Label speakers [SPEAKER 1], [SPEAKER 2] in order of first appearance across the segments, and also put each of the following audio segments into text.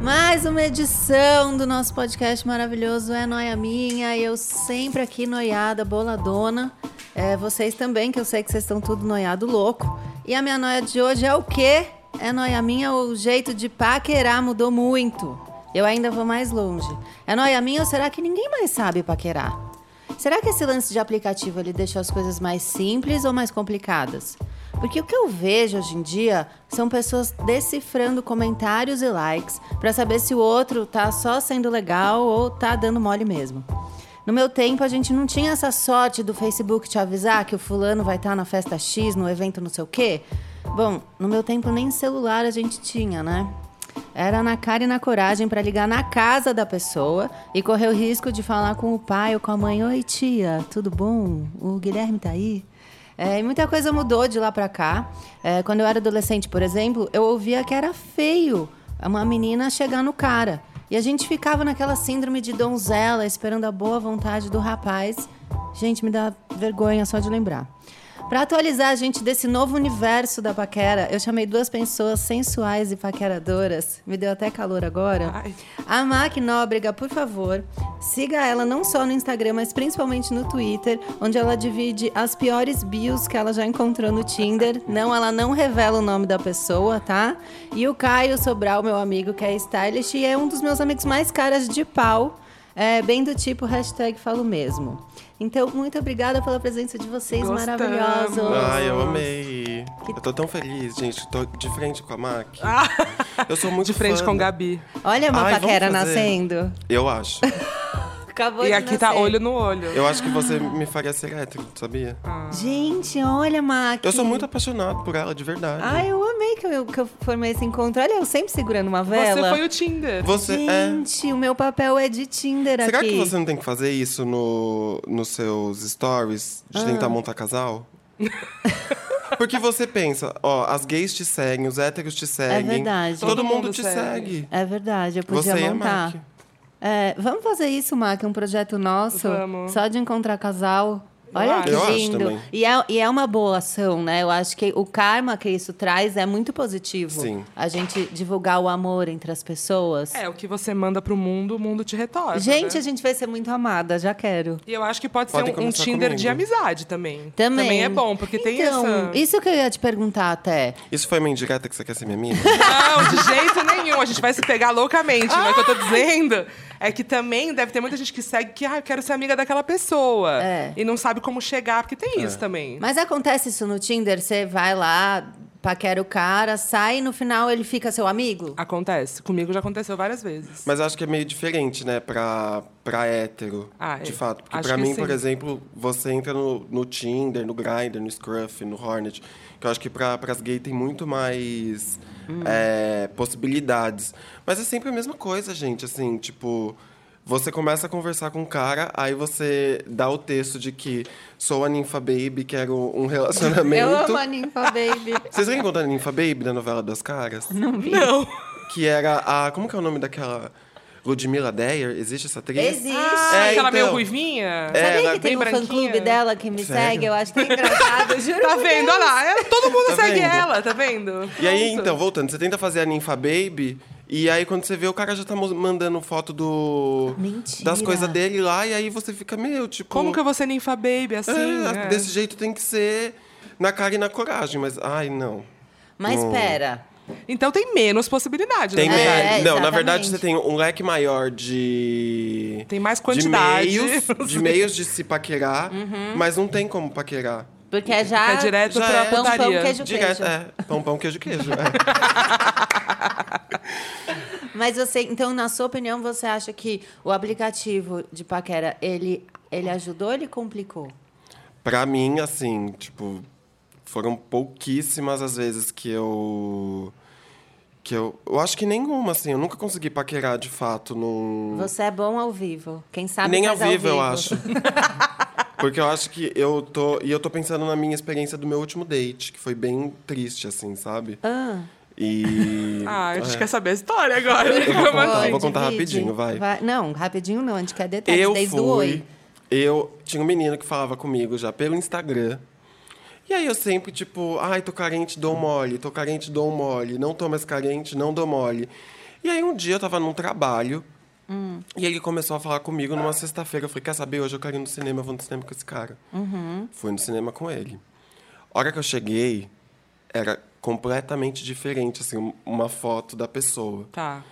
[SPEAKER 1] Mais uma edição do nosso podcast maravilhoso É Noia Minha. Eu sempre aqui noiada, boladona. É, vocês também, que eu sei que vocês estão tudo noiado louco. E a minha noia de hoje é o quê? É noia minha, o jeito de paquerar mudou muito. Eu ainda vou mais longe. É noia minha ou será que ninguém mais sabe paquerar? Será que esse lance de aplicativo ele deixa as coisas mais simples ou mais complicadas? Porque o que eu vejo hoje em dia são pessoas decifrando comentários e likes para saber se o outro tá só sendo legal ou tá dando mole mesmo. No meu tempo, a gente não tinha essa sorte do Facebook te avisar que o fulano vai estar na festa X, no evento não sei o quê. Bom, no meu tempo nem celular a gente tinha, né? Era na cara e na coragem pra ligar na casa da pessoa e correr o risco de falar com o pai ou com a mãe: Oi, tia, tudo bom? O Guilherme tá aí? É, e muita coisa mudou de lá pra cá. É, quando eu era adolescente, por exemplo, eu ouvia que era feio uma menina chegar no cara. E a gente ficava naquela síndrome de donzela, esperando a boa vontade do rapaz. Gente, me dá vergonha só de lembrar. Para atualizar a gente desse novo universo da paquera, eu chamei duas pessoas sensuais e paqueradoras. Me deu até calor agora. A Mac Nóbrega, por favor, siga ela não só no Instagram, mas principalmente no Twitter, onde ela divide as piores bios que ela já encontrou no Tinder. Não, ela não revela o nome da pessoa, tá? E o Caio Sobral, meu amigo, que é stylist e é um dos meus amigos mais caras de pau. É, bem do tipo hashtag falo mesmo. Então, muito obrigada pela presença de vocês
[SPEAKER 2] Gostamos.
[SPEAKER 1] maravilhosos.
[SPEAKER 2] Ai, eu amei. Eu tô tão feliz, gente. Tô de frente com a Mac. Eu sou muito
[SPEAKER 3] Ah, Um De frente
[SPEAKER 2] fã.
[SPEAKER 3] com Gabi.
[SPEAKER 1] Olha uma
[SPEAKER 2] Ai, vamos
[SPEAKER 1] paquera
[SPEAKER 2] fazer.
[SPEAKER 1] nascendo.
[SPEAKER 2] Eu acho.
[SPEAKER 1] Acabou
[SPEAKER 3] e
[SPEAKER 1] de
[SPEAKER 3] aqui tá
[SPEAKER 1] nascer.
[SPEAKER 3] olho no olho.
[SPEAKER 2] Eu acho que você me faria ser hétero, sabia?
[SPEAKER 1] Ah, Gente, olha, Mac.
[SPEAKER 2] Eu sou muito apaixonado por ela, de verdade.
[SPEAKER 1] Ai, Ah, eu amei que eu, que eu formei esse encontro. Olha, eu sempre segurando uma
[SPEAKER 3] Você
[SPEAKER 1] vela.
[SPEAKER 3] foi o Tinder.
[SPEAKER 2] Você é.
[SPEAKER 1] Gente, o meu papel é de Tinder
[SPEAKER 2] Será
[SPEAKER 1] aqui.
[SPEAKER 2] que você não tem que fazer isso no, nos seus stories? De tentar montar casal? Porque você pensa, ó, as gays te seguem, os héteros te seguem.
[SPEAKER 1] verdade.
[SPEAKER 2] Todo,
[SPEAKER 3] Todo
[SPEAKER 2] mundo,
[SPEAKER 3] mundo
[SPEAKER 2] te
[SPEAKER 3] segue.
[SPEAKER 2] segue.
[SPEAKER 1] É verdade, eu podia
[SPEAKER 2] Você e a
[SPEAKER 1] montar.
[SPEAKER 2] Mac.
[SPEAKER 1] É, vamos fazer isso, Mac, um projeto nosso.
[SPEAKER 3] Vamos.
[SPEAKER 1] Só de encontrar casal. Olha
[SPEAKER 3] acho.
[SPEAKER 1] que
[SPEAKER 2] Eu acho
[SPEAKER 1] lindo.
[SPEAKER 2] também.
[SPEAKER 1] E é, e é uma boa ação, né? Eu acho que o karma que isso traz é muito positivo.
[SPEAKER 2] Sim.
[SPEAKER 1] A gente divulgar o amor entre as pessoas.
[SPEAKER 3] É, o que você manda pro mundo, o mundo te retorna.
[SPEAKER 1] gente,
[SPEAKER 3] né?
[SPEAKER 1] a gente vai ser muito amada, já quero.
[SPEAKER 3] E eu acho que pode
[SPEAKER 2] Podem
[SPEAKER 3] ser um- um,
[SPEAKER 2] começar
[SPEAKER 3] Tinder
[SPEAKER 2] comigo.
[SPEAKER 3] de amizade também.
[SPEAKER 1] Também.
[SPEAKER 3] é bom, porque tem
[SPEAKER 1] então,
[SPEAKER 3] essa.
[SPEAKER 1] Isso que eu ia te perguntar até.
[SPEAKER 2] Isso foi uma indireta que você quer ser minha amiga?
[SPEAKER 3] Não, de jeito nenhum. A gente vai se pegar loucamente. Mas o que eu tô dizendo é que também deve ter muita gente que segue que, ah, eu quero ser amiga daquela pessoa.
[SPEAKER 1] É.
[SPEAKER 3] E não sabe como chegar, porque tem
[SPEAKER 2] É.
[SPEAKER 3] isso também.
[SPEAKER 1] Mas acontece isso no Tinder? Você vai lá, paquera o cara, sai e no final ele fica seu amigo?
[SPEAKER 3] Acontece. Comigo já aconteceu várias vezes.
[SPEAKER 2] Mas eu acho que é meio diferente, né, pra, pra hétero,
[SPEAKER 3] Ah,
[SPEAKER 2] de
[SPEAKER 3] é.
[SPEAKER 2] fato. Porque
[SPEAKER 3] Acho
[SPEAKER 2] pra
[SPEAKER 3] que
[SPEAKER 2] mim,
[SPEAKER 3] sim.
[SPEAKER 2] por exemplo, você entra no, no Tinder, no Grindr, no Scruff, no Hornet. Que eu acho que pra, pras gays tem muito mais é, possibilidades. Mas é sempre a mesma coisa, gente, assim, tipo... Você começa a conversar com o cara, aí você dá o texto de que sou a ninfa baby, quero um relacionamento.
[SPEAKER 1] Eu amo a Ninfa Baby.
[SPEAKER 2] Vocês lembram da Ninfa Baby, da novela das caras? Não vi.
[SPEAKER 3] Não.
[SPEAKER 2] Que era a... Como que é o nome daquela... Ludmilla Deyer? Existe essa atriz?
[SPEAKER 1] Existe.
[SPEAKER 3] Ah,
[SPEAKER 2] É,
[SPEAKER 3] aquela
[SPEAKER 2] então.
[SPEAKER 3] meio ruivinha.
[SPEAKER 2] É,
[SPEAKER 1] Sabia
[SPEAKER 2] ela
[SPEAKER 1] que
[SPEAKER 2] é
[SPEAKER 1] tem
[SPEAKER 3] bem
[SPEAKER 1] um fã-clube
[SPEAKER 3] branquinha.
[SPEAKER 1] dela que me
[SPEAKER 2] Sério?
[SPEAKER 1] segue? Eu acho que é engraçado, juro.
[SPEAKER 3] Tá
[SPEAKER 1] por
[SPEAKER 3] vendo?
[SPEAKER 1] Deus.
[SPEAKER 3] Olha lá, ela- todo mundo
[SPEAKER 2] Tá
[SPEAKER 3] segue
[SPEAKER 2] vendo?
[SPEAKER 3] ela, tá vendo?
[SPEAKER 2] E aí,
[SPEAKER 3] Pronto.
[SPEAKER 2] então, voltando, você tenta fazer a ninfa baby, e aí quando você vê, o cara já tá mo- mandando foto do.
[SPEAKER 1] Mentira.
[SPEAKER 2] Das coisas dele lá, e aí você fica, meu, tipo.
[SPEAKER 3] Como que eu vou ser ninfa baby assim?
[SPEAKER 2] é,
[SPEAKER 3] É.
[SPEAKER 2] Desse jeito tem que ser na cara e na coragem, mas. Ai, não.
[SPEAKER 1] Mas pera.
[SPEAKER 3] Então tem menos possibilidade,
[SPEAKER 2] Tem
[SPEAKER 3] na
[SPEAKER 2] me-
[SPEAKER 3] verdade.
[SPEAKER 1] é,
[SPEAKER 2] Não, na
[SPEAKER 1] exatamente.
[SPEAKER 2] verdade, você tem um leque maior de.
[SPEAKER 3] Tem mais quantidade. Uhum.
[SPEAKER 2] De meios de, meios de se paquerar, mas não tem como paquerar.
[SPEAKER 1] Porque já.
[SPEAKER 3] É direto
[SPEAKER 2] Já
[SPEAKER 3] pra
[SPEAKER 2] é.
[SPEAKER 1] Pão, pão,
[SPEAKER 3] putaria.
[SPEAKER 1] queijo,
[SPEAKER 2] Direto,
[SPEAKER 1] queijo.
[SPEAKER 2] é. Pão, pão, queijo, queijo. é.
[SPEAKER 1] Mas você, então, na sua opinião, você acha que o aplicativo de paquera, ele, ele ajudou ou ele complicou?
[SPEAKER 2] Pra mim, assim, tipo, Foram pouquíssimas as vezes que eu. Que eu, eu acho que nenhuma, assim. Eu nunca consegui paquerar de fato num.
[SPEAKER 1] Você é bom ao vivo. Quem sabe
[SPEAKER 2] Nem ao
[SPEAKER 1] faz
[SPEAKER 2] vivo, eu acho. Porque eu acho que eu tô. E eu tô pensando na minha experiência do meu último date, que foi bem triste, assim, sabe?
[SPEAKER 1] Ah.
[SPEAKER 2] E.
[SPEAKER 3] Ah, a gente
[SPEAKER 2] é.
[SPEAKER 3] quer saber a história agora.
[SPEAKER 2] vou
[SPEAKER 3] Como
[SPEAKER 2] contar,
[SPEAKER 3] assim?
[SPEAKER 2] vou contar
[SPEAKER 1] Divide.
[SPEAKER 2] rapidinho, vai.
[SPEAKER 1] Não, rapidinho não, a gente quer detalhes
[SPEAKER 2] Eu
[SPEAKER 1] desde o
[SPEAKER 2] fui.
[SPEAKER 1] oi.
[SPEAKER 2] Eu tinha um menino que falava comigo já pelo Instagram. E aí eu sempre, tipo, ai, tô carente, dou mole, tô carente, dou mole, não tô mais carente, não dou mole. E aí um dia eu tava num trabalho
[SPEAKER 1] Hum.
[SPEAKER 2] e ele começou a falar comigo numa sexta-feira. Eu falei, quer saber? Hoje eu quero ir no cinema, eu vou no cinema com esse cara.
[SPEAKER 1] Uhum.
[SPEAKER 2] Fui no cinema com ele. A hora que eu cheguei, era completamente diferente, assim, um- uma foto da pessoa.
[SPEAKER 3] Tá.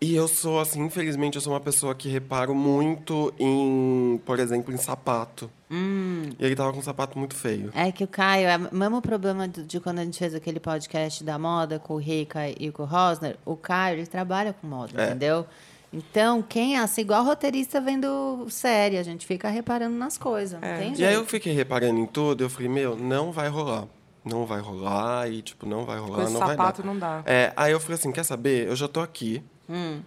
[SPEAKER 2] E eu sou, assim, infelizmente, eu sou uma pessoa que reparo muito em, por exemplo, em sapato.
[SPEAKER 1] Hum.
[SPEAKER 2] E ele tava com um sapato muito feio.
[SPEAKER 1] É que o Caio, é o mesmo problema do- de quando a gente fez aquele podcast da moda com o Rica e com o Rosner, o Caio, ele trabalha com moda,
[SPEAKER 2] É.
[SPEAKER 1] entendeu? Então, quem é assim, igual roteirista vendo série, a gente fica reparando nas coisas,
[SPEAKER 3] É.
[SPEAKER 1] não tem
[SPEAKER 2] E aí
[SPEAKER 1] jeito.
[SPEAKER 2] eu fiquei reparando em tudo, eu falei, meu, não vai rolar. Não vai rolar, e tipo, não vai rolar,
[SPEAKER 3] esse
[SPEAKER 2] não vai
[SPEAKER 3] sapato
[SPEAKER 2] dar.
[SPEAKER 3] não dá.
[SPEAKER 2] É, aí eu falei assim, quer saber? Eu já tô aqui.
[SPEAKER 1] Hum.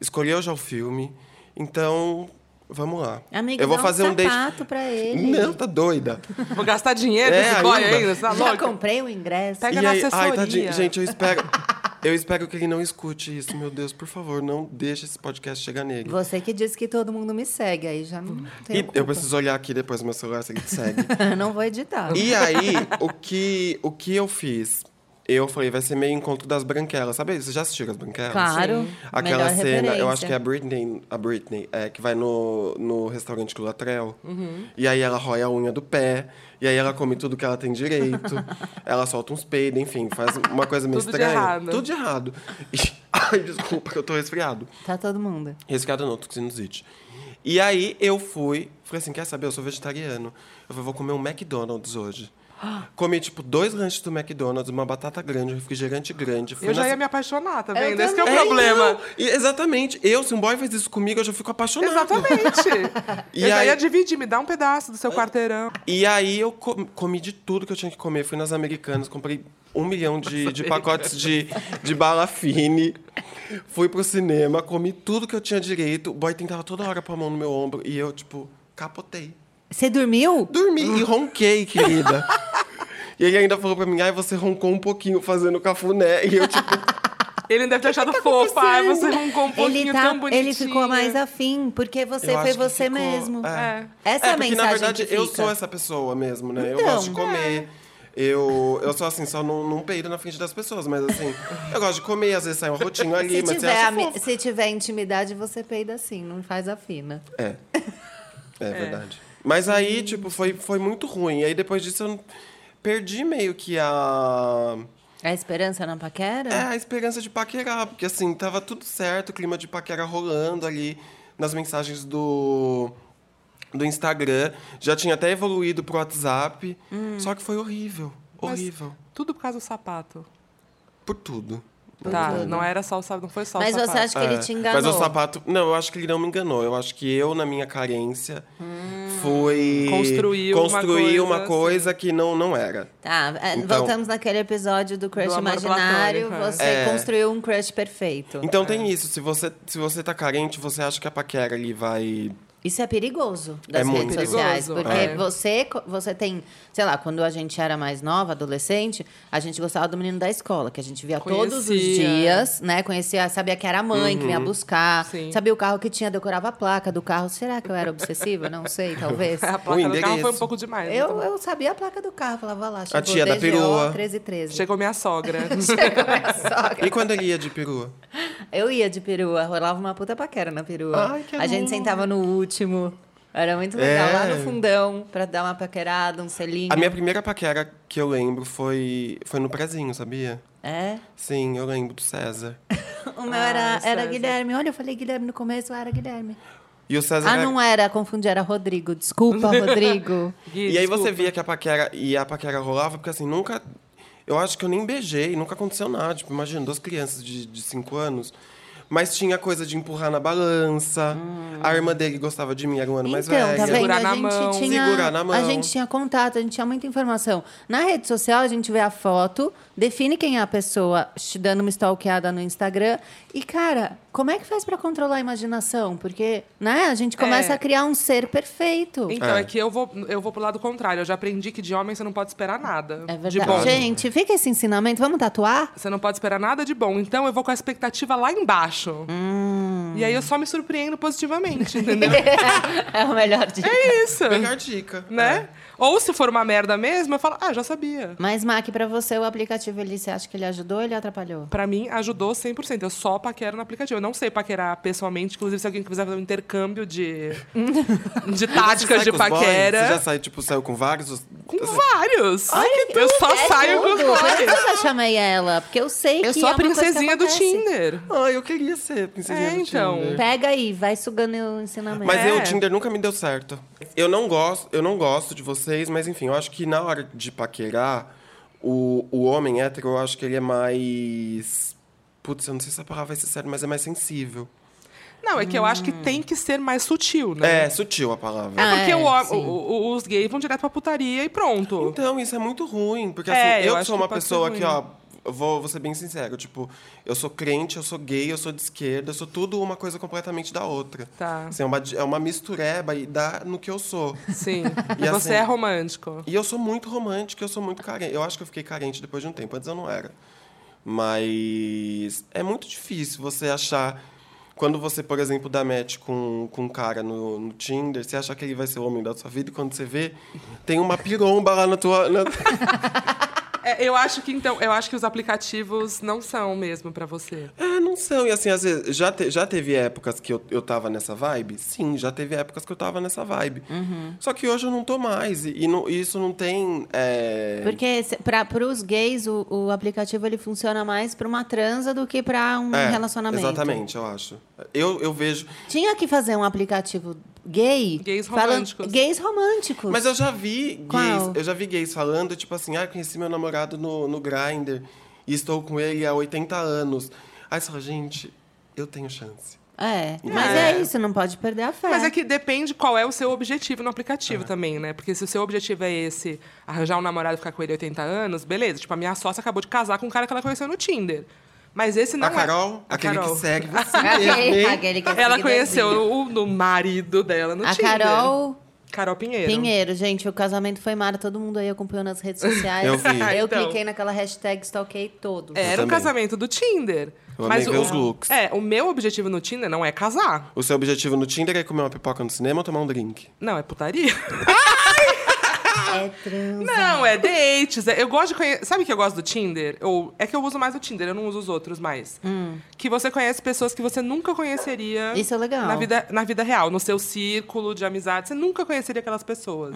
[SPEAKER 2] Escolheu já o filme. Então, vamos lá.
[SPEAKER 1] Amigo,
[SPEAKER 2] eu vou
[SPEAKER 1] dá
[SPEAKER 2] fazer
[SPEAKER 1] um
[SPEAKER 2] um date.
[SPEAKER 1] sapato pra ele.
[SPEAKER 2] Não, tá doida.
[SPEAKER 3] Vou gastar dinheiro
[SPEAKER 2] É,
[SPEAKER 3] nesse boy
[SPEAKER 2] ainda.
[SPEAKER 3] ainda, você tá
[SPEAKER 1] Já
[SPEAKER 3] louca?
[SPEAKER 1] comprei o ingresso.
[SPEAKER 3] Pega
[SPEAKER 2] E
[SPEAKER 3] na
[SPEAKER 2] aí-
[SPEAKER 3] assessoria.
[SPEAKER 2] Ai, tadinho. Gente, eu espero. eu espero que ele não escute isso. Meu Deus, por favor, não deixe esse podcast chegar nele.
[SPEAKER 1] Você que disse que todo mundo me segue, aí já não
[SPEAKER 2] E
[SPEAKER 1] tem
[SPEAKER 2] eu preciso olhar aqui depois no meu celular se ele te segue.
[SPEAKER 1] Não vou editar.
[SPEAKER 2] e aí, o que, o que eu fiz? Eu falei, vai ser meio encontro das branquelas. Sabe, vocês já assistiram as branquelas?
[SPEAKER 1] Claro. Sim.
[SPEAKER 2] Aquela
[SPEAKER 1] Melhor
[SPEAKER 2] cena, eu
[SPEAKER 1] referência.
[SPEAKER 2] acho que é a Britney, a Britney é, que vai no, no restaurante com o Latrell. E aí ela rói a unha do pé. E aí ela come tudo que ela tem direito. ela solta uns peidos, enfim, faz uma coisa meio
[SPEAKER 3] Tudo de
[SPEAKER 2] estranha.
[SPEAKER 3] errado.
[SPEAKER 2] Tudo de errado. E- ai, desculpa, que eu tô resfriado.
[SPEAKER 1] Tá todo mundo.
[SPEAKER 2] Resfriado não, tô com sinusite. E aí eu fui, falei assim, quer saber, eu sou vegetariano. Eu falei, vou comer um McDonald's hoje. Comi, tipo, dois lanches do McDonald's, uma batata grande, um refrigerante grande. Fui
[SPEAKER 3] Eu já
[SPEAKER 2] nas-
[SPEAKER 3] ia me apaixonar, tá
[SPEAKER 1] Eu
[SPEAKER 3] vendo? Esse que é o
[SPEAKER 2] É,
[SPEAKER 3] problema.
[SPEAKER 2] então, e- exatamente. Eu, se um boy faz isso comigo, eu já fico apaixonado.
[SPEAKER 3] Exatamente.
[SPEAKER 2] E
[SPEAKER 3] eu já
[SPEAKER 2] aí-
[SPEAKER 3] ia dividir, me dá um pedaço do seu quarteirão.
[SPEAKER 2] E aí eu co- comi de tudo que eu tinha que comer. Fui nas Americanas, comprei um milhão de, de pacotes de, de bala fine. Fui pro cinema, comi tudo que eu tinha direito. O boy tentava toda hora pôr a mão no meu ombro. E eu, tipo, capotei.
[SPEAKER 1] Você dormiu?
[SPEAKER 2] Dormi e ronquei, querida. e ele ainda falou pra mim, ai, você roncou um pouquinho fazendo cafuné. E eu, tipo,
[SPEAKER 3] Ele deve ter achado fofo. Ai,
[SPEAKER 2] assim?
[SPEAKER 3] você roncou um pouquinho
[SPEAKER 1] ele, tá
[SPEAKER 3] tão
[SPEAKER 2] tá,
[SPEAKER 3] bonitinho.
[SPEAKER 1] ele ficou mais afim, porque você
[SPEAKER 2] eu
[SPEAKER 1] foi
[SPEAKER 2] acho que
[SPEAKER 1] você
[SPEAKER 2] ficou-
[SPEAKER 1] mesmo.
[SPEAKER 2] É.
[SPEAKER 1] Essa é,
[SPEAKER 2] é,
[SPEAKER 1] a
[SPEAKER 2] porque,
[SPEAKER 1] mensagem
[SPEAKER 2] na verdade,
[SPEAKER 1] que
[SPEAKER 2] eu
[SPEAKER 1] fica.
[SPEAKER 2] sou assim, essa pessoa mesmo, né? eu
[SPEAKER 1] Então,
[SPEAKER 2] gosto de comer. Eu, eu sou assim, só não, não peido na frente das pessoas, mas assim, eu gosto de comer, às vezes sai um rotinho ali,
[SPEAKER 1] se,
[SPEAKER 2] mas
[SPEAKER 1] tiver,
[SPEAKER 2] você acha
[SPEAKER 1] ami-
[SPEAKER 2] fofo.
[SPEAKER 1] se tiver intimidade, você peida assim, não faz a fina.
[SPEAKER 2] É. É verdade. Mas aí, tipo, foi, foi muito ruim. Aí depois disso eu perdi meio que a.
[SPEAKER 1] É a esperança na paquera?
[SPEAKER 2] É, a esperança de paquerar, porque assim, tava tudo certo, o clima de paquera rolando ali nas mensagens do, do Instagram. Já tinha até evoluído pro WhatsApp, só que foi horrível,
[SPEAKER 3] Mas
[SPEAKER 2] horrível.
[SPEAKER 3] Tudo por causa do sapato.
[SPEAKER 2] Por tudo.
[SPEAKER 3] Tá, não era só o sapato, não foi só
[SPEAKER 1] Mas
[SPEAKER 3] o sapato.
[SPEAKER 1] você acha que ele te enganou?
[SPEAKER 2] É. Mas o sapato... Não, eu acho que ele não me enganou. Eu acho que eu, na minha carência, fui...
[SPEAKER 3] Construiu uma
[SPEAKER 2] construí
[SPEAKER 3] coisa,
[SPEAKER 2] uma coisa que não, não era.
[SPEAKER 1] Tá, é,
[SPEAKER 2] Então-
[SPEAKER 1] voltamos naquele episódio do crush
[SPEAKER 3] Do amor
[SPEAKER 1] imaginário.
[SPEAKER 3] platônico, é.
[SPEAKER 1] Você
[SPEAKER 2] É.
[SPEAKER 1] construiu um crush perfeito.
[SPEAKER 2] Então tem isso. Se você, se você tá carente, você acha que a paquera ali vai...
[SPEAKER 1] Isso é perigoso das
[SPEAKER 2] É
[SPEAKER 1] redes
[SPEAKER 2] muito
[SPEAKER 1] sociais,
[SPEAKER 3] perigoso,
[SPEAKER 1] porque
[SPEAKER 3] é.
[SPEAKER 1] você co- você tem, sei lá, quando a gente era mais nova, adolescente, a gente gostava do menino da escola, que a gente via todos os
[SPEAKER 3] Conhecia.
[SPEAKER 1] dias, né? Conhecia, sabia que era a mãe que
[SPEAKER 2] Uhum.
[SPEAKER 1] vinha buscar,
[SPEAKER 3] Sim.
[SPEAKER 1] sabia o carro que tinha, decorava a placa do carro. Será que eu era obsessiva? Não sei, talvez.
[SPEAKER 3] A placa
[SPEAKER 2] O
[SPEAKER 3] do carro
[SPEAKER 2] endereço.
[SPEAKER 3] foi um pouco demais. né,
[SPEAKER 1] Eu,
[SPEAKER 3] também.
[SPEAKER 1] eu sabia a placa do carro, falava lá, chegou
[SPEAKER 2] tia da
[SPEAKER 1] DGO
[SPEAKER 2] perua.
[SPEAKER 1] 1313.
[SPEAKER 3] Chegou minha sogra.
[SPEAKER 1] Chegou minha sogra.
[SPEAKER 2] E quando ele ia de perua?
[SPEAKER 1] Eu ia de perua, rolava uma puta paquera na perua.
[SPEAKER 2] Ai, que
[SPEAKER 1] a gente
[SPEAKER 2] amor.
[SPEAKER 1] sentava no último. Era muito legal,
[SPEAKER 2] É.
[SPEAKER 1] lá no fundão, pra dar uma paquerada, um selinho.
[SPEAKER 2] A minha primeira paquera que eu lembro foi, foi no prezinho, sabia?
[SPEAKER 1] É.
[SPEAKER 2] Sim, eu lembro do César.
[SPEAKER 1] O meu
[SPEAKER 3] Ah,
[SPEAKER 1] era,
[SPEAKER 2] é,
[SPEAKER 1] era
[SPEAKER 3] César.
[SPEAKER 1] Guilherme. Olha, eu falei Guilherme no começo, era Guilherme.
[SPEAKER 2] E o César.
[SPEAKER 1] Ah,
[SPEAKER 2] era-
[SPEAKER 3] é.
[SPEAKER 1] não era, confundi, era Rodrigo. Desculpa, Rodrigo.
[SPEAKER 3] Gui,
[SPEAKER 2] E aí
[SPEAKER 3] desculpa.
[SPEAKER 2] você via que a paquera e a paquera rolava, porque assim, nunca. Eu acho que eu nem beijei, nunca aconteceu nada. Tipo, imagina, duas crianças de, de cinco anos. Mas tinha coisa de empurrar na balança.
[SPEAKER 3] Hum.
[SPEAKER 2] A irmã dele gostava de mim, era um ano mais
[SPEAKER 3] Então,
[SPEAKER 2] velha.
[SPEAKER 1] tá vendo?
[SPEAKER 3] é Segurar
[SPEAKER 1] a
[SPEAKER 3] na
[SPEAKER 1] gente
[SPEAKER 3] mão.
[SPEAKER 1] tinha,
[SPEAKER 2] Segurar na
[SPEAKER 1] A
[SPEAKER 2] mão.
[SPEAKER 1] gente tinha contato, a gente tinha muita informação. Na rede social, a gente vê a foto, define quem é a pessoa, te dando uma stalkeada no Instagram. E, cara, como é que faz pra controlar a imaginação? Porque, né, a gente começa
[SPEAKER 3] É.
[SPEAKER 1] a criar um ser perfeito.
[SPEAKER 3] Então,
[SPEAKER 2] É.
[SPEAKER 3] é, que eu vou, eu vou pro lado contrário. Eu já aprendi que de homem você não pode esperar nada.
[SPEAKER 1] É
[SPEAKER 3] De bom.
[SPEAKER 1] verdade. Gente, fica esse ensinamento. Vamos tatuar?
[SPEAKER 3] Você não pode esperar nada de bom. Então eu vou com a expectativa lá embaixo.
[SPEAKER 1] Hum.
[SPEAKER 3] E aí eu só me surpreendo positivamente, entendeu?
[SPEAKER 1] é o melhor dica.
[SPEAKER 3] é isso.
[SPEAKER 2] Melhor é. dica.
[SPEAKER 3] Né? Ou se for uma merda mesmo, eu falo, ah, já sabia.
[SPEAKER 1] Mas, Mac, pra você, o aplicativo, ele, você acha que ele ajudou ou ele atrapalhou?
[SPEAKER 3] Pra mim, ajudou 100%. Eu só paquero no aplicativo. Eu não sei paquerar pessoalmente. Inclusive, se alguém quiser fazer um intercâmbio de, de táticas de
[SPEAKER 2] Você sai com os boys? Você já
[SPEAKER 3] paquera.
[SPEAKER 2] saiu, tipo, saiu com vários? assim, Os-
[SPEAKER 3] Com vários. eu só
[SPEAKER 1] É
[SPEAKER 3] saio com
[SPEAKER 1] tudo.
[SPEAKER 3] vários.
[SPEAKER 1] Por isso que eu chamei ela. Porque eu sei que
[SPEAKER 3] Eu sou
[SPEAKER 1] é
[SPEAKER 3] a
[SPEAKER 1] uma coisa que
[SPEAKER 3] princesinha do
[SPEAKER 1] acontece.
[SPEAKER 3] Tinder.
[SPEAKER 2] Ah, eu queria ser princesinha
[SPEAKER 3] É,
[SPEAKER 2] do
[SPEAKER 3] então.
[SPEAKER 2] Tinder.
[SPEAKER 1] Pega aí, vai sugando o ensinamento.
[SPEAKER 2] Mas
[SPEAKER 3] É.
[SPEAKER 2] eu, o Tinder nunca me deu certo. Eu não gosto, eu não gosto de vocês, mas enfim, eu acho que na hora de paquerar, o, o homem hétero, eu acho que ele é mais. Putz, eu não sei se a palavra vai ser certa, mas é mais sensível.
[SPEAKER 3] Não, é que eu acho
[SPEAKER 1] Hum.
[SPEAKER 3] que tem que ser mais sutil, né?
[SPEAKER 2] É, sutil a palavra.
[SPEAKER 1] Ah,
[SPEAKER 3] Porque
[SPEAKER 1] é,
[SPEAKER 3] o hom-
[SPEAKER 1] sim.
[SPEAKER 3] o- o- os gays vão direto pra putaria e pronto.
[SPEAKER 2] Então, isso é muito ruim, porque
[SPEAKER 3] É,
[SPEAKER 2] assim,
[SPEAKER 3] eu
[SPEAKER 2] eu,
[SPEAKER 3] acho
[SPEAKER 2] sou
[SPEAKER 3] que
[SPEAKER 2] uma
[SPEAKER 3] pode ser
[SPEAKER 2] pessoa
[SPEAKER 3] ruim.
[SPEAKER 2] que, ó, vou, vou ser bem sincero, tipo, eu sou crente, eu sou gay, eu sou de esquerda, eu sou tudo uma coisa completamente da outra.
[SPEAKER 3] Tá.
[SPEAKER 2] Assim, é, uma, di- é uma mistureba e dá no que eu sou.
[SPEAKER 3] Sim.
[SPEAKER 2] Então, E
[SPEAKER 3] Você
[SPEAKER 2] assim-
[SPEAKER 3] é romântico.
[SPEAKER 2] E eu sou muito romântico, eu sou muito carente. Eu acho que eu fiquei carente depois de um tempo, antes eu não era. Mas é muito difícil você achar. Quando você, por exemplo, dá match com, com um cara no, no Tinder, você acha que ele vai ser o homem da sua vida, e quando você vê, tem uma piromba lá na tua. na-
[SPEAKER 3] É, eu acho que então, eu acho que os aplicativos não são mesmo pra você.
[SPEAKER 2] É, não são. E assim, às vezes, já, te- já teve épocas que eu, eu tava nessa vibe? Sim, já teve épocas que eu tava nessa vibe.
[SPEAKER 1] Uhum.
[SPEAKER 2] Só que hoje eu não tô mais. E, e não- e isso não tem. é,
[SPEAKER 1] Porque para os gays, o, o aplicativo ele funciona mais pra uma transa do que pra um
[SPEAKER 2] é,
[SPEAKER 1] relacionamento.
[SPEAKER 2] Exatamente, eu acho. Eu, eu vejo.
[SPEAKER 1] Tinha que fazer um aplicativo gay.
[SPEAKER 3] Gays
[SPEAKER 1] falando-
[SPEAKER 3] românticos.
[SPEAKER 1] gays românticos.
[SPEAKER 2] Mas eu já vi gays.
[SPEAKER 1] Qual?
[SPEAKER 2] Eu já vi gays falando, tipo assim, ah, conheci meu namorado no, no Grindr e estou com ele há 80 anos. Aí você fala, gente, eu tenho chance.
[SPEAKER 1] É, mas é.
[SPEAKER 3] É.
[SPEAKER 1] isso, não pode perder a fé.
[SPEAKER 3] Mas é que depende qual é o seu objetivo no aplicativo
[SPEAKER 2] É.
[SPEAKER 3] também, né? Porque se o seu objetivo é esse, arranjar um namorado e ficar com ele 80 anos, beleza. Tipo, a minha sócia acabou de casar com um cara que ela conheceu no Tinder. Mas esse não
[SPEAKER 2] a Carol,
[SPEAKER 3] é.
[SPEAKER 2] aquele que segue você.
[SPEAKER 1] Aquele-
[SPEAKER 2] mesmo, hein?
[SPEAKER 1] aquele que é
[SPEAKER 3] Ela
[SPEAKER 1] seguidorzinho.
[SPEAKER 3] conheceu o, o marido dela no
[SPEAKER 1] A
[SPEAKER 3] Tinder.
[SPEAKER 1] Carol
[SPEAKER 3] Carol Pinheiro.
[SPEAKER 1] Pinheiro, gente, o casamento foi mara, todo mundo aí acompanhou nas redes sociais.
[SPEAKER 2] Eu vi.
[SPEAKER 1] Eu
[SPEAKER 3] Então.
[SPEAKER 1] cliquei naquela hashtag stalkei todos.
[SPEAKER 2] Eu
[SPEAKER 3] É, Era o
[SPEAKER 2] também.
[SPEAKER 3] casamento do Tinder.
[SPEAKER 2] Eu amei ver os looks.
[SPEAKER 3] É, o meu objetivo no Tinder não é casar.
[SPEAKER 2] O seu objetivo no Tinder é comer uma pipoca no cinema ou tomar um drink?
[SPEAKER 3] Não, é putaria.
[SPEAKER 1] É trans.
[SPEAKER 3] Não, é dates. é- Eu gosto de conhecer. Sabe o que eu gosto do Tinder? Ou é que eu uso mais o Tinder, eu não uso os outros mais. Que você conhece pessoas que você nunca conheceria.
[SPEAKER 1] Isso é legal.
[SPEAKER 3] Na vida, na vida real, no seu círculo de amizade, você nunca conheceria aquelas pessoas.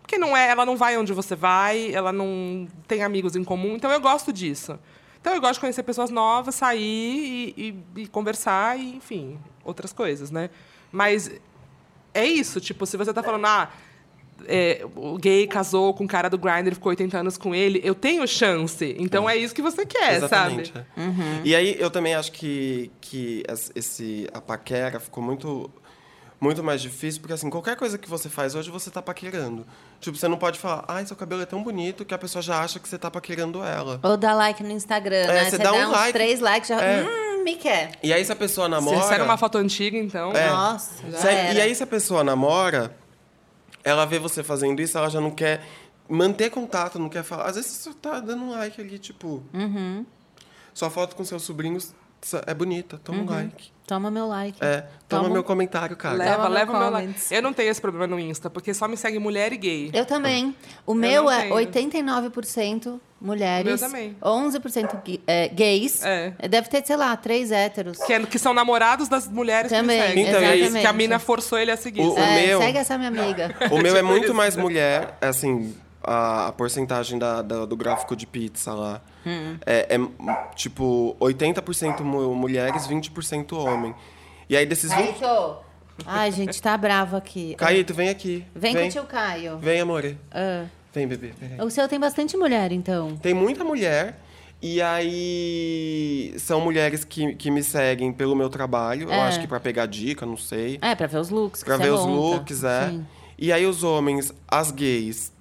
[SPEAKER 3] Porque não é, ela não vai onde você vai, ela não tem amigos em comum. Então eu gosto disso. Então eu gosto de conhecer pessoas novas, sair e, e- e conversar, e, enfim, outras coisas, né? Mas é isso, tipo, se você tá falando, ah, é, o gay casou com o cara do Grindr, ficou 80 anos com ele, eu tenho chance. Então é isso que você quer,
[SPEAKER 2] Exatamente.
[SPEAKER 3] sabe? Uhum.
[SPEAKER 2] é. E aí eu também acho que, que as- esse, a paquera ficou muito, muito mais difícil, porque assim, qualquer coisa que você faz hoje, você tá paquerando. Tipo, você não pode falar, ai, seu cabelo é tão bonito que a pessoa já acha que você tá paquerando ela.
[SPEAKER 1] Ou dá like no Instagram, né?
[SPEAKER 2] você
[SPEAKER 1] Você dá,
[SPEAKER 2] dá um
[SPEAKER 1] uns
[SPEAKER 2] like.
[SPEAKER 1] três likes, já...
[SPEAKER 2] É.
[SPEAKER 1] Hum, me quer.
[SPEAKER 2] E aí se a pessoa
[SPEAKER 3] Você
[SPEAKER 2] namora.
[SPEAKER 3] recebe uma foto antiga, então.
[SPEAKER 2] É.
[SPEAKER 1] Nossa, já
[SPEAKER 2] Se-
[SPEAKER 1] era.
[SPEAKER 2] E aí, se a pessoa namora, ela vê você fazendo isso, ela já não quer manter contato, não quer falar. Às vezes você só tá dando um like ali, tipo.
[SPEAKER 1] Uhum.
[SPEAKER 2] Sua foto com seus sobrinhos sa- é bonita, toma um like.
[SPEAKER 1] Toma meu like.
[SPEAKER 2] É, toma,
[SPEAKER 1] Uhum. Toma. um
[SPEAKER 2] meu comentário, Ah, cara.
[SPEAKER 3] Leva,
[SPEAKER 1] Toma meu
[SPEAKER 3] leva o meu like.
[SPEAKER 1] comments.
[SPEAKER 3] Eu não tenho esse problema no Insta, porque só me segue mulher e gay.
[SPEAKER 1] Eu também. O meu
[SPEAKER 3] não
[SPEAKER 1] é
[SPEAKER 3] tenho.
[SPEAKER 1] 89% mulheres.
[SPEAKER 3] O meu também.
[SPEAKER 1] 11% gui- é, gays.
[SPEAKER 3] É.
[SPEAKER 1] Deve ter, sei lá, três héteros.
[SPEAKER 3] Que, é- que são namorados das mulheres
[SPEAKER 1] Também,
[SPEAKER 3] que me seguem.
[SPEAKER 2] Então, é isso.
[SPEAKER 3] que a mina forçou ele a seguir.
[SPEAKER 2] O-
[SPEAKER 3] sabe?
[SPEAKER 1] É,
[SPEAKER 2] meu-
[SPEAKER 1] Segue essa minha amiga.
[SPEAKER 2] O meu é muito mais mulher, assim, a, a porcentagem da, da- do gráfico de pizza lá.
[SPEAKER 1] Hum.
[SPEAKER 2] É, é, m- tipo 80% mu- mulheres, 20% homem. E aí desses 20.
[SPEAKER 1] Caio! Ai, gente, tá bravo aqui.
[SPEAKER 2] Caíto, vem aqui.
[SPEAKER 1] Vem, com o tio Caio.
[SPEAKER 2] Vem, amore.
[SPEAKER 1] Ah,
[SPEAKER 2] Vem, bebê. Peraí.
[SPEAKER 1] o seu tem bastante mulher, então.
[SPEAKER 2] Tem muita mulher. E aí são mulheres que, que me seguem pelo meu trabalho.
[SPEAKER 1] É.
[SPEAKER 2] Eu acho que pra pegar dica, não sei.
[SPEAKER 1] É, pra ver os looks. que
[SPEAKER 2] Pra
[SPEAKER 1] você
[SPEAKER 2] ver os
[SPEAKER 1] monta.
[SPEAKER 2] looks, é.
[SPEAKER 1] Sim.
[SPEAKER 2] E aí os homens, as gays.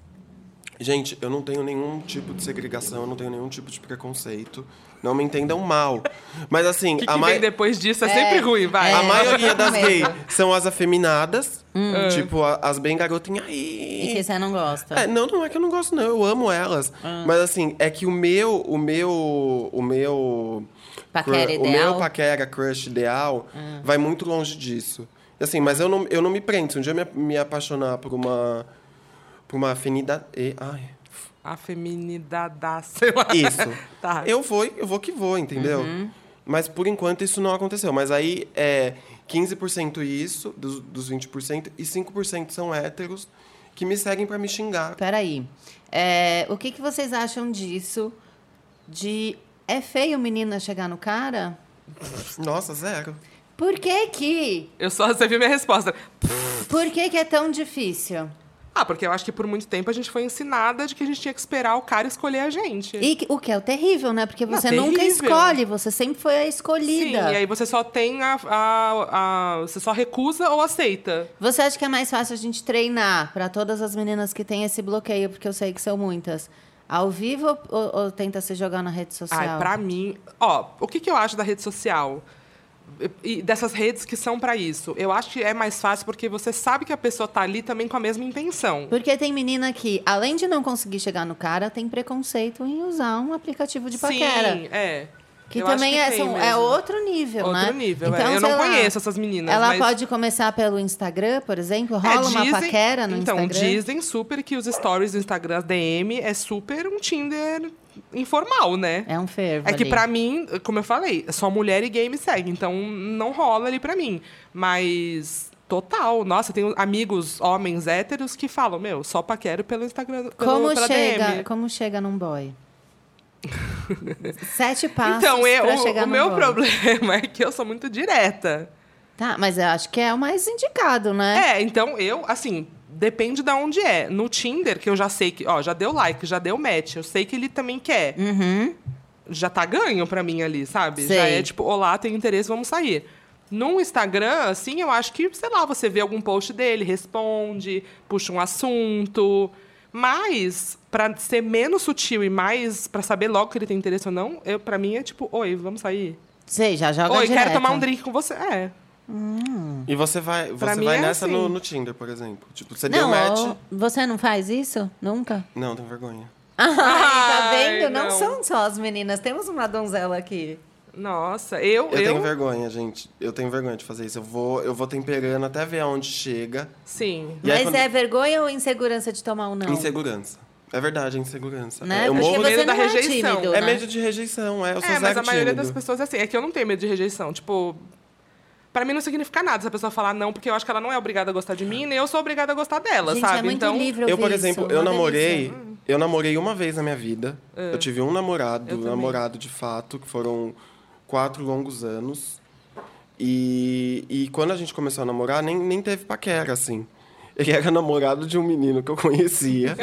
[SPEAKER 2] Gente, eu não tenho nenhum tipo de segregação, eu não tenho nenhum tipo de preconceito. Não me entendam mal. Mas assim,
[SPEAKER 3] O que,
[SPEAKER 2] a
[SPEAKER 3] que
[SPEAKER 2] mai-
[SPEAKER 3] vem depois disso é, sempre ruim, vai.
[SPEAKER 2] a
[SPEAKER 1] É,
[SPEAKER 2] maioria
[SPEAKER 1] eu
[SPEAKER 2] das
[SPEAKER 1] também.
[SPEAKER 2] gays são as afeminadas, tipo, a- as bem garotinhas. aí.
[SPEAKER 1] Hum. E que você não gosta.
[SPEAKER 2] É, não, não é que eu não gosto, não. Eu amo elas.
[SPEAKER 1] Ah.
[SPEAKER 2] Mas assim, é que o meu. O meu. O meu.
[SPEAKER 1] Paquera
[SPEAKER 2] cru- O
[SPEAKER 1] ideal? Ah.
[SPEAKER 2] meu paquera crush ideal vai muito longe disso. Assim, mas eu não, eu não me prendo. Se um dia eu me, me apaixonar por uma. Por uma afinidade. e- ai.
[SPEAKER 3] A feminidade, sei lá.
[SPEAKER 2] Isso.
[SPEAKER 3] tá.
[SPEAKER 2] Eu vou, eu vou que vou, entendeu?
[SPEAKER 1] Uhum.
[SPEAKER 2] Mas por enquanto isso não aconteceu. Mas aí é 15% isso, dos, dos 20%, e 5% são héteros que me seguem pra me xingar.
[SPEAKER 1] Peraí. É, o que, que vocês acham disso? De é feio menina chegar no cara?
[SPEAKER 2] Nossa, zero.
[SPEAKER 1] Por que que?
[SPEAKER 3] Eu só recebi minha resposta.
[SPEAKER 1] Por que que é tão difícil?
[SPEAKER 3] Ah, porque eu acho que por muito tempo a gente foi ensinada de que a gente tinha que esperar o cara escolher a gente.
[SPEAKER 1] E que- o que é o terrível, né? Porque
[SPEAKER 3] Não,
[SPEAKER 1] você nunca
[SPEAKER 3] terrível.
[SPEAKER 1] escolhe, você sempre foi a
[SPEAKER 3] Sim, e
[SPEAKER 1] escolhida.
[SPEAKER 3] aí você só tem a, a- a- Você só recusa ou aceita.
[SPEAKER 1] Você acha que é mais fácil a gente treinar pra todas as meninas que têm esse bloqueio, porque eu sei que são muitas, ao vivo ou- ou, ou tenta se jogar na rede social?
[SPEAKER 3] Ai, pra mim. Ó, o que, que eu acho da rede social? E e dessas redes que são pra isso. Eu acho que é mais fácil porque você sabe que a pessoa tá ali também com a mesma intenção.
[SPEAKER 1] Porque tem menina que, além de não conseguir chegar no cara, tem preconceito em usar um aplicativo de paquera.
[SPEAKER 3] Sim, é.
[SPEAKER 1] Que
[SPEAKER 3] Eu acho
[SPEAKER 1] também é,
[SPEAKER 3] tem
[SPEAKER 1] são- é
[SPEAKER 3] mesmo.
[SPEAKER 1] outro nível,
[SPEAKER 3] Outro
[SPEAKER 1] né?
[SPEAKER 3] nível, é. Eu não
[SPEAKER 1] sei lá,
[SPEAKER 3] conheço essas meninas,
[SPEAKER 1] Ela
[SPEAKER 3] mas-
[SPEAKER 1] pode começar pelo Instagram, por exemplo?
[SPEAKER 3] É,
[SPEAKER 1] Rola uma paquera no
[SPEAKER 3] então,
[SPEAKER 1] Instagram?
[SPEAKER 3] dizem super que os stories do Instagram, as DM, é super um Tinder informal, né?
[SPEAKER 1] É um fervo
[SPEAKER 3] É que
[SPEAKER 1] ali.
[SPEAKER 3] pra mim, como eu falei, só mulher e gay me segue, então não rola ali pra mim. Mas total, nossa, eu tenho amigos homens héteros que falam, meu, só paquero pelo Instagram, pelo,
[SPEAKER 1] Como
[SPEAKER 3] pela
[SPEAKER 1] chega,
[SPEAKER 3] DM.
[SPEAKER 1] como chega num boy? Sete passos
[SPEAKER 3] Então, eu,
[SPEAKER 1] pra chegar
[SPEAKER 3] o, o
[SPEAKER 1] num
[SPEAKER 3] meu
[SPEAKER 1] boy.
[SPEAKER 3] problema é que eu sou muito direta.
[SPEAKER 1] Tá, mas eu acho que é o mais indicado, né?
[SPEAKER 3] É, então eu, assim, depende de onde é. No Tinder, que eu já sei que, ó, já deu like, já deu match, eu sei que ele também quer. Já tá ganho pra mim ali, sabe? Já
[SPEAKER 1] Uhum. Sei.
[SPEAKER 3] é tipo, olá, tem interesse, vamos sair. No Instagram, assim, eu acho que, sei lá, você vê algum post dele, responde, puxa um assunto. Mas, pra ser menos sutil e mais pra saber logo que ele tem interesse ou não, eu, pra mim é tipo, oi, vamos sair.
[SPEAKER 1] Sei, já joga
[SPEAKER 3] oi,
[SPEAKER 1] é direto.
[SPEAKER 3] quero tomar um drink com você. É.
[SPEAKER 2] E você vai,
[SPEAKER 3] Pra
[SPEAKER 2] você
[SPEAKER 3] mim
[SPEAKER 2] vai
[SPEAKER 3] é
[SPEAKER 2] nessa no,
[SPEAKER 3] assim.
[SPEAKER 2] no Tinder, por exemplo. Tipo, você deu
[SPEAKER 1] Não,
[SPEAKER 2] match.
[SPEAKER 1] ó, você não faz isso? Nunca?
[SPEAKER 2] Não, tenho vergonha.
[SPEAKER 1] Ai, tá
[SPEAKER 3] Ai,
[SPEAKER 1] vendo? Não.
[SPEAKER 3] não.
[SPEAKER 1] são só as meninas. Temos uma donzela aqui.
[SPEAKER 3] Nossa, eu.
[SPEAKER 2] Eu, tenho vergonha, gente. Eu tenho vergonha de fazer isso. Eu vou, eu vou temperando até ver aonde chega.
[SPEAKER 3] Sim.
[SPEAKER 2] E aí,
[SPEAKER 1] Mas
[SPEAKER 2] quando-
[SPEAKER 1] é vergonha ou insegurança de tomar um não?
[SPEAKER 2] Insegurança. É verdade, é insegurança.
[SPEAKER 1] Né?
[SPEAKER 2] É, Eu
[SPEAKER 1] Porque
[SPEAKER 2] morro
[SPEAKER 1] você
[SPEAKER 3] medo
[SPEAKER 1] não
[SPEAKER 3] da
[SPEAKER 1] é
[SPEAKER 3] rejeição.
[SPEAKER 1] tímido,
[SPEAKER 2] É
[SPEAKER 1] né?
[SPEAKER 2] medo de rejeição, é. Eu sou
[SPEAKER 3] É,
[SPEAKER 2] zero
[SPEAKER 3] mas a maioria
[SPEAKER 2] tímido.
[SPEAKER 3] das pessoas é assim. É que eu não tenho medo de rejeição. Tipo, pra mim não significa nada se a pessoa falar não, porque eu acho que ela não é obrigada a gostar de mim, nem eu sou obrigada a gostar dela,
[SPEAKER 1] Gente,
[SPEAKER 3] sabe?
[SPEAKER 1] é muito
[SPEAKER 3] então,
[SPEAKER 1] livre
[SPEAKER 2] Eu,
[SPEAKER 1] ouvir
[SPEAKER 2] por exemplo,
[SPEAKER 1] isso,
[SPEAKER 2] eu
[SPEAKER 1] uma
[SPEAKER 2] namorei.
[SPEAKER 1] delícia.
[SPEAKER 2] Eu namorei uma vez na minha vida. Eu tive um namorado,
[SPEAKER 3] Eu
[SPEAKER 2] um
[SPEAKER 3] também.
[SPEAKER 2] namorado de fato, que foram quatro longos anos. E, e quando a gente começou a namorar, nem, nem teve paquera, assim. Ele era namorado de um menino que eu conhecia.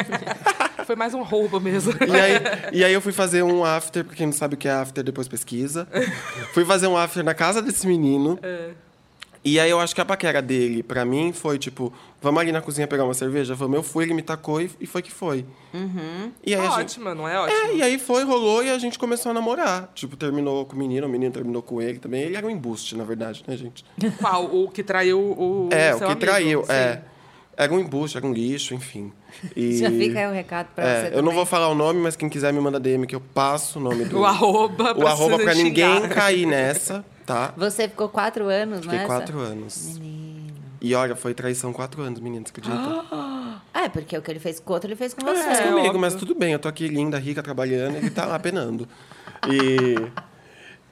[SPEAKER 3] foi mais um roubo mesmo.
[SPEAKER 2] E aí, e aí eu fui fazer um after, pra quem não sabe o que é after, depois pesquisa. fui fazer um after na casa desse menino.
[SPEAKER 3] É.
[SPEAKER 2] E aí eu acho que a paquera dele, pra mim, foi tipo, vamos ali na cozinha pegar uma cerveja? Vamos, eu fui, ele me tacou e, e foi que foi.
[SPEAKER 1] Uhum.
[SPEAKER 2] E aí a gente-
[SPEAKER 3] Ótima, não é ótimo?
[SPEAKER 2] é, e aí foi, rolou e a gente começou a namorar. Tipo, terminou com o menino, o menino terminou com ele também. Ele era um embuste, na verdade, né, gente?
[SPEAKER 3] Qual? O que traiu o.
[SPEAKER 2] é, o que
[SPEAKER 3] seu amigo,
[SPEAKER 2] traiu,
[SPEAKER 3] sim.
[SPEAKER 2] é. Era um embuste, era um lixo, enfim. E-
[SPEAKER 1] Já fica aí o recado pra
[SPEAKER 2] é,
[SPEAKER 1] você
[SPEAKER 2] eu
[SPEAKER 1] também.
[SPEAKER 2] não vou falar o nome, mas quem quiser me manda DM que eu passo o nome do.
[SPEAKER 3] O arroba
[SPEAKER 2] o
[SPEAKER 3] pra
[SPEAKER 2] arroba
[SPEAKER 3] se
[SPEAKER 2] pra ninguém
[SPEAKER 3] xingar.
[SPEAKER 2] cair nessa, tá?
[SPEAKER 1] Você ficou quatro anos né,
[SPEAKER 2] Fiquei
[SPEAKER 1] nessa?
[SPEAKER 2] quatro anos. E olha, foi traição quatro anos, menina, você acredita?
[SPEAKER 1] É, porque o que ele fez com o outro, ele fez com
[SPEAKER 2] Mas fez
[SPEAKER 1] você.
[SPEAKER 2] comigo,
[SPEAKER 3] É, óbvio.
[SPEAKER 2] mas tudo bem, eu tô aqui linda, rica, trabalhando, ele tá lá penando. E.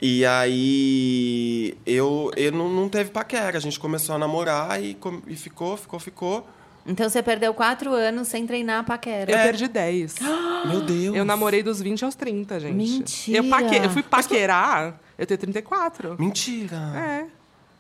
[SPEAKER 2] E aí. Eu, eu não, não teve paquera, a gente começou a namorar e, com- e ficou, ficou, ficou.
[SPEAKER 1] Então você perdeu quatro anos sem treinar a paquera.
[SPEAKER 2] É.
[SPEAKER 3] Eu perdi 10.
[SPEAKER 2] Meu Deus!
[SPEAKER 3] Eu namorei dos 20 aos 30, gente.
[SPEAKER 1] Mentira.
[SPEAKER 3] Eu, paque... eu fui paquerar, eu tenho 34.
[SPEAKER 2] Mentira!
[SPEAKER 3] É.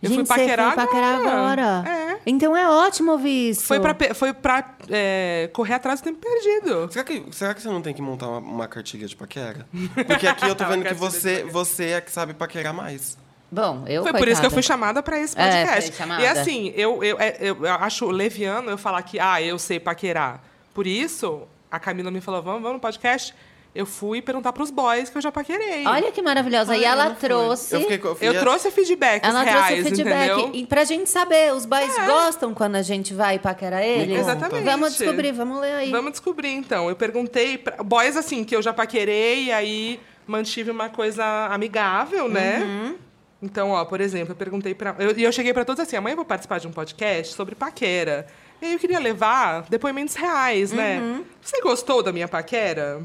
[SPEAKER 3] Eu
[SPEAKER 1] Gente,
[SPEAKER 3] fui
[SPEAKER 1] você foi
[SPEAKER 3] paquerar
[SPEAKER 1] paquerar agora.
[SPEAKER 3] É.
[SPEAKER 1] Então é ótimo ouvir isso.
[SPEAKER 3] Foi pra, pe- foi pra é, correr atrás do tempo perdido.
[SPEAKER 2] Será que, será que você não tem que montar uma, uma cartilha de paquera? Porque aqui eu tô
[SPEAKER 3] Uma
[SPEAKER 2] vendo que
[SPEAKER 3] cartilha de
[SPEAKER 2] você,
[SPEAKER 3] paquera.
[SPEAKER 2] você é que sabe paquerar mais.
[SPEAKER 1] Bom, eu
[SPEAKER 3] Foi por isso que
[SPEAKER 1] coitada.
[SPEAKER 3] eu fui chamada pra esse
[SPEAKER 1] É,
[SPEAKER 3] podcast.
[SPEAKER 1] foi chamada.
[SPEAKER 3] e assim, eu, eu, é- eu, eu acho leviano eu falar que, ah, eu sei paquerar. Por isso, a Camila me falou, vamos, vamos no podcast. Eu fui perguntar pros boys que eu já paquerei.
[SPEAKER 1] Olha que maravilhosa. e
[SPEAKER 2] Ai,
[SPEAKER 1] ela
[SPEAKER 2] não foi.
[SPEAKER 1] trouxe.
[SPEAKER 2] Eu, fiquei, co- eu, fui-
[SPEAKER 3] eu trouxe feedbacks
[SPEAKER 1] Ela
[SPEAKER 3] reais,
[SPEAKER 1] trouxe o feedback.
[SPEAKER 3] entendeu?
[SPEAKER 1] E pra gente saber, os boys gostam quando a gente vai paquerar eles?
[SPEAKER 2] conta. É. Exatamente.
[SPEAKER 1] Vamos descobrir, vamos ler aí.
[SPEAKER 3] Vamos descobrir, então. Eu perguntei pra boys, assim, que eu já paquerei, e aí mantive uma coisa amigável, né? Então, ó, por exemplo, eu perguntei pra... eu- E eu, cheguei pra todos assim, amanhã eu vou participar de um podcast sobre paquera. E aí eu queria levar depoimentos reais, né? Você gostou da minha paquera?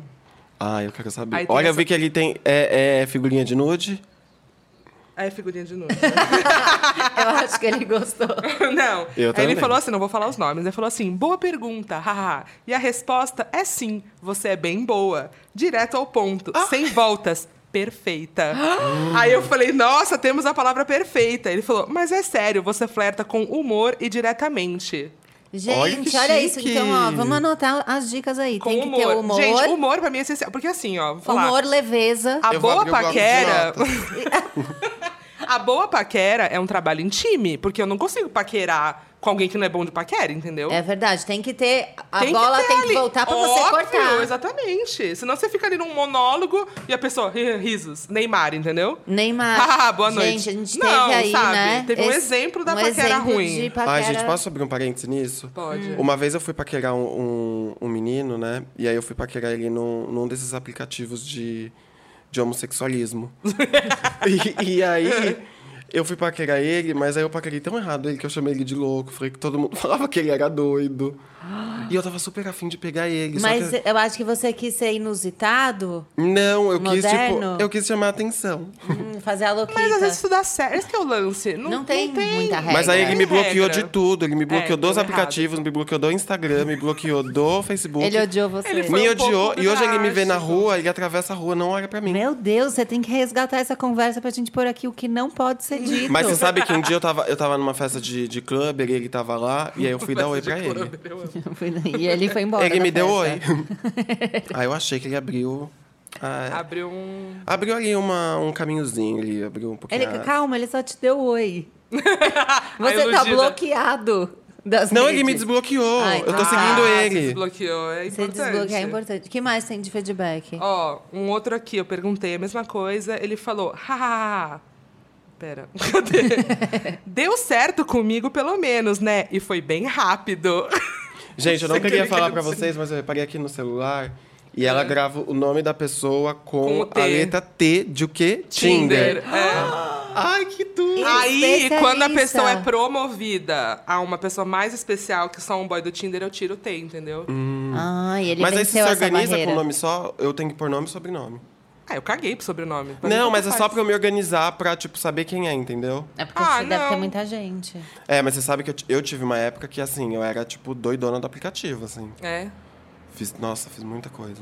[SPEAKER 2] Ah, eu quero saber.
[SPEAKER 3] Aí tem
[SPEAKER 2] Olha, eu
[SPEAKER 3] essa-
[SPEAKER 2] vi que ele tem é, é figurinha de nude.
[SPEAKER 3] Aí, figurinha de novo.
[SPEAKER 1] Eu acho que ele gostou.
[SPEAKER 3] não.
[SPEAKER 2] Eu
[SPEAKER 3] Aí ele
[SPEAKER 2] também.
[SPEAKER 3] falou assim, não vou falar os nomes. Ele falou assim, boa pergunta, haha. E a resposta é sim, você é bem boa. Direto ao ponto,
[SPEAKER 2] Ah.
[SPEAKER 3] sem voltas. Perfeita. Aí eu falei, nossa, temos a palavra perfeita. Ele falou, mas é sério, você flerta com humor e diretamente.
[SPEAKER 1] Gente,
[SPEAKER 2] Olha
[SPEAKER 1] olha,
[SPEAKER 2] que
[SPEAKER 1] isso.
[SPEAKER 2] chique.
[SPEAKER 1] Então, ó, vamos anotar as dicas aí.
[SPEAKER 3] Com
[SPEAKER 1] Tem que
[SPEAKER 3] humor.
[SPEAKER 1] ter humor,
[SPEAKER 3] Gente, humor Ah, pra mim é essencial. Porque assim, ó, vou falar.
[SPEAKER 1] humor, leveza.
[SPEAKER 3] A
[SPEAKER 2] Eu vou
[SPEAKER 3] boa
[SPEAKER 2] abrir o bloco de
[SPEAKER 3] paquera.
[SPEAKER 2] notas.
[SPEAKER 3] a boa paquera é um trabalho em time, porque eu não consigo paquerar com alguém que não é bom de paquera, entendeu?
[SPEAKER 1] É verdade, tem que ter. A
[SPEAKER 3] Tem que
[SPEAKER 1] bola
[SPEAKER 3] ter
[SPEAKER 1] tem que
[SPEAKER 3] ali.
[SPEAKER 1] voltar pra você
[SPEAKER 3] Óbvio,
[SPEAKER 1] cortar.
[SPEAKER 3] Exatamente. Senão você fica ali num monólogo e a pessoa, "Ri- risos, Neymar, entendeu?
[SPEAKER 1] Neymar.
[SPEAKER 3] Ah, boa noite.
[SPEAKER 1] Gente, a gente
[SPEAKER 3] Não,
[SPEAKER 1] teve aí,
[SPEAKER 3] sabe?
[SPEAKER 1] né?
[SPEAKER 3] Teve um exemplo da
[SPEAKER 1] um
[SPEAKER 3] paquera
[SPEAKER 1] exemplo
[SPEAKER 3] ruim.
[SPEAKER 1] De paquera...
[SPEAKER 2] Ai, gente, posso abrir um parênteses nisso?
[SPEAKER 1] Hum.
[SPEAKER 3] Pode.
[SPEAKER 2] Uma vez eu fui paquerar um, um, um menino, né? E aí eu fui paquerar ele num, num desses aplicativos de, de homossexualismo. e, e aí eu fui paquerar ele, mas aí eu paquerei tão errado ele que eu chamei ele de louco. Falei que todo mundo falava que ele era doido. E eu tava super afim de pegar ele. só
[SPEAKER 1] Mas é
[SPEAKER 2] que-
[SPEAKER 1] eu acho que você quis ser inusitado,
[SPEAKER 2] Não, eu quis, tipo,
[SPEAKER 1] Moderno?
[SPEAKER 2] eu quis chamar a atenção.
[SPEAKER 1] hum, fazer a louquita.
[SPEAKER 3] Mas às vezes isso dá certo. Esse que é o lance. Não,
[SPEAKER 1] Não tem muita É, regra. É,
[SPEAKER 2] Mas aí ele me
[SPEAKER 3] Tem
[SPEAKER 2] bloqueou
[SPEAKER 3] regra.
[SPEAKER 2] de tudo. Ele me bloqueou
[SPEAKER 3] deu
[SPEAKER 2] dos
[SPEAKER 3] errado.
[SPEAKER 2] aplicativos, me bloqueou do Instagram, me bloqueou do Facebook.
[SPEAKER 1] Ele odiou você.
[SPEAKER 3] Ele foi-
[SPEAKER 2] me
[SPEAKER 3] um
[SPEAKER 2] odiou.
[SPEAKER 3] pouco
[SPEAKER 2] E hoje ele me vê na
[SPEAKER 3] drástico.
[SPEAKER 2] rua, ele atravessa a rua, não olha pra mim.
[SPEAKER 1] Meu Deus, você tem que resgatar essa conversa pra gente pôr aqui o que não pode ser dito.
[SPEAKER 2] Mas você sabe que um dia eu tava, eu tava numa festa de, de clubber, ele tava lá, e aí eu fui dar um oi pra ele.
[SPEAKER 1] e ele foi embora.
[SPEAKER 2] Ele
[SPEAKER 1] da
[SPEAKER 2] É me deu oi.
[SPEAKER 1] festa.
[SPEAKER 2] aí eu achei que ele abriu. ah,
[SPEAKER 3] Abriu um.
[SPEAKER 2] abriu ali uma, um caminhozinho, ele abriu um pouquinho.
[SPEAKER 1] Ele,
[SPEAKER 2] a-
[SPEAKER 1] calma, ele só te deu oi. Você
[SPEAKER 3] A
[SPEAKER 1] tá
[SPEAKER 3] iludida.
[SPEAKER 1] bloqueado das
[SPEAKER 2] Não, ele me
[SPEAKER 1] redes.
[SPEAKER 2] desbloqueou.
[SPEAKER 1] Ai,
[SPEAKER 2] eu tô
[SPEAKER 1] tá.
[SPEAKER 2] seguindo
[SPEAKER 3] Ah, se
[SPEAKER 2] ele.
[SPEAKER 3] desbloqueou. É
[SPEAKER 1] Você
[SPEAKER 3] importante.
[SPEAKER 1] desbloquear é importante. O que mais tem de feedback?
[SPEAKER 3] Ó, um outro aqui, eu perguntei a mesma coisa, ele falou, hahaha. Pera, cadê? Deu certo comigo, pelo menos, né? E foi bem rápido.
[SPEAKER 2] Gente, eu não
[SPEAKER 3] Você
[SPEAKER 2] queria
[SPEAKER 3] queria que
[SPEAKER 2] falar
[SPEAKER 3] eu
[SPEAKER 2] pra
[SPEAKER 3] consiga.
[SPEAKER 2] vocês, mas eu reparei aqui no celular. E ela grava o nome da pessoa com,
[SPEAKER 3] Com o T.
[SPEAKER 2] a letra T de o quê? Tinder.
[SPEAKER 3] É.
[SPEAKER 2] Ai, que tudo!
[SPEAKER 3] Aí,
[SPEAKER 1] Especialista.
[SPEAKER 3] quando a pessoa é promovida a uma pessoa mais especial que só um boy do Tinder, eu tiro o T, entendeu?
[SPEAKER 2] Hum.
[SPEAKER 1] Ah, e ele
[SPEAKER 2] mas aí você
[SPEAKER 1] venceu
[SPEAKER 2] se
[SPEAKER 1] essa
[SPEAKER 2] organiza
[SPEAKER 1] barreira.
[SPEAKER 2] com nome só, eu tenho que pôr nome e sobrenome.
[SPEAKER 3] Ah, eu caguei pro sobrenome. Pra mim,
[SPEAKER 2] não,
[SPEAKER 3] tanto
[SPEAKER 2] mas é só
[SPEAKER 3] faz.
[SPEAKER 2] pra eu me organizar pra, tipo, saber quem é, entendeu?
[SPEAKER 1] É porque
[SPEAKER 3] Ah,
[SPEAKER 1] você deve
[SPEAKER 3] não.
[SPEAKER 1] ter muita gente.
[SPEAKER 2] É, mas você sabe que eu, ti- eu tive uma época que, assim, eu era, tipo, doidona do aplicativo, assim.
[SPEAKER 3] É.
[SPEAKER 2] Fiz, nossa, fiz muita coisa.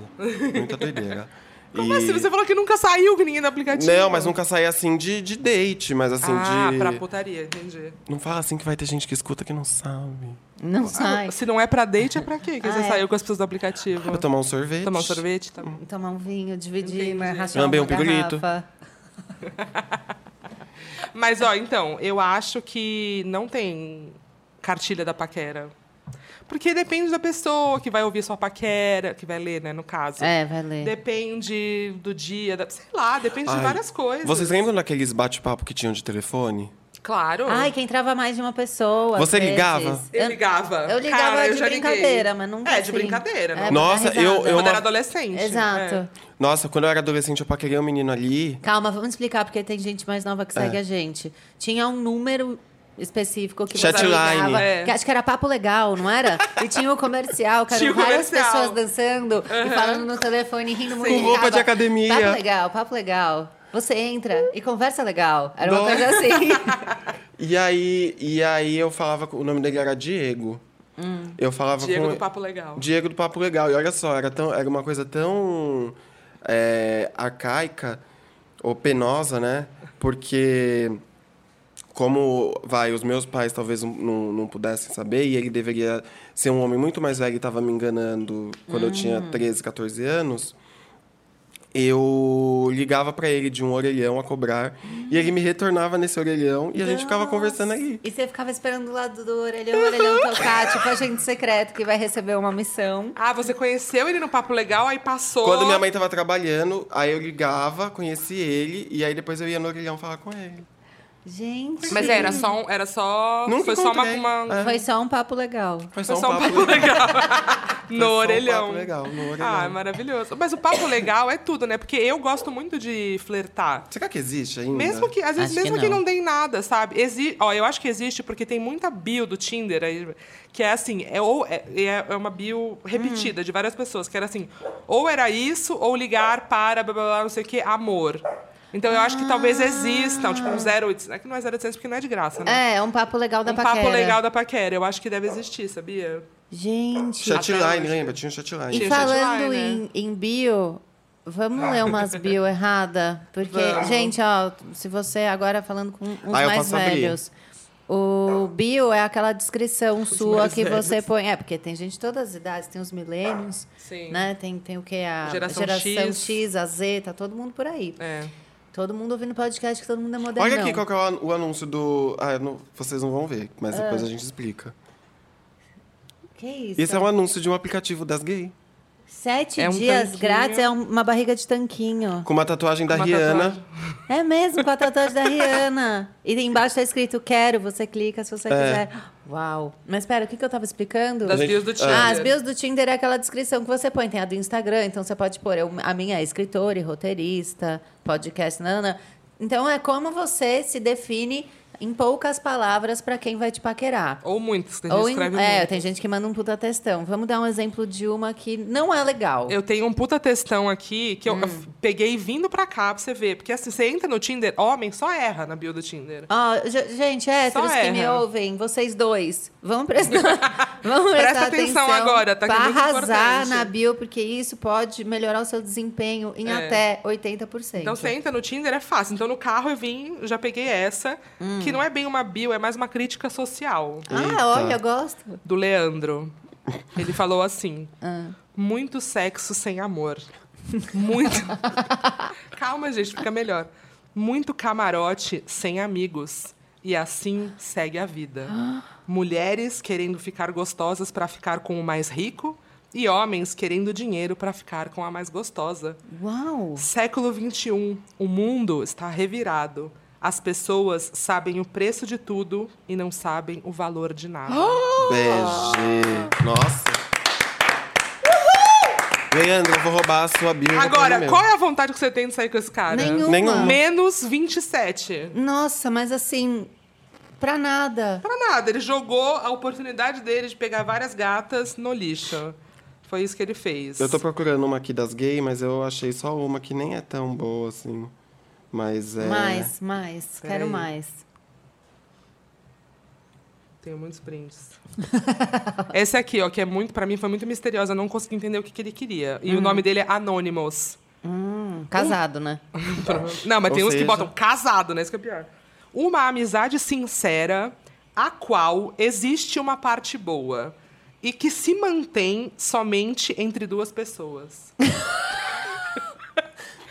[SPEAKER 2] Muita doideira.
[SPEAKER 3] Como
[SPEAKER 2] E-
[SPEAKER 3] assim? Você falou que nunca saiu com ninguém no aplicativo.
[SPEAKER 2] Não, mas nunca saí assim de, de date, mas assim,
[SPEAKER 3] Ah,
[SPEAKER 2] de.
[SPEAKER 3] pra putaria, entendi.
[SPEAKER 2] Não fala assim que vai ter gente que escuta que não sabe.
[SPEAKER 1] Não sai.
[SPEAKER 3] Se não é pra date, é pra quê? Que
[SPEAKER 1] Ah,
[SPEAKER 3] você
[SPEAKER 1] é.
[SPEAKER 3] saiu com as pessoas do aplicativo.
[SPEAKER 2] Pra tomar um sorvete. Hum.
[SPEAKER 3] Tomar um sorvete, tá bom.
[SPEAKER 1] Tomar um vinho, dividir,
[SPEAKER 3] Entendi.
[SPEAKER 1] rachar
[SPEAKER 2] Lambei
[SPEAKER 1] uma
[SPEAKER 2] um pirulito.
[SPEAKER 1] garrafa.
[SPEAKER 3] Mas, ó, então, eu acho que não tem cartilha da paquera. Porque depende da pessoa que vai ouvir sua paquera, que vai ler, né, no caso.
[SPEAKER 1] É, vai ler.
[SPEAKER 3] Depende do dia, da- sei lá, depende de
[SPEAKER 2] Ai,
[SPEAKER 3] várias coisas.
[SPEAKER 2] Vocês lembram daqueles bate-papo que tinham de telefone?
[SPEAKER 3] Claro.
[SPEAKER 1] Ai, que entrava mais de uma pessoa. às
[SPEAKER 2] Você
[SPEAKER 1] vezes.
[SPEAKER 2] ligava?
[SPEAKER 3] Eu ligava.
[SPEAKER 1] Eu ligava
[SPEAKER 3] Cara, eu
[SPEAKER 1] de
[SPEAKER 3] já liguei.
[SPEAKER 1] brincadeira, mas nunca.
[SPEAKER 3] É, de
[SPEAKER 1] assim.
[SPEAKER 3] brincadeira, né?
[SPEAKER 1] pra dar
[SPEAKER 2] Nossa, eu-
[SPEAKER 1] risada.
[SPEAKER 3] Quando
[SPEAKER 2] uma-
[SPEAKER 3] era adolescente.
[SPEAKER 1] Exato.
[SPEAKER 3] é.
[SPEAKER 2] Nossa, quando eu era adolescente, eu paquerei um menino ali.
[SPEAKER 1] Calma, vamos explicar, porque tem gente mais nova que segue
[SPEAKER 2] É.
[SPEAKER 1] a gente. Tinha um número específico que você
[SPEAKER 2] Chatline.
[SPEAKER 1] ligava,
[SPEAKER 3] É.
[SPEAKER 1] que acho que era papo legal, não era? E tinha o comercial, que
[SPEAKER 3] Tinha
[SPEAKER 1] eram
[SPEAKER 3] o
[SPEAKER 1] várias
[SPEAKER 3] comercial.
[SPEAKER 1] pessoas dançando e falando no telefone, rindo muito.
[SPEAKER 2] Com roupa
[SPEAKER 1] Ficava,
[SPEAKER 2] de academia.
[SPEAKER 1] Papo legal, papo legal. Você entra e conversa legal. Era uma
[SPEAKER 2] Nossa.
[SPEAKER 1] coisa assim.
[SPEAKER 2] E aí, e aí eu falava. com- O nome dele era Diego. Eu falava
[SPEAKER 3] Hum. Diego
[SPEAKER 2] com.
[SPEAKER 3] do Papo Legal.
[SPEAKER 2] Diego do Papo Legal. E olha só, era, tão, era uma coisa tão é, arcaica ou penosa, né? Porque como vai, os meus pais talvez não- não, não pudessem saber, e ele deveria ser um homem muito mais velho e estava me enganando quando eu tinha 13, 14 anos. Eu ligava pra ele de um orelhão a cobrar e ele me retornava nesse orelhão e a gente ficava conversando ali.
[SPEAKER 1] E você ficava esperando do lado do orelhão, o orelhão tocar, tipo agente secreto que vai receber uma missão.
[SPEAKER 3] Ah, você conheceu ele no papo legal, aí passou.
[SPEAKER 2] Quando minha mãe tava trabalhando, aí eu ligava, conheci ele e aí depois eu ia no orelhão falar com ele.
[SPEAKER 1] Gente.
[SPEAKER 3] Mas era só. um- Era só
[SPEAKER 2] Nunca
[SPEAKER 3] foi só uma.
[SPEAKER 2] encontrei.
[SPEAKER 3] uma-
[SPEAKER 2] É.
[SPEAKER 1] Foi só um papo legal.
[SPEAKER 3] Foi
[SPEAKER 2] Foi
[SPEAKER 3] só um papo legal.
[SPEAKER 2] Foi
[SPEAKER 3] No
[SPEAKER 2] só um
[SPEAKER 3] orelhão.
[SPEAKER 2] papo legal, no orelhão.
[SPEAKER 3] Ah, é maravilhoso. Mas o papo legal é tudo, né? Porque eu gosto muito de flertar.
[SPEAKER 2] Será que existe ainda?
[SPEAKER 3] Mesmo que, às vezes,
[SPEAKER 4] Acho que
[SPEAKER 3] mesmo que não.
[SPEAKER 4] não.
[SPEAKER 3] dê em nada, sabe? Exi ó, eu acho que existe porque tem muita bio do Tinder aí, que é assim, é, ou é, é- é uma bio
[SPEAKER 1] Hum.
[SPEAKER 3] repetida de várias pessoas, que era assim, ou era isso, ou ligar para blá blá, blá não sei o que, amor. Então eu acho que talvez existam, tipo um 0800, é que não é 0800 porque não é de graça, né?
[SPEAKER 1] Ah. É, é um papo legal da
[SPEAKER 3] um
[SPEAKER 1] paquera. Né?
[SPEAKER 3] papo legal da paquera, eu acho que deve existir, sabia?
[SPEAKER 1] Gente.
[SPEAKER 3] Até
[SPEAKER 2] Chatline,
[SPEAKER 3] hoje.
[SPEAKER 2] lembra? Tinha um chatline.
[SPEAKER 3] Tinha
[SPEAKER 1] E
[SPEAKER 3] o chat
[SPEAKER 1] falando
[SPEAKER 3] line,
[SPEAKER 2] né?
[SPEAKER 1] em, em bio, vamos ler umas bio errada, porque gente, ó, se você agora falando com os
[SPEAKER 2] Ah, eu
[SPEAKER 1] mais
[SPEAKER 2] posso abrir.
[SPEAKER 1] velhos, o bio é aquela descrição sua
[SPEAKER 2] mais
[SPEAKER 1] que
[SPEAKER 2] velhos.
[SPEAKER 1] você põe, é porque tem gente de todas as idades, tem os milênios,
[SPEAKER 3] Sim.
[SPEAKER 1] né? Tem tem o que a
[SPEAKER 3] Geração
[SPEAKER 1] geração
[SPEAKER 3] X.
[SPEAKER 1] X, a Z, tá todo mundo por aí.
[SPEAKER 3] É.
[SPEAKER 1] Todo mundo ouvindo podcast que todo mundo é moderno.
[SPEAKER 2] Olha aqui qual que é o an- o anúncio do. Ah, eu não- vocês não vão ver, mas depois a gente explica.
[SPEAKER 1] Que isso?
[SPEAKER 2] Esse é um anúncio de um aplicativo das gay.
[SPEAKER 1] Sete
[SPEAKER 3] É um
[SPEAKER 1] dias
[SPEAKER 3] tanquinho.
[SPEAKER 1] grátis é um- uma barriga de tanquinho.
[SPEAKER 2] Com uma tatuagem da
[SPEAKER 3] Uma
[SPEAKER 2] Rihanna.
[SPEAKER 3] tatuagem.
[SPEAKER 1] É mesmo, com a tatuagem da Rihanna. E embaixo tá escrito quero, você clica se você quiser. Uau. Mas pera, o que, que eu tava explicando?
[SPEAKER 3] Das
[SPEAKER 2] gente-
[SPEAKER 3] bios do Tinder.
[SPEAKER 1] Ah, as bios do Tinder é aquela descrição que você põe. Tem a do Instagram, então você pode pôr. eu- a minha é escritora e roteirista, podcast, nana. Então é como você se define em poucas palavras para quem vai te paquerar.
[SPEAKER 3] Ou muitos, tem gente
[SPEAKER 1] Ou
[SPEAKER 3] que
[SPEAKER 1] em-
[SPEAKER 3] escreve
[SPEAKER 1] é,
[SPEAKER 3] muito.
[SPEAKER 1] tem gente que manda um puta textão. Vamos dar um exemplo de uma que não é legal.
[SPEAKER 3] Eu tenho um puta textão aqui que eu eu peguei vindo pra cá pra você ver. Porque assim, você entra no Tinder, homem só erra na bio do Tinder.
[SPEAKER 1] Ó, ge- gente, héteros que
[SPEAKER 3] erra.
[SPEAKER 1] me ouvem, vocês dois, vão prestar, vão prestar
[SPEAKER 3] Presta atenção agora, tá? Que é
[SPEAKER 1] Pra
[SPEAKER 3] muito
[SPEAKER 1] arrasar
[SPEAKER 3] importante.
[SPEAKER 1] na bio, porque isso pode melhorar o seu desempenho em
[SPEAKER 3] É.
[SPEAKER 1] até 80%.
[SPEAKER 3] Então você entra no Tinder, é fácil. Então no carro eu vim, já peguei essa, que não é bem uma bio, é mais uma crítica social.
[SPEAKER 1] Ah,
[SPEAKER 2] Eita.
[SPEAKER 1] olha, eu gosto.
[SPEAKER 3] Do Leandro. Ele falou assim: muito sexo sem amor. Muito. Calma, gente, fica melhor. Muito camarote sem amigos. E assim segue a vida. Mulheres querendo ficar gostosas pra ficar com o mais rico e homens querendo dinheiro pra ficar com a mais gostosa.
[SPEAKER 1] Uau!
[SPEAKER 3] Século XXI, o mundo está revirado. As pessoas sabem o preço de tudo e não sabem o valor de nada.
[SPEAKER 2] Beijo. Nossa. Leandro, eu vou roubar a sua bio. e vou pôr no
[SPEAKER 3] Agora,
[SPEAKER 2] meu.
[SPEAKER 3] qual é a vontade que você tem de sair com esse cara?
[SPEAKER 1] Nenhuma.
[SPEAKER 2] Nenhuma.
[SPEAKER 3] Menos 27.
[SPEAKER 1] Nossa, mas assim, pra nada.
[SPEAKER 3] Pra nada, ele jogou a oportunidade dele de pegar várias gatas no lixo. Foi isso que ele fez.
[SPEAKER 2] Eu tô procurando uma aqui das gay, mas eu achei só uma que nem é tão boa assim. Mas é.
[SPEAKER 1] Mais, mais,
[SPEAKER 3] Pera
[SPEAKER 1] quero
[SPEAKER 3] aí.
[SPEAKER 1] mais.
[SPEAKER 3] Tenho muitos prints. Esse aqui, ó, que é muito, pra mim foi muito misteriosa, eu não consegui entender o que, que ele queria. E o nome dele é Anonymous.
[SPEAKER 1] Hum, casado, né?
[SPEAKER 3] Não, mas
[SPEAKER 2] Ou
[SPEAKER 3] tem uns que
[SPEAKER 2] seja-
[SPEAKER 3] botam casado, né? Isso que é pior. Uma amizade sincera, a qual existe uma parte boa e que se mantém somente entre duas pessoas.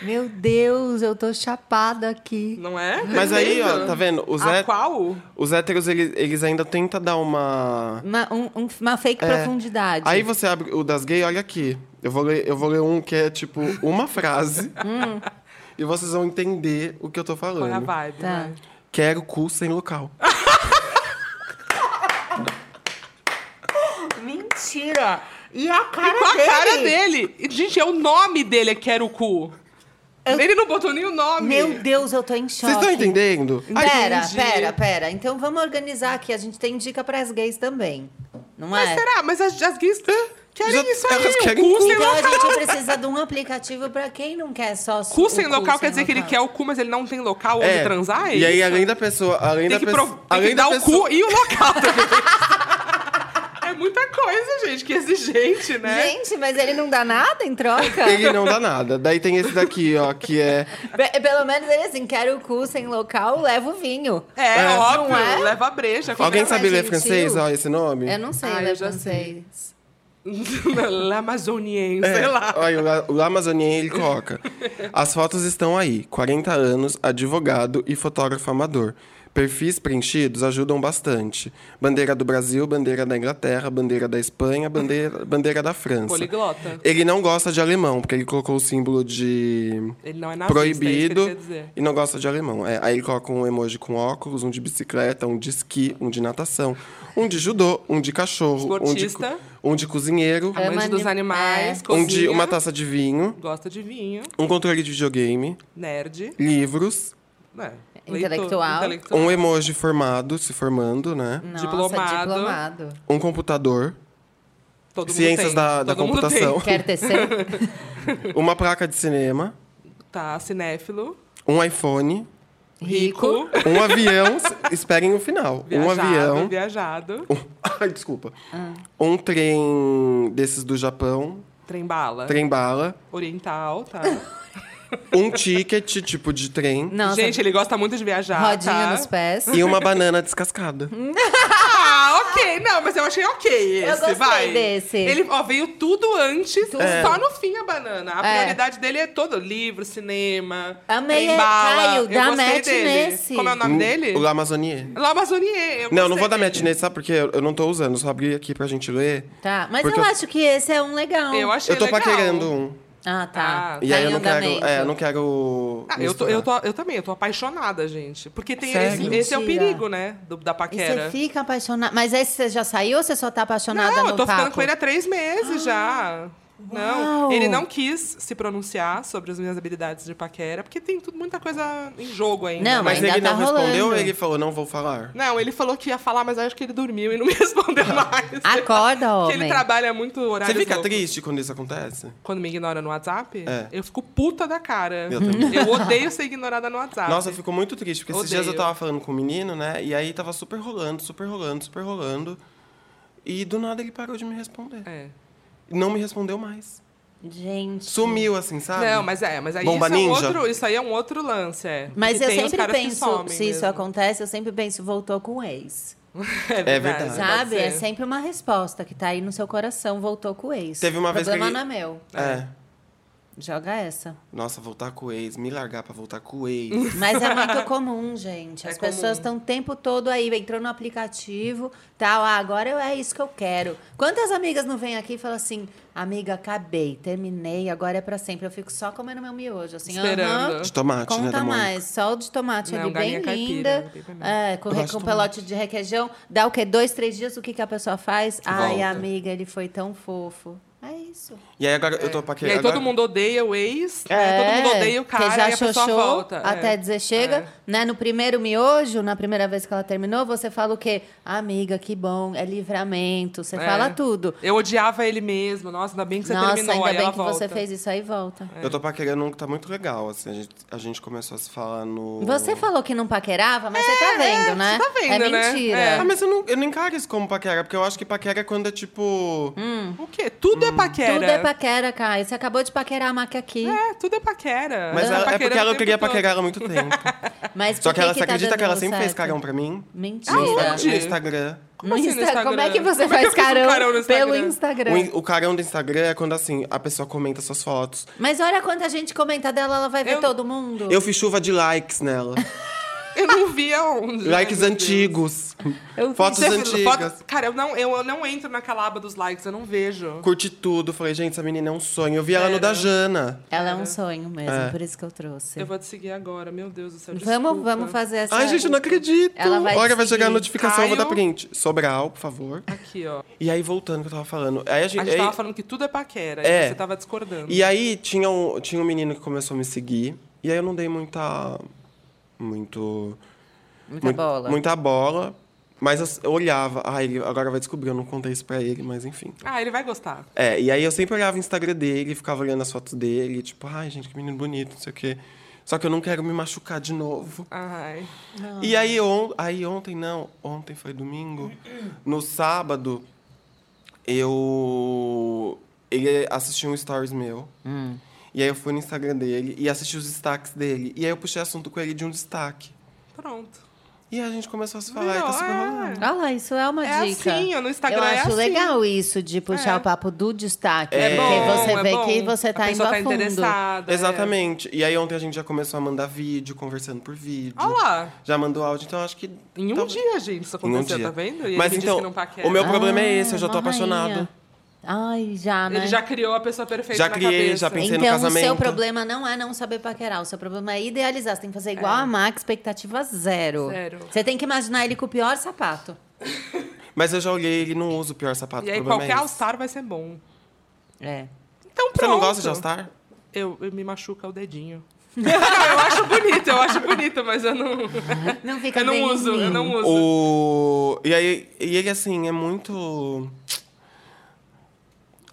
[SPEAKER 1] Meu Deus, eu tô chapada aqui.
[SPEAKER 3] Não é?
[SPEAKER 2] Mas aí, ó,
[SPEAKER 3] Perfeito.
[SPEAKER 2] tá vendo? Os,
[SPEAKER 3] A
[SPEAKER 2] hé-
[SPEAKER 3] qual?
[SPEAKER 2] os héteros, eles, eles ainda tentam dar uma.
[SPEAKER 1] Uma, um- um- uma fake
[SPEAKER 2] É.
[SPEAKER 1] profundidade.
[SPEAKER 2] Aí você abre o das gay, olha aqui. Eu vou ler, eu vou ler um que é tipo uma frase.
[SPEAKER 3] Hum.
[SPEAKER 2] e vocês vão entender o que eu tô falando.
[SPEAKER 3] Qual é a vibe?
[SPEAKER 1] Tá.
[SPEAKER 3] né?
[SPEAKER 2] Quero cu sem local.
[SPEAKER 1] Mentira! E a cara
[SPEAKER 3] E com a cara dele. E, Gente, é o nome dele é Quero Cu. Ele não botou nem o nome.
[SPEAKER 1] Meu Deus, eu tô em choque.
[SPEAKER 2] Vocês estão entendendo? Ai,
[SPEAKER 1] Pera,
[SPEAKER 3] entendi.
[SPEAKER 1] pera, pera. Então vamos organizar aqui. A gente tem dica pras gays também. Não
[SPEAKER 3] Mas
[SPEAKER 1] é?
[SPEAKER 3] será? Mas as, as gays querem
[SPEAKER 2] Já-
[SPEAKER 3] isso aí.
[SPEAKER 2] elas
[SPEAKER 3] o
[SPEAKER 2] querem
[SPEAKER 3] cu,
[SPEAKER 2] cu. né?
[SPEAKER 3] sem
[SPEAKER 1] Então a
[SPEAKER 3] local.
[SPEAKER 1] gente precisa de um aplicativo pra quem não quer só su-
[SPEAKER 3] Cu sem
[SPEAKER 1] o
[SPEAKER 3] local quer
[SPEAKER 1] sem
[SPEAKER 3] dizer que ele
[SPEAKER 1] local.
[SPEAKER 3] quer o cu, mas ele não tem local onde
[SPEAKER 2] É.
[SPEAKER 3] transar? é
[SPEAKER 2] E aí,
[SPEAKER 3] isso?
[SPEAKER 2] além da pessoa. Além
[SPEAKER 3] Tem
[SPEAKER 2] da
[SPEAKER 3] que,
[SPEAKER 2] pessoa.
[SPEAKER 3] pro- tem
[SPEAKER 2] além
[SPEAKER 3] que
[SPEAKER 2] da
[SPEAKER 3] dar o
[SPEAKER 2] pessoa,
[SPEAKER 3] cu e o local. é muita coisa, gente, que exigente, né?
[SPEAKER 1] Gente, mas ele não dá nada em troca?
[SPEAKER 2] Ele não dá nada. Daí tem esse daqui, ó, que é.
[SPEAKER 1] Pe- Pelo menos ele assim, quero o cu sem local, leva o vinho.
[SPEAKER 3] É,
[SPEAKER 2] É.
[SPEAKER 3] óbvio,
[SPEAKER 1] Não é?
[SPEAKER 3] leva a breja.
[SPEAKER 2] Alguém
[SPEAKER 1] mais
[SPEAKER 2] sabe ler
[SPEAKER 1] gentil.
[SPEAKER 2] francês? Ó, esse nome?
[SPEAKER 1] Eu não sei,
[SPEAKER 3] Ah, eu
[SPEAKER 1] né?
[SPEAKER 3] já
[SPEAKER 1] não sei.
[SPEAKER 3] L'Amazonien,
[SPEAKER 2] É,
[SPEAKER 3] sei lá.
[SPEAKER 2] Olha, o La- o Amazonien, ele coloca. As fotos estão aí. 40 anos, advogado e fotógrafo amador. Perfis preenchidos ajudam bastante. Bandeira do Brasil, bandeira da Inglaterra, bandeira da Espanha, bandeira, bandeira da França.
[SPEAKER 3] Poliglota.
[SPEAKER 2] Ele não gosta de alemão, porque ele colocou o símbolo de
[SPEAKER 3] Ele não é nazista,
[SPEAKER 2] proibido
[SPEAKER 3] É isso que ele quer dizer.
[SPEAKER 2] e não gosta de alemão. É, aí ele coloca um emoji com óculos, um de bicicleta, um de esqui, um de natação, um de judô, um de cachorro, um de, co-
[SPEAKER 3] Esportista.
[SPEAKER 2] um de cozinheiro,
[SPEAKER 1] É,
[SPEAKER 3] Amante
[SPEAKER 1] mas
[SPEAKER 3] dos
[SPEAKER 1] ele-
[SPEAKER 3] animais,
[SPEAKER 2] um
[SPEAKER 3] cozinha,
[SPEAKER 2] de uma taça de vinho,
[SPEAKER 3] gosta de vinho,
[SPEAKER 2] um controle de videogame,
[SPEAKER 3] nerd,
[SPEAKER 2] livros,
[SPEAKER 3] né?
[SPEAKER 1] Intelectual.
[SPEAKER 3] leitor,
[SPEAKER 2] um emoji formado, se formando, né?
[SPEAKER 1] Nossa,
[SPEAKER 3] Diplomado.
[SPEAKER 1] diplomado.
[SPEAKER 2] Um computador,
[SPEAKER 3] Todo mundo
[SPEAKER 2] ciências
[SPEAKER 3] tem,
[SPEAKER 2] da, da
[SPEAKER 3] todo mundo
[SPEAKER 2] computação,
[SPEAKER 1] Quer tecer?
[SPEAKER 2] uma placa de cinema,
[SPEAKER 3] tem. Tá, cinéfilo,
[SPEAKER 2] um iPhone,
[SPEAKER 1] Rico.
[SPEAKER 3] rico,
[SPEAKER 2] um avião, s- esperem o final, um
[SPEAKER 3] viajado,
[SPEAKER 2] avião, um,
[SPEAKER 3] viajado,
[SPEAKER 2] Ai, desculpa.
[SPEAKER 3] Ah.
[SPEAKER 2] Um trem desses do Japão,
[SPEAKER 3] trem-bala,
[SPEAKER 2] trem bala,
[SPEAKER 3] oriental, tá?
[SPEAKER 2] um ticket tipo de trem
[SPEAKER 1] Nossa,
[SPEAKER 3] Gente, ele gosta muito de viajar,
[SPEAKER 1] rodinha
[SPEAKER 3] tá?
[SPEAKER 1] nos pés.
[SPEAKER 2] e uma banana descascada.
[SPEAKER 3] Ah, ok. Não, mas eu achei ok esse,
[SPEAKER 1] Eu gostei
[SPEAKER 3] vai.
[SPEAKER 1] desse.
[SPEAKER 3] Ele, ó, veio tudo antes,
[SPEAKER 2] É.
[SPEAKER 3] só no fim a banana. A
[SPEAKER 1] É.
[SPEAKER 3] prioridade dele é todo. Livro, cinema,
[SPEAKER 1] Amei,
[SPEAKER 3] tem bala.
[SPEAKER 1] Caio,
[SPEAKER 3] eu
[SPEAKER 1] dá
[SPEAKER 3] gostei
[SPEAKER 1] match
[SPEAKER 3] dele.
[SPEAKER 1] nesse.
[SPEAKER 3] Como é o nome dele?
[SPEAKER 2] O Amazonier.
[SPEAKER 3] L'Amazonier. eu
[SPEAKER 2] Não, não
[SPEAKER 3] gostei
[SPEAKER 2] vou dar
[SPEAKER 3] dele.
[SPEAKER 2] match nesse, sabe? Porque eu eu não tô usando, só abri aqui pra gente ler.
[SPEAKER 1] Tá, mas
[SPEAKER 2] Porque
[SPEAKER 1] eu
[SPEAKER 2] eu-
[SPEAKER 1] acho que esse é um legal.
[SPEAKER 3] Eu achei
[SPEAKER 2] Eu tô
[SPEAKER 3] legal.
[SPEAKER 2] paquerando um.
[SPEAKER 1] Ah, tá.
[SPEAKER 3] Ah,
[SPEAKER 2] E
[SPEAKER 1] Tá
[SPEAKER 2] aí
[SPEAKER 1] em
[SPEAKER 2] eu não quero.
[SPEAKER 1] andamento.
[SPEAKER 2] É, eu não quero.
[SPEAKER 3] Ah, eu, tô,
[SPEAKER 2] misturar.
[SPEAKER 3] eu, tô- eu também, eu tô apaixonada, gente. Porque tem
[SPEAKER 2] Sério?
[SPEAKER 3] esse, esse é o
[SPEAKER 1] Mentira. é
[SPEAKER 3] perigo, né? do- da
[SPEAKER 1] E
[SPEAKER 3] paquera.
[SPEAKER 1] você fica apaixonada. Mas aí você já saiu ou você só tá apaixonada
[SPEAKER 3] Não,
[SPEAKER 1] no
[SPEAKER 3] eu tô
[SPEAKER 1] papo?
[SPEAKER 3] ficando com ele há três meses já.
[SPEAKER 1] Uau!
[SPEAKER 3] Não, ele não quis se pronunciar sobre as minhas habilidades de paquera, porque tem tudo, muita coisa em jogo ainda.
[SPEAKER 1] Não,
[SPEAKER 3] né?
[SPEAKER 2] Mas
[SPEAKER 1] Ainda
[SPEAKER 2] ele
[SPEAKER 1] tá
[SPEAKER 2] não respondeu
[SPEAKER 1] rolando.
[SPEAKER 2] ou ele falou, não vou falar?
[SPEAKER 3] Não, ele falou que ia falar, mas acho que ele dormiu e não me respondeu mais.
[SPEAKER 1] Acorda,
[SPEAKER 3] Porque
[SPEAKER 1] homem.
[SPEAKER 3] ele trabalha muito horário.
[SPEAKER 2] Você fica triste quando isso acontece?
[SPEAKER 3] Quando me ignora no WhatsApp,
[SPEAKER 2] É.
[SPEAKER 3] eu fico puta da cara.
[SPEAKER 2] Eu também.
[SPEAKER 3] Eu odeio ser ignorada no WhatsApp.
[SPEAKER 2] Nossa, eu fico muito triste, porque esses
[SPEAKER 3] Ah, Odeio.
[SPEAKER 2] dias eu tava falando com o menino, né? E aí tava super rolando, super rolando, super rolando. E do nada ele parou de me responder.
[SPEAKER 3] É.
[SPEAKER 2] Não me respondeu mais.
[SPEAKER 1] Gente.
[SPEAKER 2] Sumiu, assim, sabe?
[SPEAKER 3] Não, mas é, mas aí
[SPEAKER 2] Bomba
[SPEAKER 3] isso,
[SPEAKER 2] ninja?
[SPEAKER 3] É um outro, isso aí é um outro lance, é.
[SPEAKER 1] Mas
[SPEAKER 3] Que
[SPEAKER 1] eu
[SPEAKER 3] tem os
[SPEAKER 1] sempre
[SPEAKER 3] caras que
[SPEAKER 1] penso,
[SPEAKER 3] somem
[SPEAKER 1] se
[SPEAKER 3] mesmo.
[SPEAKER 1] isso acontece, eu sempre penso, voltou com o ex.
[SPEAKER 3] É
[SPEAKER 2] verdade.
[SPEAKER 3] verdade.
[SPEAKER 1] Sabe?
[SPEAKER 3] pode
[SPEAKER 1] É
[SPEAKER 3] ser.
[SPEAKER 1] sempre uma resposta que tá aí no seu coração, voltou com o ex.
[SPEAKER 2] Teve uma vez que
[SPEAKER 1] Problema
[SPEAKER 2] ele-
[SPEAKER 1] não é meu.
[SPEAKER 2] É.
[SPEAKER 1] Joga essa.
[SPEAKER 2] Nossa, voltar com o ex, me largar pra voltar com o ex.
[SPEAKER 1] Mas é muito comum, gente.
[SPEAKER 3] É
[SPEAKER 1] As
[SPEAKER 3] comum.
[SPEAKER 1] pessoas estão o tempo todo aí, entrou no aplicativo, tal, ah, agora eu- é isso que eu quero. Quantas amigas não vêm aqui e falam assim, amiga, acabei, terminei, agora é pra sempre. Eu fico só comendo meu miojo, assim,
[SPEAKER 3] Esperando.
[SPEAKER 1] aham.
[SPEAKER 2] De tomate, né,
[SPEAKER 1] Conta
[SPEAKER 2] da Mônica?
[SPEAKER 1] mais, só o de tomate
[SPEAKER 3] Não,
[SPEAKER 1] ali, bem
[SPEAKER 3] galinha caipira,
[SPEAKER 1] linda.
[SPEAKER 3] não tem problema.
[SPEAKER 1] É, com,
[SPEAKER 2] Eu
[SPEAKER 1] re-
[SPEAKER 2] gosto
[SPEAKER 1] com
[SPEAKER 2] muito.
[SPEAKER 1] pelote de requeijão. Dá o quê? Dois, três dias, o que, que a pessoa faz? Ai,
[SPEAKER 2] Volta.
[SPEAKER 1] amiga, ele foi tão fofo. É isso.
[SPEAKER 2] E aí agora eu tô
[SPEAKER 3] É. E
[SPEAKER 2] paquerando.
[SPEAKER 3] aí todo mundo odeia o ex, né? todo mundo odeia o
[SPEAKER 1] porque
[SPEAKER 3] cara
[SPEAKER 1] É, já
[SPEAKER 3] e a pessoa
[SPEAKER 1] xoxou
[SPEAKER 3] volta.
[SPEAKER 1] Até
[SPEAKER 3] é.
[SPEAKER 1] dizer chega,
[SPEAKER 3] É.
[SPEAKER 1] né? No primeiro miojo, na primeira vez que ela terminou, você fala o quê? Amiga, que bom, é livramento. Você
[SPEAKER 3] É.
[SPEAKER 1] fala tudo.
[SPEAKER 3] Eu odiava ele mesmo. Nossa, ainda bem que você
[SPEAKER 1] Nossa,
[SPEAKER 3] terminou.
[SPEAKER 1] ainda
[SPEAKER 3] aí
[SPEAKER 1] bem
[SPEAKER 3] ela
[SPEAKER 1] que
[SPEAKER 3] volta.
[SPEAKER 1] você fez isso aí volta.
[SPEAKER 2] Eu tô paquerando um que tá muito legal, assim. A gente, a gente começou a se falar no...
[SPEAKER 1] Você falou que não paquerava, mas você tá vendo, né?
[SPEAKER 3] você tá vendo,
[SPEAKER 1] é
[SPEAKER 3] né?
[SPEAKER 1] mentira.
[SPEAKER 3] É.
[SPEAKER 2] Ah, mas eu não, eu não encaro isso como paquera, porque eu acho que paquera é quando é tipo...
[SPEAKER 1] Hum.
[SPEAKER 3] O quê? Tudo
[SPEAKER 2] Hum.
[SPEAKER 3] é paquera.
[SPEAKER 1] Tudo é paquera, Caio. Você acabou de paquerar a Maca aqui.
[SPEAKER 3] É, tudo é paquera.
[SPEAKER 2] Mas
[SPEAKER 3] Ela tá
[SPEAKER 2] ela- é
[SPEAKER 3] paquerando
[SPEAKER 2] porque ela
[SPEAKER 3] o tempo
[SPEAKER 2] queria
[SPEAKER 3] todo.
[SPEAKER 2] paquerar ela há muito tempo.
[SPEAKER 1] Mas por
[SPEAKER 2] Só que ela
[SPEAKER 1] que
[SPEAKER 2] se acredita
[SPEAKER 1] tá
[SPEAKER 2] que ela
[SPEAKER 1] dando
[SPEAKER 2] sempre fez
[SPEAKER 1] certo? Ah, é?
[SPEAKER 2] carão pra Ah, mim?
[SPEAKER 1] Mentira.
[SPEAKER 2] No Insta-
[SPEAKER 3] Aonde?
[SPEAKER 2] No Instagram.
[SPEAKER 3] Como
[SPEAKER 1] No
[SPEAKER 3] assim no
[SPEAKER 1] Insta- Como é que
[SPEAKER 3] Instagram?
[SPEAKER 1] você
[SPEAKER 3] Como é
[SPEAKER 1] faz
[SPEAKER 3] que eu fiz um
[SPEAKER 1] carão,
[SPEAKER 3] carão no
[SPEAKER 1] pelo
[SPEAKER 3] Instagram?
[SPEAKER 1] Instagram?
[SPEAKER 2] O, in- o carão do Instagram é quando, assim, a pessoa comenta suas fotos.
[SPEAKER 1] Mas olha quanta gente comenta dela, ela vai ver
[SPEAKER 3] Eu-
[SPEAKER 1] todo mundo.
[SPEAKER 2] Eu fiz chuva de likes nela.
[SPEAKER 3] Eu não vi aonde.
[SPEAKER 2] likes
[SPEAKER 3] Ai, meu Deus.
[SPEAKER 2] antigos.
[SPEAKER 1] Eu vi.
[SPEAKER 2] Fotos
[SPEAKER 3] Você-
[SPEAKER 2] antigas.
[SPEAKER 3] foto- Cara, eu não, eu, eu não entro naquela aba dos likes, eu não vejo.
[SPEAKER 2] Curti tudo. Falei, gente, essa menina é um sonho. Eu vi ela no
[SPEAKER 3] Era.
[SPEAKER 2] da Jana.
[SPEAKER 1] Ela é um sonho mesmo, por isso que eu trouxe.
[SPEAKER 3] Eu vou te seguir agora, meu Deus do céu.
[SPEAKER 1] Vamos,
[SPEAKER 3] desculpa.
[SPEAKER 1] vamos fazer essa.
[SPEAKER 2] Ai, gente, eu não acredito.
[SPEAKER 1] Ela vai
[SPEAKER 2] Olha, vai
[SPEAKER 1] seguir.
[SPEAKER 2] chegar a notificação, eu vou dar
[SPEAKER 3] Caio.
[SPEAKER 2] print. Sobral, por favor.
[SPEAKER 3] Aqui, ó.
[SPEAKER 2] E aí, voltando que eu tava falando. Aí a gente,
[SPEAKER 3] A gente
[SPEAKER 2] aí-
[SPEAKER 3] tava falando que tudo é paquera.
[SPEAKER 2] É.
[SPEAKER 3] E você tava discordando.
[SPEAKER 2] E aí tinha um, tinha um menino que começou a me seguir. E aí eu não dei muita. Muito.
[SPEAKER 1] Muita
[SPEAKER 2] mui-
[SPEAKER 1] bola.
[SPEAKER 2] Muita bola. Mas eu s- eu olhava. Ai, ele agora vai descobrir, eu não contei isso pra ele, mas enfim.
[SPEAKER 3] Ah, ele vai gostar.
[SPEAKER 2] É, e aí eu sempre olhava o Instagram dele, ficava olhando as fotos dele, tipo, ai, gente, que menino bonito, não sei o quê. Só que eu não quero me machucar de novo.
[SPEAKER 3] Ai.
[SPEAKER 2] E aí, on aí ontem, não, ontem foi domingo, no sábado, eu. Ele assistiu um stories meu.
[SPEAKER 3] Hum.
[SPEAKER 2] E aí eu fui no Instagram dele e assisti os destaques dele. E aí eu puxei assunto com ele de um destaque.
[SPEAKER 3] Pronto.
[SPEAKER 2] E a gente começou a se falar e tá
[SPEAKER 3] Virou,
[SPEAKER 2] super
[SPEAKER 3] é.
[SPEAKER 2] rolando.
[SPEAKER 1] Olha lá, isso é uma
[SPEAKER 3] É
[SPEAKER 1] dica.
[SPEAKER 3] assim, ó, no Instagram
[SPEAKER 1] Eu
[SPEAKER 3] é
[SPEAKER 1] acho
[SPEAKER 3] assim.
[SPEAKER 1] legal isso, de puxar
[SPEAKER 3] É.
[SPEAKER 1] o papo do destaque.
[SPEAKER 3] É
[SPEAKER 1] porque
[SPEAKER 3] bom,
[SPEAKER 1] você
[SPEAKER 3] é
[SPEAKER 1] vê
[SPEAKER 3] bom.
[SPEAKER 1] que você tá
[SPEAKER 3] a
[SPEAKER 1] indo
[SPEAKER 3] pessoa
[SPEAKER 1] a
[SPEAKER 3] tá
[SPEAKER 1] fundo.
[SPEAKER 3] interessada. é.
[SPEAKER 2] Exatamente. E aí ontem a gente já começou a mandar vídeo, conversando por vídeo.
[SPEAKER 3] Olha lá.
[SPEAKER 2] Já mandou áudio, então acho que.
[SPEAKER 3] Em um
[SPEAKER 2] talvez-
[SPEAKER 3] dia, gente, isso
[SPEAKER 2] Em um
[SPEAKER 3] aconteceu,
[SPEAKER 2] dia.
[SPEAKER 3] tá vendo? E
[SPEAKER 2] Mas
[SPEAKER 3] ele disse
[SPEAKER 2] então,
[SPEAKER 3] que não paquera.
[SPEAKER 2] o meu
[SPEAKER 1] Ah,
[SPEAKER 2] problema é esse, eu já tô
[SPEAKER 1] uma rainha.
[SPEAKER 2] apaixonado.
[SPEAKER 1] Ai, já, né?
[SPEAKER 3] Ele já criou a pessoa perfeita
[SPEAKER 2] Já
[SPEAKER 3] na
[SPEAKER 2] criei,
[SPEAKER 3] cabeça.
[SPEAKER 2] já pensei no
[SPEAKER 1] então, o seu
[SPEAKER 2] casamento.
[SPEAKER 1] problema não é não saber paquerar. O seu problema é idealizar. Você tem que fazer igual a Max, expectativa zero.
[SPEAKER 3] É. Zero.
[SPEAKER 1] Você tem que imaginar ele com o pior sapato.
[SPEAKER 2] Mas eu já olhei, ele não usa o pior sapato.
[SPEAKER 3] E
[SPEAKER 2] o
[SPEAKER 3] aí
[SPEAKER 2] problema
[SPEAKER 3] qualquer
[SPEAKER 2] é esse.
[SPEAKER 3] All-Star vai ser bom.
[SPEAKER 1] É.
[SPEAKER 3] Então pronto.
[SPEAKER 2] Você não gosta de All-Star?
[SPEAKER 3] Eu, eu me machuca o dedinho. não, eu acho bonito, eu acho bonito, mas eu não.
[SPEAKER 1] Não fica
[SPEAKER 3] Eu não
[SPEAKER 1] bem em
[SPEAKER 3] uso, eu
[SPEAKER 1] mim.
[SPEAKER 3] não uso.
[SPEAKER 2] O... E aí, e ele assim, é muito.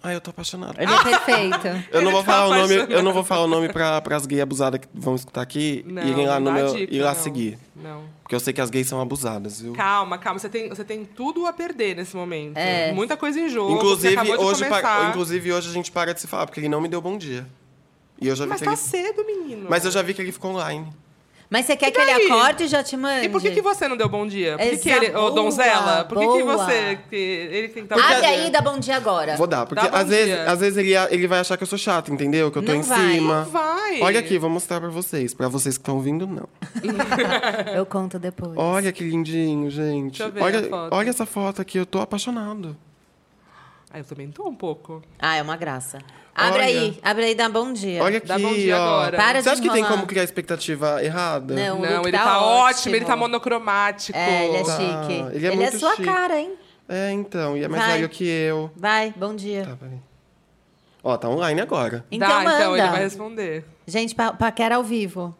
[SPEAKER 2] Ai, eu tô apaixonado.
[SPEAKER 1] Ele é perfeito.
[SPEAKER 2] Eu
[SPEAKER 3] Ele
[SPEAKER 2] não, vou
[SPEAKER 3] tá
[SPEAKER 2] falar o nome, eu
[SPEAKER 3] apaixonado.
[SPEAKER 2] não vou falar o nome pra, pras gays abusadas que vão escutar aqui
[SPEAKER 3] Não,
[SPEAKER 2] irem lá
[SPEAKER 3] não
[SPEAKER 2] no
[SPEAKER 3] dá
[SPEAKER 2] meu.
[SPEAKER 3] dica,
[SPEAKER 2] ir lá
[SPEAKER 3] não.
[SPEAKER 2] seguir.
[SPEAKER 3] Não.
[SPEAKER 2] Porque eu sei que as gays são abusadas, viu?
[SPEAKER 3] Calma, calma. Você tem, você tem tudo a perder nesse momento.
[SPEAKER 1] É.
[SPEAKER 3] Muita coisa em jogo. você
[SPEAKER 2] Inclusive
[SPEAKER 3] acabou de
[SPEAKER 2] hoje, pa-
[SPEAKER 3] começar.
[SPEAKER 2] inclusive, hoje a gente para de se falar, porque ele não me deu bom dia. E eu já vi
[SPEAKER 3] Mas
[SPEAKER 2] que
[SPEAKER 3] tá né?
[SPEAKER 2] ele.
[SPEAKER 3] cedo, menino.
[SPEAKER 2] Mas eu já vi que ele ficou online.
[SPEAKER 1] Mas você quer
[SPEAKER 3] E
[SPEAKER 1] que ele
[SPEAKER 3] daí?
[SPEAKER 1] acorde e já te mande?
[SPEAKER 3] E por que, que você não deu bom dia? Por que, que
[SPEAKER 1] Exa-
[SPEAKER 3] ele. Ô,
[SPEAKER 1] boa,
[SPEAKER 3] donzela, por que, que
[SPEAKER 1] boa.
[SPEAKER 3] você. Que ele tem que tá- dar bom
[SPEAKER 1] Abre
[SPEAKER 3] dia?
[SPEAKER 1] aí e dá bom dia agora.
[SPEAKER 2] Vou dar, porque
[SPEAKER 3] bom
[SPEAKER 2] às vezes,
[SPEAKER 3] dia.
[SPEAKER 2] às vezes ele, ele vai achar que eu sou chato, entendeu? Que eu tô
[SPEAKER 1] Não
[SPEAKER 2] em
[SPEAKER 1] vai,
[SPEAKER 2] cima.
[SPEAKER 3] não vai.
[SPEAKER 2] Olha aqui, vou mostrar pra vocês. Pra vocês que estão ouvindo, não.
[SPEAKER 1] Eu conto depois.
[SPEAKER 2] Olha que lindinho, gente.
[SPEAKER 3] Deixa eu ver
[SPEAKER 2] olha,
[SPEAKER 3] a foto.
[SPEAKER 2] olha essa foto aqui, eu tô apaixonado.
[SPEAKER 3] Ah, eu também tô um pouco.
[SPEAKER 1] Ah, é uma graça. Abre
[SPEAKER 2] Olha.
[SPEAKER 1] aí, abre aí e dá bom dia.
[SPEAKER 2] Olha aqui,
[SPEAKER 3] É, Dá bom dia
[SPEAKER 2] ó.
[SPEAKER 3] agora.
[SPEAKER 1] Para
[SPEAKER 2] Você
[SPEAKER 1] de
[SPEAKER 2] acha que tem
[SPEAKER 1] enrolar.
[SPEAKER 2] como criar expectativa errada?
[SPEAKER 1] Não. O
[SPEAKER 3] não,
[SPEAKER 1] look
[SPEAKER 3] ele
[SPEAKER 1] tá
[SPEAKER 3] tá, ótimo,
[SPEAKER 1] ótimo.
[SPEAKER 3] ele tá monocromático.
[SPEAKER 1] É, ele é
[SPEAKER 2] Tá,
[SPEAKER 1] chique.
[SPEAKER 2] ele é muito
[SPEAKER 1] sua
[SPEAKER 2] chique.
[SPEAKER 1] cara, hein?
[SPEAKER 2] É, então, e é mais
[SPEAKER 1] Vai.
[SPEAKER 2] velho que eu.
[SPEAKER 1] Vai, bom dia.
[SPEAKER 2] Tá, peraí. Ó, tá online agora.
[SPEAKER 1] Então
[SPEAKER 3] Dá,
[SPEAKER 1] manda.
[SPEAKER 3] então ele vai responder.
[SPEAKER 1] Gente, pa paquera ao vivo.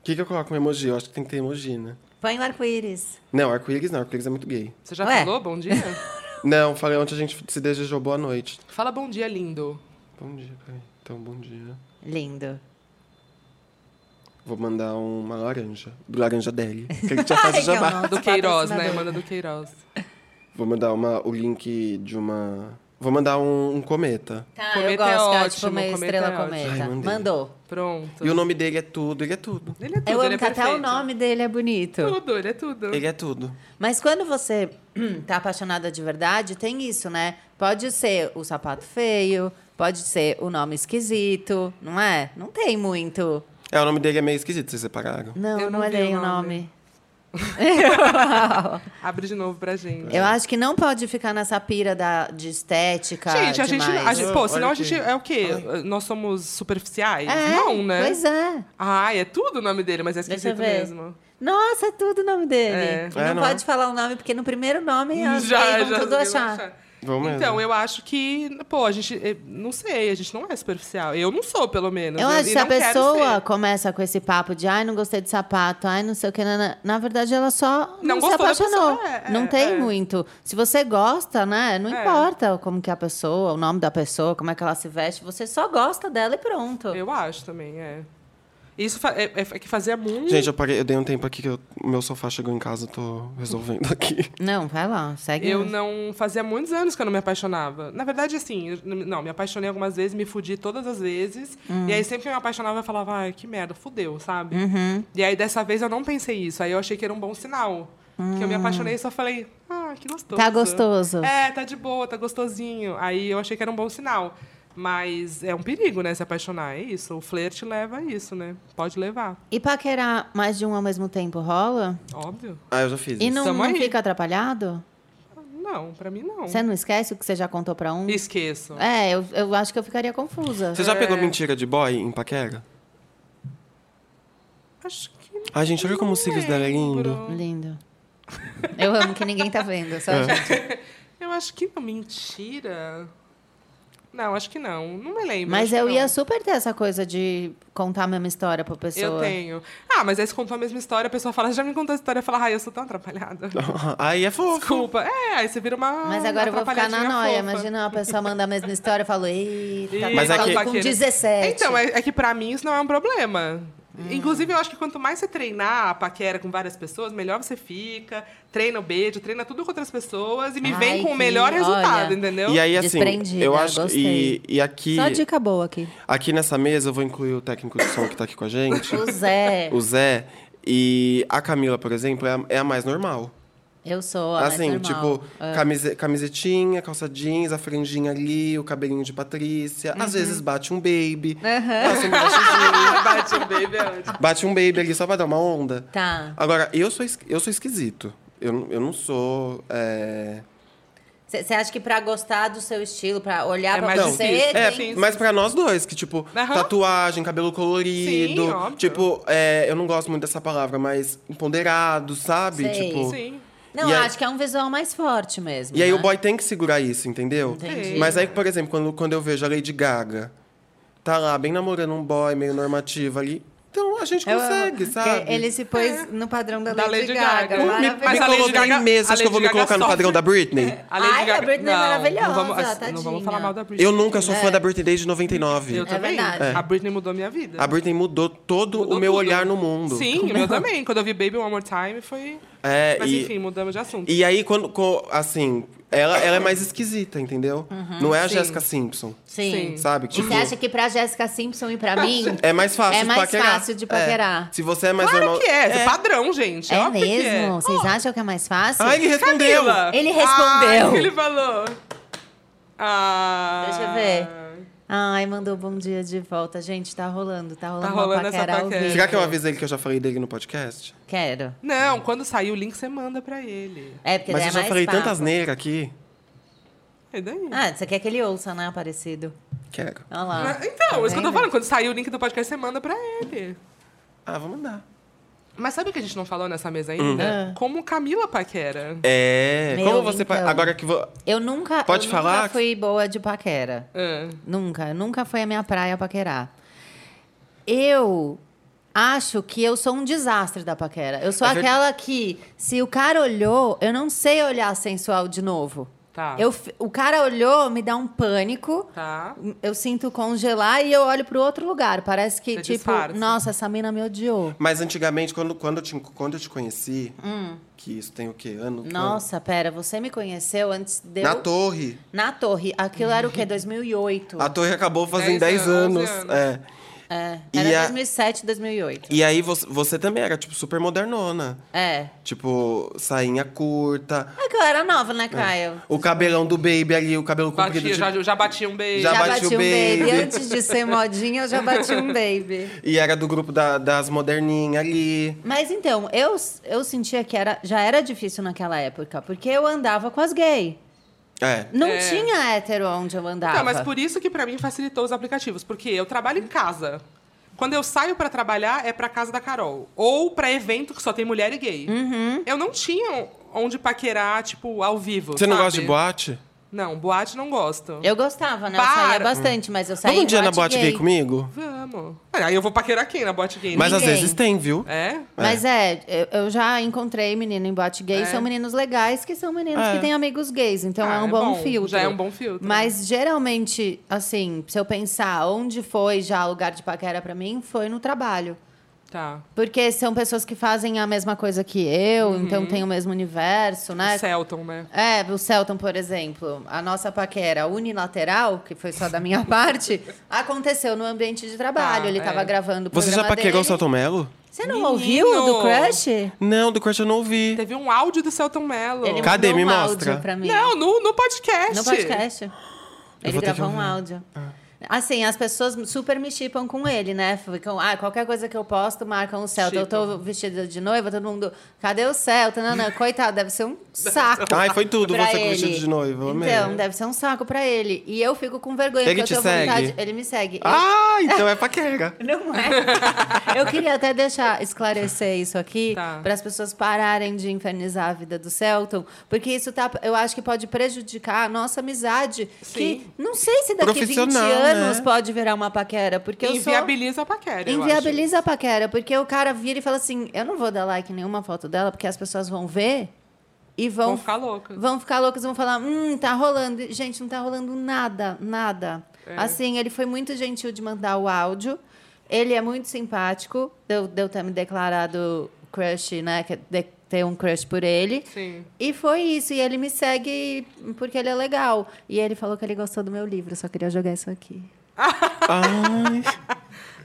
[SPEAKER 2] O que, que eu coloco um emoji? Eu acho que tem que ter emoji, né?
[SPEAKER 1] Põe o arco-íris.
[SPEAKER 2] Não, arco-íris não, arco-íris é muito gay.
[SPEAKER 3] Você já
[SPEAKER 1] Ué.
[SPEAKER 3] falou bom dia?
[SPEAKER 2] Não, falei ontem a gente se desejou boa noite.
[SPEAKER 3] Fala bom dia, lindo.
[SPEAKER 2] Bom dia, peraí. Então, bom dia.
[SPEAKER 1] Lindo.
[SPEAKER 2] Vou mandar uma laranja. Do laranja dele. Que ele já faz o
[SPEAKER 1] Ai, que é o
[SPEAKER 2] jabá.
[SPEAKER 1] nome.
[SPEAKER 3] Do
[SPEAKER 1] Nosso
[SPEAKER 3] Queiroz, né?
[SPEAKER 1] patrocinador.
[SPEAKER 3] Manda do Queiroz.
[SPEAKER 2] Vou mandar uma, o link de uma. Vou mandar um, um cometa.
[SPEAKER 1] Tá,
[SPEAKER 3] Cometa
[SPEAKER 1] eu gosto,
[SPEAKER 3] é
[SPEAKER 1] cara,
[SPEAKER 3] ótimo,
[SPEAKER 1] tipo meio
[SPEAKER 3] cometa
[SPEAKER 1] estrela
[SPEAKER 3] é ótimo.
[SPEAKER 1] cometa.
[SPEAKER 2] Ai, mandei.
[SPEAKER 1] Mandou.
[SPEAKER 3] Pronto.
[SPEAKER 2] E o nome dele é tudo, ele é tudo.
[SPEAKER 3] Ele é tudo,
[SPEAKER 1] Eu amo
[SPEAKER 3] ele é
[SPEAKER 1] que até o
[SPEAKER 3] perfeito.
[SPEAKER 1] nome dele é bonito.
[SPEAKER 3] Tudo, ele é tudo.
[SPEAKER 2] Ele é tudo.
[SPEAKER 1] Mas quando você tá apaixonada de verdade, tem isso, né? Pode ser o sapato feio, pode ser o nome esquisito, não é? Não tem muito.
[SPEAKER 2] É, o nome dele é meio esquisito, vocês separaram.
[SPEAKER 1] Não,
[SPEAKER 3] Eu
[SPEAKER 1] eu não,
[SPEAKER 3] não vi
[SPEAKER 1] olhei
[SPEAKER 3] o
[SPEAKER 1] o nome.
[SPEAKER 3] Abre de novo pra gente.
[SPEAKER 1] eu acho que não pode ficar nessa pira da, de estética.
[SPEAKER 3] Gente, a gente,
[SPEAKER 1] demais.
[SPEAKER 3] a gente.
[SPEAKER 2] Olha
[SPEAKER 3] Pô, senão a
[SPEAKER 2] aqui.
[SPEAKER 3] gente é o quê? Nós somos superficiais?
[SPEAKER 1] É,
[SPEAKER 3] não, né?
[SPEAKER 1] Pois é.
[SPEAKER 3] Ai, é tudo o nome dele, mas é
[SPEAKER 1] Deixa eu
[SPEAKER 3] esquisito
[SPEAKER 1] ver.
[SPEAKER 3] mesmo.
[SPEAKER 1] Nossa, é tudo o nome dele.
[SPEAKER 3] É.
[SPEAKER 1] Não,
[SPEAKER 2] É, não.
[SPEAKER 1] pode falar o nome, porque no primeiro nome é as gays vão tudo
[SPEAKER 3] eu
[SPEAKER 1] achar.
[SPEAKER 2] Vamos mesmo.
[SPEAKER 3] Então, eu acho que, pô, a gente, eh, não sei, a gente não é superficial. Eu não sou, pelo menos.
[SPEAKER 1] Eu acho
[SPEAKER 3] e
[SPEAKER 1] que se a
[SPEAKER 3] não quero
[SPEAKER 1] pessoa
[SPEAKER 3] ser.
[SPEAKER 1] começa com esse papo de ai, não gostei de sapato, ai, não sei o que, nanã", na verdade ela só não,
[SPEAKER 3] Não
[SPEAKER 1] se
[SPEAKER 3] gostou da
[SPEAKER 1] apaixonou.
[SPEAKER 3] pessoa, é, é,
[SPEAKER 1] não tem
[SPEAKER 3] é.
[SPEAKER 1] muito. Se você gosta, né, não
[SPEAKER 3] É.
[SPEAKER 1] importa como que é a pessoa, o nome da pessoa, como é que ela se veste, você só gosta dela e pronto.
[SPEAKER 3] Eu acho também, é. Isso fa- é, é que fazia muito.
[SPEAKER 2] Gente, eu, parei, eu dei um tempo aqui que eu- o meu sofá chegou em casa, eu tô resolvendo aqui.
[SPEAKER 1] Não, vai lá, segue.
[SPEAKER 2] Uhum.
[SPEAKER 1] um.
[SPEAKER 3] Eu não fazia muitos anos que eu não me apaixonava. Na verdade, assim, eu n- não, me apaixonei algumas vezes, me fudi todas as vezes. E
[SPEAKER 2] Hum.
[SPEAKER 3] aí, sempre que eu me apaixonava, eu falava, ai, que merda, fudeu, sabe?
[SPEAKER 2] Uhum.
[SPEAKER 3] E aí, dessa vez, eu não pensei isso. Aí, eu achei que era um bom sinal. Que eu me apaixonei e só falei, ah, que gostoso.
[SPEAKER 1] Tá gostoso.
[SPEAKER 3] É, tá de boa, tá gostosinho. Aí, eu achei que era um bom sinal. Mas é um perigo, né, se apaixonar. É isso, o flerte leva a isso, né? Pode levar,
[SPEAKER 1] E paquerar mais de um ao mesmo tempo rola?
[SPEAKER 3] óbvio.
[SPEAKER 2] Ah, eu já fiz
[SPEAKER 1] E
[SPEAKER 2] isso.
[SPEAKER 1] não,
[SPEAKER 3] Tamo
[SPEAKER 1] não
[SPEAKER 3] aí.
[SPEAKER 1] fica atrapalhado?
[SPEAKER 3] Não, pra mim, não.
[SPEAKER 1] Você não esquece o que você já contou pra um?
[SPEAKER 3] Esqueço.
[SPEAKER 1] É, eu, eu acho que eu ficaria confusa.
[SPEAKER 2] Você já pegou mentira de boy em paquera?
[SPEAKER 3] Acho que
[SPEAKER 2] Ai, gente, olha como os cílios dela é lindo.
[SPEAKER 1] Lindo. Eu amo que ninguém tá vendo, só
[SPEAKER 3] É.
[SPEAKER 1] a gente.
[SPEAKER 3] Eu acho que não. Mentira. Não, acho que não. Não me lembro.
[SPEAKER 1] Mas é
[SPEAKER 3] acho que
[SPEAKER 1] eu
[SPEAKER 3] não.
[SPEAKER 1] ia super ter essa coisa de contar a mesma história pra pessoa.
[SPEAKER 3] Eu tenho. Ah, mas aí você contou a mesma história, a pessoa fala, "Você já me contou a história. Eu falo, ai, eu sou tão atrapalhada.
[SPEAKER 2] Aí é fofo.
[SPEAKER 3] Desculpa. É, aí você vira uma.
[SPEAKER 1] Mas agora eu
[SPEAKER 3] uma
[SPEAKER 1] vou ficar na
[SPEAKER 3] atrapalhadinha
[SPEAKER 1] noia.
[SPEAKER 3] fofa.
[SPEAKER 1] Imagina uma pessoa mandar a mesma história e falou: Eita,
[SPEAKER 3] Ih,
[SPEAKER 2] Mas
[SPEAKER 1] tá
[SPEAKER 2] é que-
[SPEAKER 1] com 17.
[SPEAKER 3] Então, é, é que pra mim isso não é um problema.
[SPEAKER 1] Hum.
[SPEAKER 3] Inclusive, eu acho que quanto mais você treinar a paquera com várias pessoas, melhor você fica. Treina o beijo, treina tudo com outras pessoas e me
[SPEAKER 1] Ai,
[SPEAKER 3] vem com
[SPEAKER 1] que-
[SPEAKER 3] o melhor resultado,
[SPEAKER 1] olha.
[SPEAKER 3] entendeu?
[SPEAKER 2] E aí, assim,
[SPEAKER 1] Desprendida,
[SPEAKER 2] eu acho.
[SPEAKER 1] gostei.
[SPEAKER 2] E, e aqui,
[SPEAKER 1] Só dica boa aqui.
[SPEAKER 2] aqui nessa mesa, eu vou incluir o técnico de som que tá aqui com a gente,
[SPEAKER 1] O Zé,
[SPEAKER 2] o Zé. E a Camila, por exemplo, é a, é a mais normal.
[SPEAKER 1] eu sou a
[SPEAKER 2] assim,
[SPEAKER 1] mais né, normal. É. Ah,
[SPEAKER 2] tipo, camise- camisetinha, calça jeans, a franjinha ali, o cabelinho de Patrícia.
[SPEAKER 1] Uhum.
[SPEAKER 2] Às vezes bate um baby.
[SPEAKER 1] É.
[SPEAKER 2] Passa um baixozinho,
[SPEAKER 3] Bate o baby é ótimo.
[SPEAKER 2] bate um baby ali só pra dar uma onda.
[SPEAKER 1] Tá.
[SPEAKER 2] Agora, eu sou, es- eu sou esquisito. Eu, não- eu não sou. é,
[SPEAKER 1] Você acha que pra gostar do seu estilo, pra olhar
[SPEAKER 3] É
[SPEAKER 1] pra
[SPEAKER 3] mais
[SPEAKER 1] você,
[SPEAKER 3] difícil.
[SPEAKER 1] tem
[SPEAKER 2] É,
[SPEAKER 3] sim,
[SPEAKER 2] mas pra nós dois, que tipo,
[SPEAKER 3] Aham.
[SPEAKER 2] tatuagem, cabelo colorido.
[SPEAKER 3] Sim, óbvio.
[SPEAKER 2] tipo, é, eu não gosto muito dessa palavra, mas empoderado, sabe?
[SPEAKER 1] Sei.
[SPEAKER 2] Tipo.
[SPEAKER 3] Sim.
[SPEAKER 1] Não,
[SPEAKER 2] E aí-
[SPEAKER 1] acho que é um visual mais forte mesmo.
[SPEAKER 2] E aí
[SPEAKER 1] né?
[SPEAKER 2] o boy tem que segurar isso, entendeu?
[SPEAKER 1] Entendi.
[SPEAKER 2] Mas aí, por exemplo, quando, quando eu vejo a Lady Gaga, tá lá bem namorando um boy meio normativo ali. Então a gente
[SPEAKER 1] Eu-
[SPEAKER 2] consegue,
[SPEAKER 1] que
[SPEAKER 2] sabe?
[SPEAKER 1] é, Ele se pôs no padrão da,
[SPEAKER 3] Da
[SPEAKER 1] Lady,
[SPEAKER 3] Lady
[SPEAKER 1] Gaga.
[SPEAKER 3] Gaga.
[SPEAKER 2] Me- Me,
[SPEAKER 1] Maravilhoso.
[SPEAKER 3] Mas a Lady
[SPEAKER 2] colocar
[SPEAKER 3] Gaga-
[SPEAKER 2] em mesa
[SPEAKER 3] a
[SPEAKER 2] que eu
[SPEAKER 3] Lady
[SPEAKER 2] vou me
[SPEAKER 3] Gaga
[SPEAKER 2] colocar no
[SPEAKER 3] sofre.
[SPEAKER 2] padrão da Britney.
[SPEAKER 1] Ai, a Britney é maravilhosa,
[SPEAKER 3] Não vamos, assim, não
[SPEAKER 1] tadinha.
[SPEAKER 3] vamos falar mal da Britney.
[SPEAKER 2] Eu nunca sou
[SPEAKER 1] É.
[SPEAKER 2] fã da Britney desde 99.
[SPEAKER 3] Eu também.
[SPEAKER 1] verdade. É.
[SPEAKER 3] A Britney mudou minha vida.
[SPEAKER 2] A Britney mudou todo
[SPEAKER 3] Mudou
[SPEAKER 2] o meu
[SPEAKER 3] tudo.
[SPEAKER 2] olhar no mundo.
[SPEAKER 3] Sim, o meu também. Quando eu vi Baby One More Time, foi...
[SPEAKER 2] É,
[SPEAKER 3] Mas
[SPEAKER 2] e-
[SPEAKER 3] enfim, mudamos de assunto.
[SPEAKER 2] E aí, quando, co- assim, ela, ela é mais esquisita, entendeu? não é a
[SPEAKER 3] sim.
[SPEAKER 2] Jéssica Simpson,
[SPEAKER 1] Uhum. Sim.
[SPEAKER 3] Sim.
[SPEAKER 2] sabe? Tipo,
[SPEAKER 1] E você acha que pra Jessica Simpson e pra mim...
[SPEAKER 2] é mais fácil
[SPEAKER 1] É
[SPEAKER 2] de
[SPEAKER 1] mais
[SPEAKER 2] paquerar.
[SPEAKER 1] fácil de paquerar.
[SPEAKER 2] É. Se você é mais
[SPEAKER 3] Claro
[SPEAKER 2] normal...
[SPEAKER 3] que é, é padrão, gente.
[SPEAKER 1] É
[SPEAKER 3] Óbvio que
[SPEAKER 1] mesmo? Vocês acham que é mais fácil?
[SPEAKER 2] Ah, ele respondeu!
[SPEAKER 3] Camila!
[SPEAKER 1] Ele
[SPEAKER 3] Ai,
[SPEAKER 1] respondeu.
[SPEAKER 3] o que ele falou? Ah...
[SPEAKER 1] Deixa eu ver. Ai, mandou bom dia de volta. Gente, tá rolando, tá rolando,
[SPEAKER 3] rolando
[SPEAKER 1] uma
[SPEAKER 3] essa
[SPEAKER 1] paquera ao
[SPEAKER 3] paquera.
[SPEAKER 1] vivo.
[SPEAKER 2] Será que eu avisei ele que eu já falei dele no podcast?
[SPEAKER 1] Quero.
[SPEAKER 3] Não, quando sair o link, você manda pra ele.
[SPEAKER 1] É, porque
[SPEAKER 2] Mas
[SPEAKER 1] daí é
[SPEAKER 2] eu já
[SPEAKER 1] mais
[SPEAKER 2] falei
[SPEAKER 1] papo.
[SPEAKER 2] tantas neiras aqui.
[SPEAKER 3] E É daí?
[SPEAKER 1] Ah, você quer que ele ouça, né, Aparecido?
[SPEAKER 2] Quero.
[SPEAKER 1] Olha lá.
[SPEAKER 3] Ah, Então,
[SPEAKER 1] Tá
[SPEAKER 3] isso que eu tô
[SPEAKER 1] vendo?
[SPEAKER 3] falando. Quando sair o link do podcast, você manda pra ele.
[SPEAKER 2] Ah, vou mandar.
[SPEAKER 3] Mas sabe o que a gente não falou nessa mesa
[SPEAKER 1] Hum.
[SPEAKER 3] ainda? Como Camila Paquera.
[SPEAKER 2] É,
[SPEAKER 1] Meu,
[SPEAKER 2] como você... pa-
[SPEAKER 1] então.
[SPEAKER 2] Agora que vou...
[SPEAKER 1] Eu nunca,
[SPEAKER 2] Pode
[SPEAKER 1] eu
[SPEAKER 2] falar?
[SPEAKER 1] nunca fui boa de paquera.
[SPEAKER 3] Ah.
[SPEAKER 1] Nunca, nunca foi a minha praia paquerar. Eu acho que eu sou um desastre da paquera. Eu sou
[SPEAKER 2] É verdade.
[SPEAKER 1] aquela que, se o cara olhou, eu não sei olhar sensual de novo.
[SPEAKER 3] Tá.
[SPEAKER 1] Eu, fi- o cara olhou, me dá um pânico.
[SPEAKER 3] Tá.
[SPEAKER 1] Eu sinto congelar e eu olho pro outro lugar. Parece que,
[SPEAKER 3] Você
[SPEAKER 1] tipo,
[SPEAKER 3] disfarça.
[SPEAKER 1] nossa, essa mina me odiou.
[SPEAKER 2] Mas antigamente, quando, quando, eu, te, quando eu te conheci, que isso tem o quê? Ano?
[SPEAKER 1] Hum. Nossa, pera, você me conheceu antes de
[SPEAKER 2] Na
[SPEAKER 1] eu...
[SPEAKER 2] torre.
[SPEAKER 1] Na torre. Aquilo era o quê? 2008.
[SPEAKER 2] A torre acabou fazendo 10
[SPEAKER 3] Dez anos,
[SPEAKER 2] anos.
[SPEAKER 3] onze anos.
[SPEAKER 2] É.
[SPEAKER 1] É,
[SPEAKER 2] E
[SPEAKER 1] era
[SPEAKER 2] a-
[SPEAKER 1] 2007, 2008.
[SPEAKER 2] E aí, você, você também era, tipo, super modernona.
[SPEAKER 1] É.
[SPEAKER 2] Tipo, sainha curta.
[SPEAKER 1] É que eu era nova, né, Caio?
[SPEAKER 2] O cabelão do baby ali, o cabelo comprido.
[SPEAKER 3] Batia,
[SPEAKER 2] de-
[SPEAKER 3] já, já bati um beijo.
[SPEAKER 2] Já
[SPEAKER 1] Já,
[SPEAKER 2] bati
[SPEAKER 1] bati,
[SPEAKER 2] o
[SPEAKER 1] um baby.
[SPEAKER 2] baby.
[SPEAKER 1] Antes de ser modinha, eu já bati um baby.
[SPEAKER 2] E era do grupo da- das moderninhas ali.
[SPEAKER 1] Mas então, eu, eu sentia que era, já era difícil naquela época, porque eu andava com as gay.
[SPEAKER 2] É.
[SPEAKER 1] Não
[SPEAKER 3] É.
[SPEAKER 1] tinha hétero onde eu andava.
[SPEAKER 3] Então, mas por isso que pra mim facilitou os aplicativos, porque eu trabalho em casa. Quando eu saio pra trabalhar é pra casa da Carol ou pra evento que só tem mulher e gay.
[SPEAKER 1] Uhum.
[SPEAKER 3] Eu não tinha onde paquerar tipo ao vivo.
[SPEAKER 2] Você não
[SPEAKER 3] sabe?
[SPEAKER 2] gosta de boate?
[SPEAKER 3] Não, boate não gosto.
[SPEAKER 1] Eu gostava, né? Eu
[SPEAKER 3] Para!
[SPEAKER 1] saía bastante, mas eu saía
[SPEAKER 2] Vamos um dia
[SPEAKER 1] em
[SPEAKER 2] na boate gay, comigo?
[SPEAKER 3] Vamos. Aí eu vou paquerar quem na boate gay? né?
[SPEAKER 2] Mas às
[SPEAKER 1] Ninguém.
[SPEAKER 2] vezes tem, viu?
[SPEAKER 3] É?
[SPEAKER 1] Mas é, eu- eu já encontrei menino em boate gay. São meninos legais, que são meninos que têm amigos gays. Então
[SPEAKER 3] Ah,
[SPEAKER 1] é um
[SPEAKER 3] é
[SPEAKER 1] bom,
[SPEAKER 3] bom,
[SPEAKER 1] filtro.
[SPEAKER 3] já é um bom filtro.
[SPEAKER 1] Mas geralmente, assim, se eu pensar onde foi já lugar de paquera pra mim, foi no trabalho.
[SPEAKER 3] Tá.
[SPEAKER 1] Porque são pessoas que fazem a mesma coisa que eu, então tem o mesmo universo, né?
[SPEAKER 3] Uhum. O Celton, né?
[SPEAKER 1] É, o Celton, por exemplo, a nossa paquera unilateral, que foi só da minha parte, aconteceu no ambiente de trabalho.
[SPEAKER 3] Tá,
[SPEAKER 1] Ele
[SPEAKER 3] é.
[SPEAKER 1] tava gravando o
[SPEAKER 2] Você já
[SPEAKER 1] programa
[SPEAKER 2] paquerou o
[SPEAKER 1] dele.
[SPEAKER 2] Celton Mello?
[SPEAKER 1] Você não
[SPEAKER 3] Menino!
[SPEAKER 1] ouviu o do Crush?
[SPEAKER 2] Não, do Crush eu não ouvi.
[SPEAKER 3] Teve um áudio do Celton Mello.
[SPEAKER 1] Ele
[SPEAKER 2] Cadê?
[SPEAKER 1] mandou
[SPEAKER 2] Me
[SPEAKER 1] um
[SPEAKER 2] mostra.
[SPEAKER 1] Áudio pra mim.
[SPEAKER 3] Não, no, no podcast.
[SPEAKER 1] no podcast. Ele
[SPEAKER 2] vou ter que
[SPEAKER 1] gravou um
[SPEAKER 2] ouvir. É.
[SPEAKER 1] áudio. Assim, as pessoas super me chipam com ele, né? Ficam, ah, qualquer coisa que eu posto, marcam o Celta. Eu tô vestida de noiva, todo mundo, cadê o Celta? Não, não, coitado, deve ser um saco.
[SPEAKER 2] Ai, foi tudo
[SPEAKER 1] pra
[SPEAKER 2] você com
[SPEAKER 1] ele.
[SPEAKER 2] vestido de noiva, eu amei.
[SPEAKER 1] Então, deve ser um saco pra ele. E eu fico com vergonha,
[SPEAKER 2] Ele
[SPEAKER 1] porque eu
[SPEAKER 2] te
[SPEAKER 1] tenho
[SPEAKER 2] segue?
[SPEAKER 1] vontade. Ele me segue. Eu-
[SPEAKER 2] Ah, então é paquera.
[SPEAKER 1] não é. Eu queria até deixar esclarecer isso aqui
[SPEAKER 3] Tá.
[SPEAKER 1] para as pessoas pararem de infernizar a vida do Celton, porque isso tá, eu acho que pode prejudicar a nossa amizade,
[SPEAKER 3] Sim.
[SPEAKER 1] que não sei se daqui 20
[SPEAKER 2] Profissional, né?
[SPEAKER 1] anos pode virar uma paquera, porque eu sou
[SPEAKER 3] Inviabiliza a paquera. eu acho.
[SPEAKER 1] Inviabiliza a paquera, porque o cara vira e fala assim: "Eu não vou dar like em nenhuma foto dela, porque as pessoas vão ver e vão
[SPEAKER 3] Vão ficar loucas.
[SPEAKER 1] Vão ficar loucas, vão falar: "Hum, tá rolando". E,
[SPEAKER 3] É.
[SPEAKER 1] Gente, não tá rolando nada, nada. Assim, ele foi muito gentil de mandar o áudio. Ele é muito simpático. Deu, deu ter me declarado crush, né? que- de- ter um crush por ele.
[SPEAKER 3] Sim.
[SPEAKER 1] E foi isso. E ele me segue porque ele é legal. E ele falou que ele gostou do meu livro. Só queria jogar isso aqui.
[SPEAKER 2] Ai,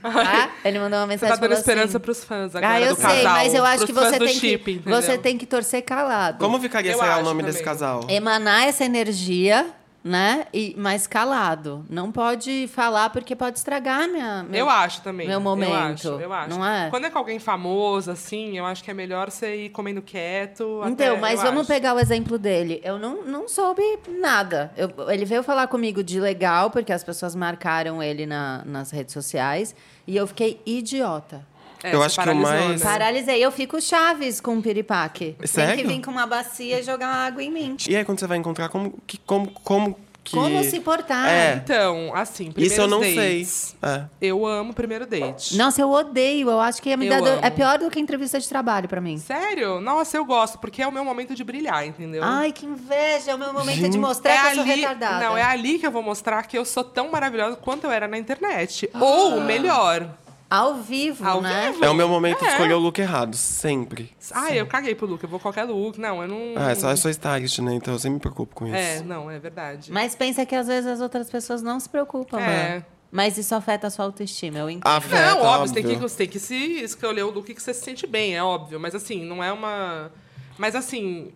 [SPEAKER 1] Tá? Ele mandou uma
[SPEAKER 3] Você
[SPEAKER 1] mensagem
[SPEAKER 3] tá dando
[SPEAKER 1] falou
[SPEAKER 3] esperança
[SPEAKER 1] assim,
[SPEAKER 3] pros fãs agora
[SPEAKER 1] Ah, eu
[SPEAKER 3] do
[SPEAKER 1] sei,
[SPEAKER 3] casal,
[SPEAKER 1] mas eu acho
[SPEAKER 3] pros
[SPEAKER 1] que
[SPEAKER 3] fãs
[SPEAKER 1] você
[SPEAKER 3] do
[SPEAKER 1] tem
[SPEAKER 3] chip,
[SPEAKER 1] que
[SPEAKER 3] entendeu?
[SPEAKER 1] você tem que torcer calado.
[SPEAKER 2] como ficaria,
[SPEAKER 3] Eu
[SPEAKER 2] sei lá, o
[SPEAKER 3] acho
[SPEAKER 2] nome
[SPEAKER 3] também.
[SPEAKER 2] desse casal?
[SPEAKER 1] É. Emanar essa energia, né? E mas calado. Não pode falar porque pode estragar minha meu-
[SPEAKER 3] eu acho também.
[SPEAKER 1] meu momento.
[SPEAKER 3] Eu acho, eu acho.
[SPEAKER 1] Não é?
[SPEAKER 3] Quando é com alguém famoso, assim, eu acho que é melhor você ir comendo quieto.
[SPEAKER 1] Então,
[SPEAKER 3] até-
[SPEAKER 1] mas
[SPEAKER 3] eu
[SPEAKER 1] vamos
[SPEAKER 3] acho.
[SPEAKER 1] pegar o exemplo dele. Eu não, não soube nada. Eu- ele veio falar comigo de legal, porque as pessoas marcaram ele na- nas redes sociais. E eu fiquei idiota.
[SPEAKER 3] É,
[SPEAKER 2] Eu
[SPEAKER 3] você
[SPEAKER 2] acho que o
[SPEAKER 3] paralisou,
[SPEAKER 2] mais-
[SPEAKER 3] né?
[SPEAKER 1] Paralisei. Eu fico Chaves com um piripaque. Tem
[SPEAKER 2] Sério?
[SPEAKER 1] que vir com uma bacia e jogar água em mim.
[SPEAKER 2] E aí, quando você vai encontrar, como que. Como, como, que...
[SPEAKER 1] Como se portar?
[SPEAKER 2] É.
[SPEAKER 3] Então, assim, primeiros
[SPEAKER 2] Isso eu não
[SPEAKER 3] dates.
[SPEAKER 2] sei. É.
[SPEAKER 3] Eu amo primeiro date.
[SPEAKER 1] Nossa, eu odeio. Eu acho que ia me
[SPEAKER 3] Eu
[SPEAKER 1] dar dor-
[SPEAKER 3] amo.
[SPEAKER 1] é pior do que entrevista de trabalho pra mim.
[SPEAKER 3] Sério? Nossa, eu gosto, porque é o meu momento de brilhar, entendeu?
[SPEAKER 1] Ai, que inveja. É o meu momento de
[SPEAKER 2] Gente.
[SPEAKER 1] mostrar que eu sou retardada.
[SPEAKER 3] É Não, é ali que eu vou mostrar que eu sou tão maravilhosa quanto eu era na internet. Ou melhor.
[SPEAKER 1] Ao vivo,
[SPEAKER 3] Ao
[SPEAKER 1] Ah. né?
[SPEAKER 3] vivo.
[SPEAKER 2] É o meu momento de
[SPEAKER 3] É.
[SPEAKER 2] escolher o look errado, sempre.
[SPEAKER 3] Ah, eu caguei pro look, eu vou qualquer look. Não, eu não.
[SPEAKER 2] Ah, é só eu sou stylist, né? Então eu sempre me preocupo com isso.
[SPEAKER 3] É, não, é verdade.
[SPEAKER 1] Mas pensa que às vezes as outras pessoas não se preocupam,
[SPEAKER 3] É.
[SPEAKER 1] né? Mas isso afeta a sua autoestima, eu entendo.
[SPEAKER 2] Afeta,
[SPEAKER 3] não, óbvio, Você, tem que, você tem que se escolher o look que você se sente bem, é óbvio. Mas assim, não é uma. Mas assim.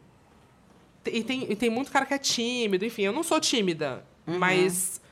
[SPEAKER 3] te- E tem, e tem muito cara que é tímido, enfim, eu não sou tímida, mas.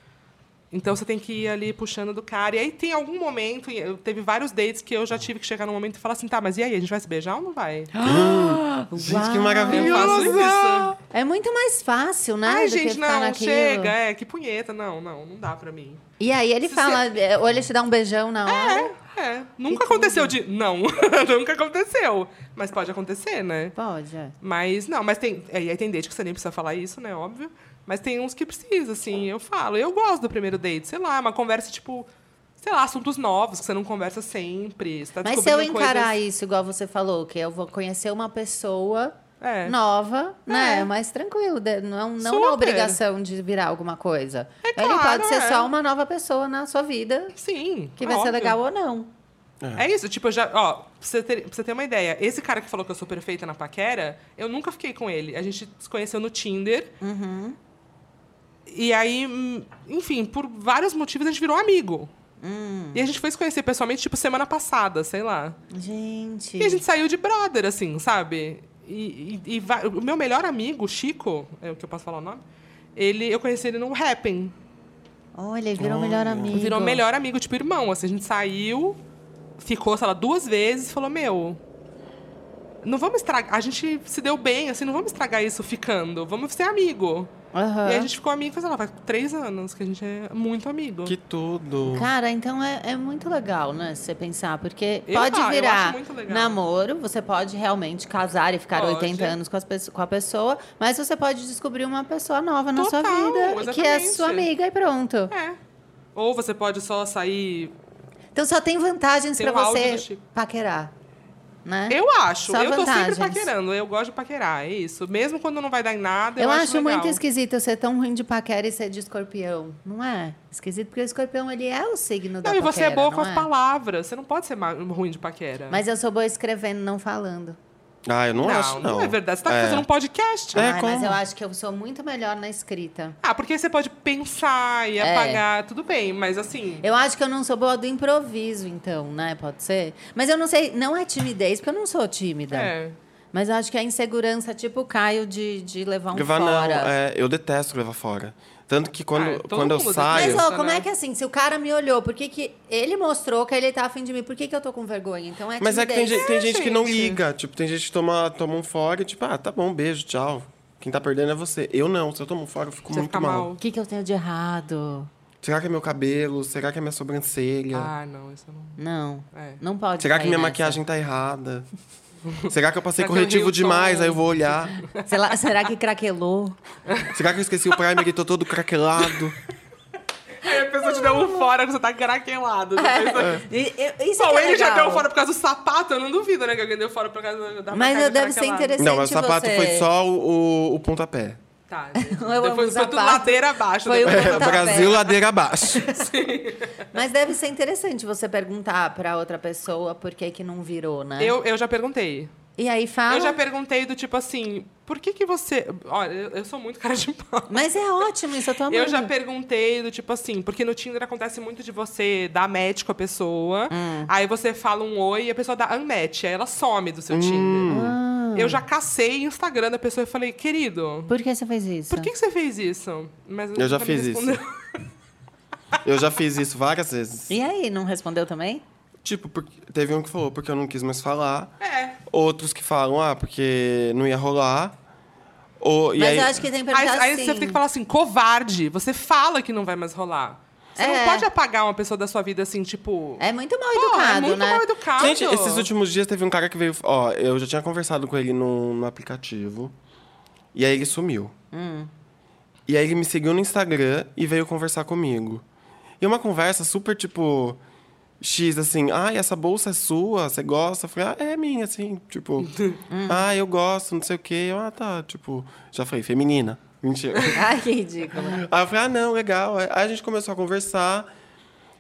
[SPEAKER 3] Então você tem que ir ali puxando do cara. E aí tem algum momento, e eu- teve vários dates que eu já tive que chegar num momento e falar assim, tá, mas e aí, a gente vai se beijar ou não vai?
[SPEAKER 1] Ah,
[SPEAKER 2] Gente, que
[SPEAKER 1] Uau.
[SPEAKER 3] Eu faço
[SPEAKER 2] maravilhoso!
[SPEAKER 3] isso.
[SPEAKER 1] É muito mais fácil, né?
[SPEAKER 3] Ai,
[SPEAKER 1] do que
[SPEAKER 3] gente,
[SPEAKER 1] ficar
[SPEAKER 3] não,
[SPEAKER 1] naquilo.
[SPEAKER 3] chega, é, que punheta, não, não, não dá pra mim.
[SPEAKER 1] E aí ele
[SPEAKER 3] Se
[SPEAKER 1] fala, é, ou ele te dá um beijão na hora.
[SPEAKER 3] É, nunca aconteceu de. Não, nunca aconteceu. Mas pode acontecer, né?
[SPEAKER 1] Pode, é.
[SPEAKER 3] Mas não, mas tem. é, E aí tem date que você nem precisa falar isso, né? Óbvio. Mas tem uns que precisa, assim, eu falo. Eu gosto do primeiro date, sei lá, uma conversa, tipo, sei lá, assuntos novos que você não conversa sempre. Você tá
[SPEAKER 1] Mas se eu
[SPEAKER 3] descobrindo
[SPEAKER 1] encarar
[SPEAKER 3] coisas...
[SPEAKER 1] isso, igual você falou, que eu vou conhecer uma pessoa
[SPEAKER 3] É.
[SPEAKER 1] nova, né? Mais tranquilo, de- não, não
[SPEAKER 3] Super.
[SPEAKER 1] na obrigação de virar alguma coisa.
[SPEAKER 3] É
[SPEAKER 1] Ele
[SPEAKER 3] claro,
[SPEAKER 1] pode ser
[SPEAKER 3] é.
[SPEAKER 1] só uma nova pessoa na sua vida,
[SPEAKER 3] Sim.
[SPEAKER 1] que vai ser
[SPEAKER 3] óbvio.
[SPEAKER 1] legal ou não.
[SPEAKER 3] É isso, tipo, eu já. Ó, pra você, ter, pra você ter uma ideia, esse cara que falou que eu sou perfeita na paquera, eu nunca fiquei com ele. A gente se conheceu no Tinder. E aí, hum, enfim, por vários motivos a gente virou amigo. E a gente foi se conhecer pessoalmente, tipo, semana passada, sei lá.
[SPEAKER 1] Gente.
[SPEAKER 3] E a gente saiu de brother, assim, sabe? E, e- e va- o meu melhor amigo, o Chico, é o que eu posso falar o nome? Ele, eu conheci ele no Happn.
[SPEAKER 1] Olha, ele virou melhor amigo.
[SPEAKER 3] Virou melhor amigo, tipo irmão. Assim, a gente saiu, ficou, sei lá, duas vezes e falou: Meu, não vamos estragar. A gente se deu bem, assim, não vamos estragar isso ficando. Vamos ser amigo.
[SPEAKER 1] Aham.
[SPEAKER 3] E a gente ficou amigo, faz, sei lá, faz três anos que a gente é muito amigo.
[SPEAKER 2] Que tudo!
[SPEAKER 1] Cara, então é, é muito legal, né? Se você pensar, porque
[SPEAKER 3] Eu-
[SPEAKER 1] pode
[SPEAKER 3] ah, eu
[SPEAKER 1] virar
[SPEAKER 3] acho muito legal.
[SPEAKER 1] namoro, você pode realmente casar e ficar
[SPEAKER 3] Pode.
[SPEAKER 1] 80 anos com, as pesso- com a pessoa, mas você pode descobrir uma pessoa nova na sua
[SPEAKER 3] Total,
[SPEAKER 1] vida, que é
[SPEAKER 3] exatamente.
[SPEAKER 1] sua amiga e pronto.
[SPEAKER 3] É. Ou você pode só sair.
[SPEAKER 1] Então só tem vantagens
[SPEAKER 3] Tem
[SPEAKER 1] pra
[SPEAKER 3] um áudio do
[SPEAKER 1] você
[SPEAKER 3] Chico.
[SPEAKER 1] paquerar, né?
[SPEAKER 3] Eu acho.
[SPEAKER 1] Só
[SPEAKER 3] eu tô
[SPEAKER 1] vantagens.
[SPEAKER 3] sempre paquerando. Eu gosto de paquerar, é isso. Mesmo quando não vai dar em nada, eu,
[SPEAKER 1] Eu acho
[SPEAKER 3] legal.
[SPEAKER 1] muito esquisito eu ser tão ruim de paquera e ser de escorpião, não é? Esquisito porque o escorpião ele é o signo da
[SPEAKER 3] Não, e
[SPEAKER 1] paquera,
[SPEAKER 3] você é boa com
[SPEAKER 1] não
[SPEAKER 3] as palavras. Você não pode ser ma- ruim de paquera.
[SPEAKER 1] Mas eu sou boa escrevendo, não falando.
[SPEAKER 2] Ah, eu não, acho, não.
[SPEAKER 3] é verdade. Você tá
[SPEAKER 2] É.
[SPEAKER 3] fazendo um podcast.
[SPEAKER 2] É,
[SPEAKER 1] Ai, mas
[SPEAKER 2] como?
[SPEAKER 1] eu acho que eu sou muito melhor na escrita.
[SPEAKER 3] Ah, porque você pode pensar e
[SPEAKER 1] É.
[SPEAKER 3] apagar, tudo bem, mas assim.
[SPEAKER 1] Eu acho que eu não sou boa do improviso, então, né? Pode ser. Mas eu não sei, não é timidez, porque eu não sou tímida.
[SPEAKER 3] É.
[SPEAKER 1] Mas eu acho que é insegurança, tipo o Caio, de, de levar um
[SPEAKER 2] Levar não,
[SPEAKER 1] fora.
[SPEAKER 2] é, eu detesto levar fora. Tanto que quando,
[SPEAKER 3] Ah, todo
[SPEAKER 2] quando eu
[SPEAKER 3] mundo
[SPEAKER 2] saio.
[SPEAKER 1] Mas,
[SPEAKER 3] detesta.
[SPEAKER 1] ó,
[SPEAKER 3] né?
[SPEAKER 1] como é que assim, se o cara me olhou, por que que... Ele mostrou que ele tá afim de mim, por que que eu tô com vergonha? Então é timidez.
[SPEAKER 2] Mas é que tem, gente- tem
[SPEAKER 3] É,
[SPEAKER 2] gente que não
[SPEAKER 3] gente.
[SPEAKER 2] liga. Tipo, tem gente que toma, toma um fora e, tipo, ah, tá bom, beijo, tchau. Quem tá perdendo é você. Eu não, se eu tomo um fora, eu fico
[SPEAKER 3] Você
[SPEAKER 2] muito
[SPEAKER 3] fica
[SPEAKER 2] mal.
[SPEAKER 3] mal.
[SPEAKER 1] O que que eu tenho de errado?
[SPEAKER 2] Será que é meu cabelo? Será que é minha sobrancelha?
[SPEAKER 3] Ah, não, isso eu
[SPEAKER 1] Não,
[SPEAKER 3] não. É.
[SPEAKER 1] não pode
[SPEAKER 2] Será que
[SPEAKER 1] cair
[SPEAKER 2] minha
[SPEAKER 1] nessa.
[SPEAKER 2] maquiagem tá errada? Será que eu passei
[SPEAKER 3] Será que eu
[SPEAKER 2] corretivo
[SPEAKER 3] ri o
[SPEAKER 2] demais,
[SPEAKER 3] tom?
[SPEAKER 2] aí eu vou olhar?
[SPEAKER 1] Sei lá, será que craquelou?
[SPEAKER 2] Será que eu esqueci o primer e tô todo craquelado?
[SPEAKER 3] Aí a pessoa te deu um fora que você tá craquelado. Depois...
[SPEAKER 1] E- e- É. Isso
[SPEAKER 3] Bom,
[SPEAKER 1] que é
[SPEAKER 3] É. ele já
[SPEAKER 1] legal.
[SPEAKER 3] deu um fora por causa do sapato, eu não duvido, né? Que alguém deu fora por causa da
[SPEAKER 1] Mas
[SPEAKER 3] casa
[SPEAKER 1] deve ser
[SPEAKER 3] craquelada.
[SPEAKER 1] interessante
[SPEAKER 2] Não, mas o sapato
[SPEAKER 1] você-
[SPEAKER 2] foi só o, o, o pontapé.
[SPEAKER 3] Tá.
[SPEAKER 1] Eu amo
[SPEAKER 3] Depois
[SPEAKER 1] usar
[SPEAKER 3] foi tudo
[SPEAKER 1] pato.
[SPEAKER 3] ladeira abaixo.
[SPEAKER 1] Foi
[SPEAKER 3] depois.
[SPEAKER 1] o- Tá
[SPEAKER 2] É, Brasil
[SPEAKER 1] bem.
[SPEAKER 2] ladeira abaixo.
[SPEAKER 1] Mas deve ser interessante você perguntar pra outra pessoa por que que não virou, né? Ah.
[SPEAKER 3] Eu, eu já perguntei.
[SPEAKER 1] E aí fala.
[SPEAKER 3] Eu já perguntei do tipo assim, por que que você... Olha, eu, eu sou muito cara de pau.
[SPEAKER 1] Mas é ótimo isso, eu tô amando.
[SPEAKER 3] Eu já perguntei do tipo assim, porque no Tinder acontece muito de você dar match com a pessoa,
[SPEAKER 1] Hum.
[SPEAKER 3] aí você fala um oi e a pessoa dá unmatch, aí ela some do seu
[SPEAKER 1] Hum. Ah.
[SPEAKER 3] Tinder. Eu já cacei Instagram da pessoa e falei, querido,
[SPEAKER 1] Por que você fez isso?
[SPEAKER 3] por que, que você fez isso? Mas
[SPEAKER 2] Eu já
[SPEAKER 3] ela me
[SPEAKER 2] fiz isso.
[SPEAKER 3] respondeu.
[SPEAKER 2] Eu já fiz isso várias vezes.
[SPEAKER 1] E aí, não respondeu também?
[SPEAKER 2] Tipo, porque- teve um que falou porque eu não quis mais falar.
[SPEAKER 3] É.
[SPEAKER 2] Outros que falam, ah, porque não ia rolar. Ou, e
[SPEAKER 1] Mas
[SPEAKER 2] aí,
[SPEAKER 1] eu acho que tem que
[SPEAKER 3] Aí,
[SPEAKER 1] perguntar
[SPEAKER 3] aí
[SPEAKER 1] assim.
[SPEAKER 3] você tem que falar assim, covarde. Você fala que não vai mais rolar. Você
[SPEAKER 1] É.
[SPEAKER 3] não pode apagar uma pessoa da sua vida assim, tipo.
[SPEAKER 1] É muito mal
[SPEAKER 3] "Pô,
[SPEAKER 1] educado,
[SPEAKER 3] é muito
[SPEAKER 1] né?
[SPEAKER 3] mal educado.
[SPEAKER 2] Gente, esses últimos dias teve um cara que veio. Ó, eu já tinha conversado com ele no, no aplicativo. E aí ele sumiu. E aí ele me seguiu no Instagram e veio conversar comigo. E uma conversa super tipo. X, assim, ai, essa bolsa é sua, você gosta? Eu falei, ah, é minha, assim, tipo, ah, eu gosto, não sei o quê. Eu, ah, tá, tipo, já falei, feminina. Mentira.
[SPEAKER 1] Ai, que ridículo.
[SPEAKER 2] Aí eu falei, ah, não, legal. Aí a gente começou a conversar.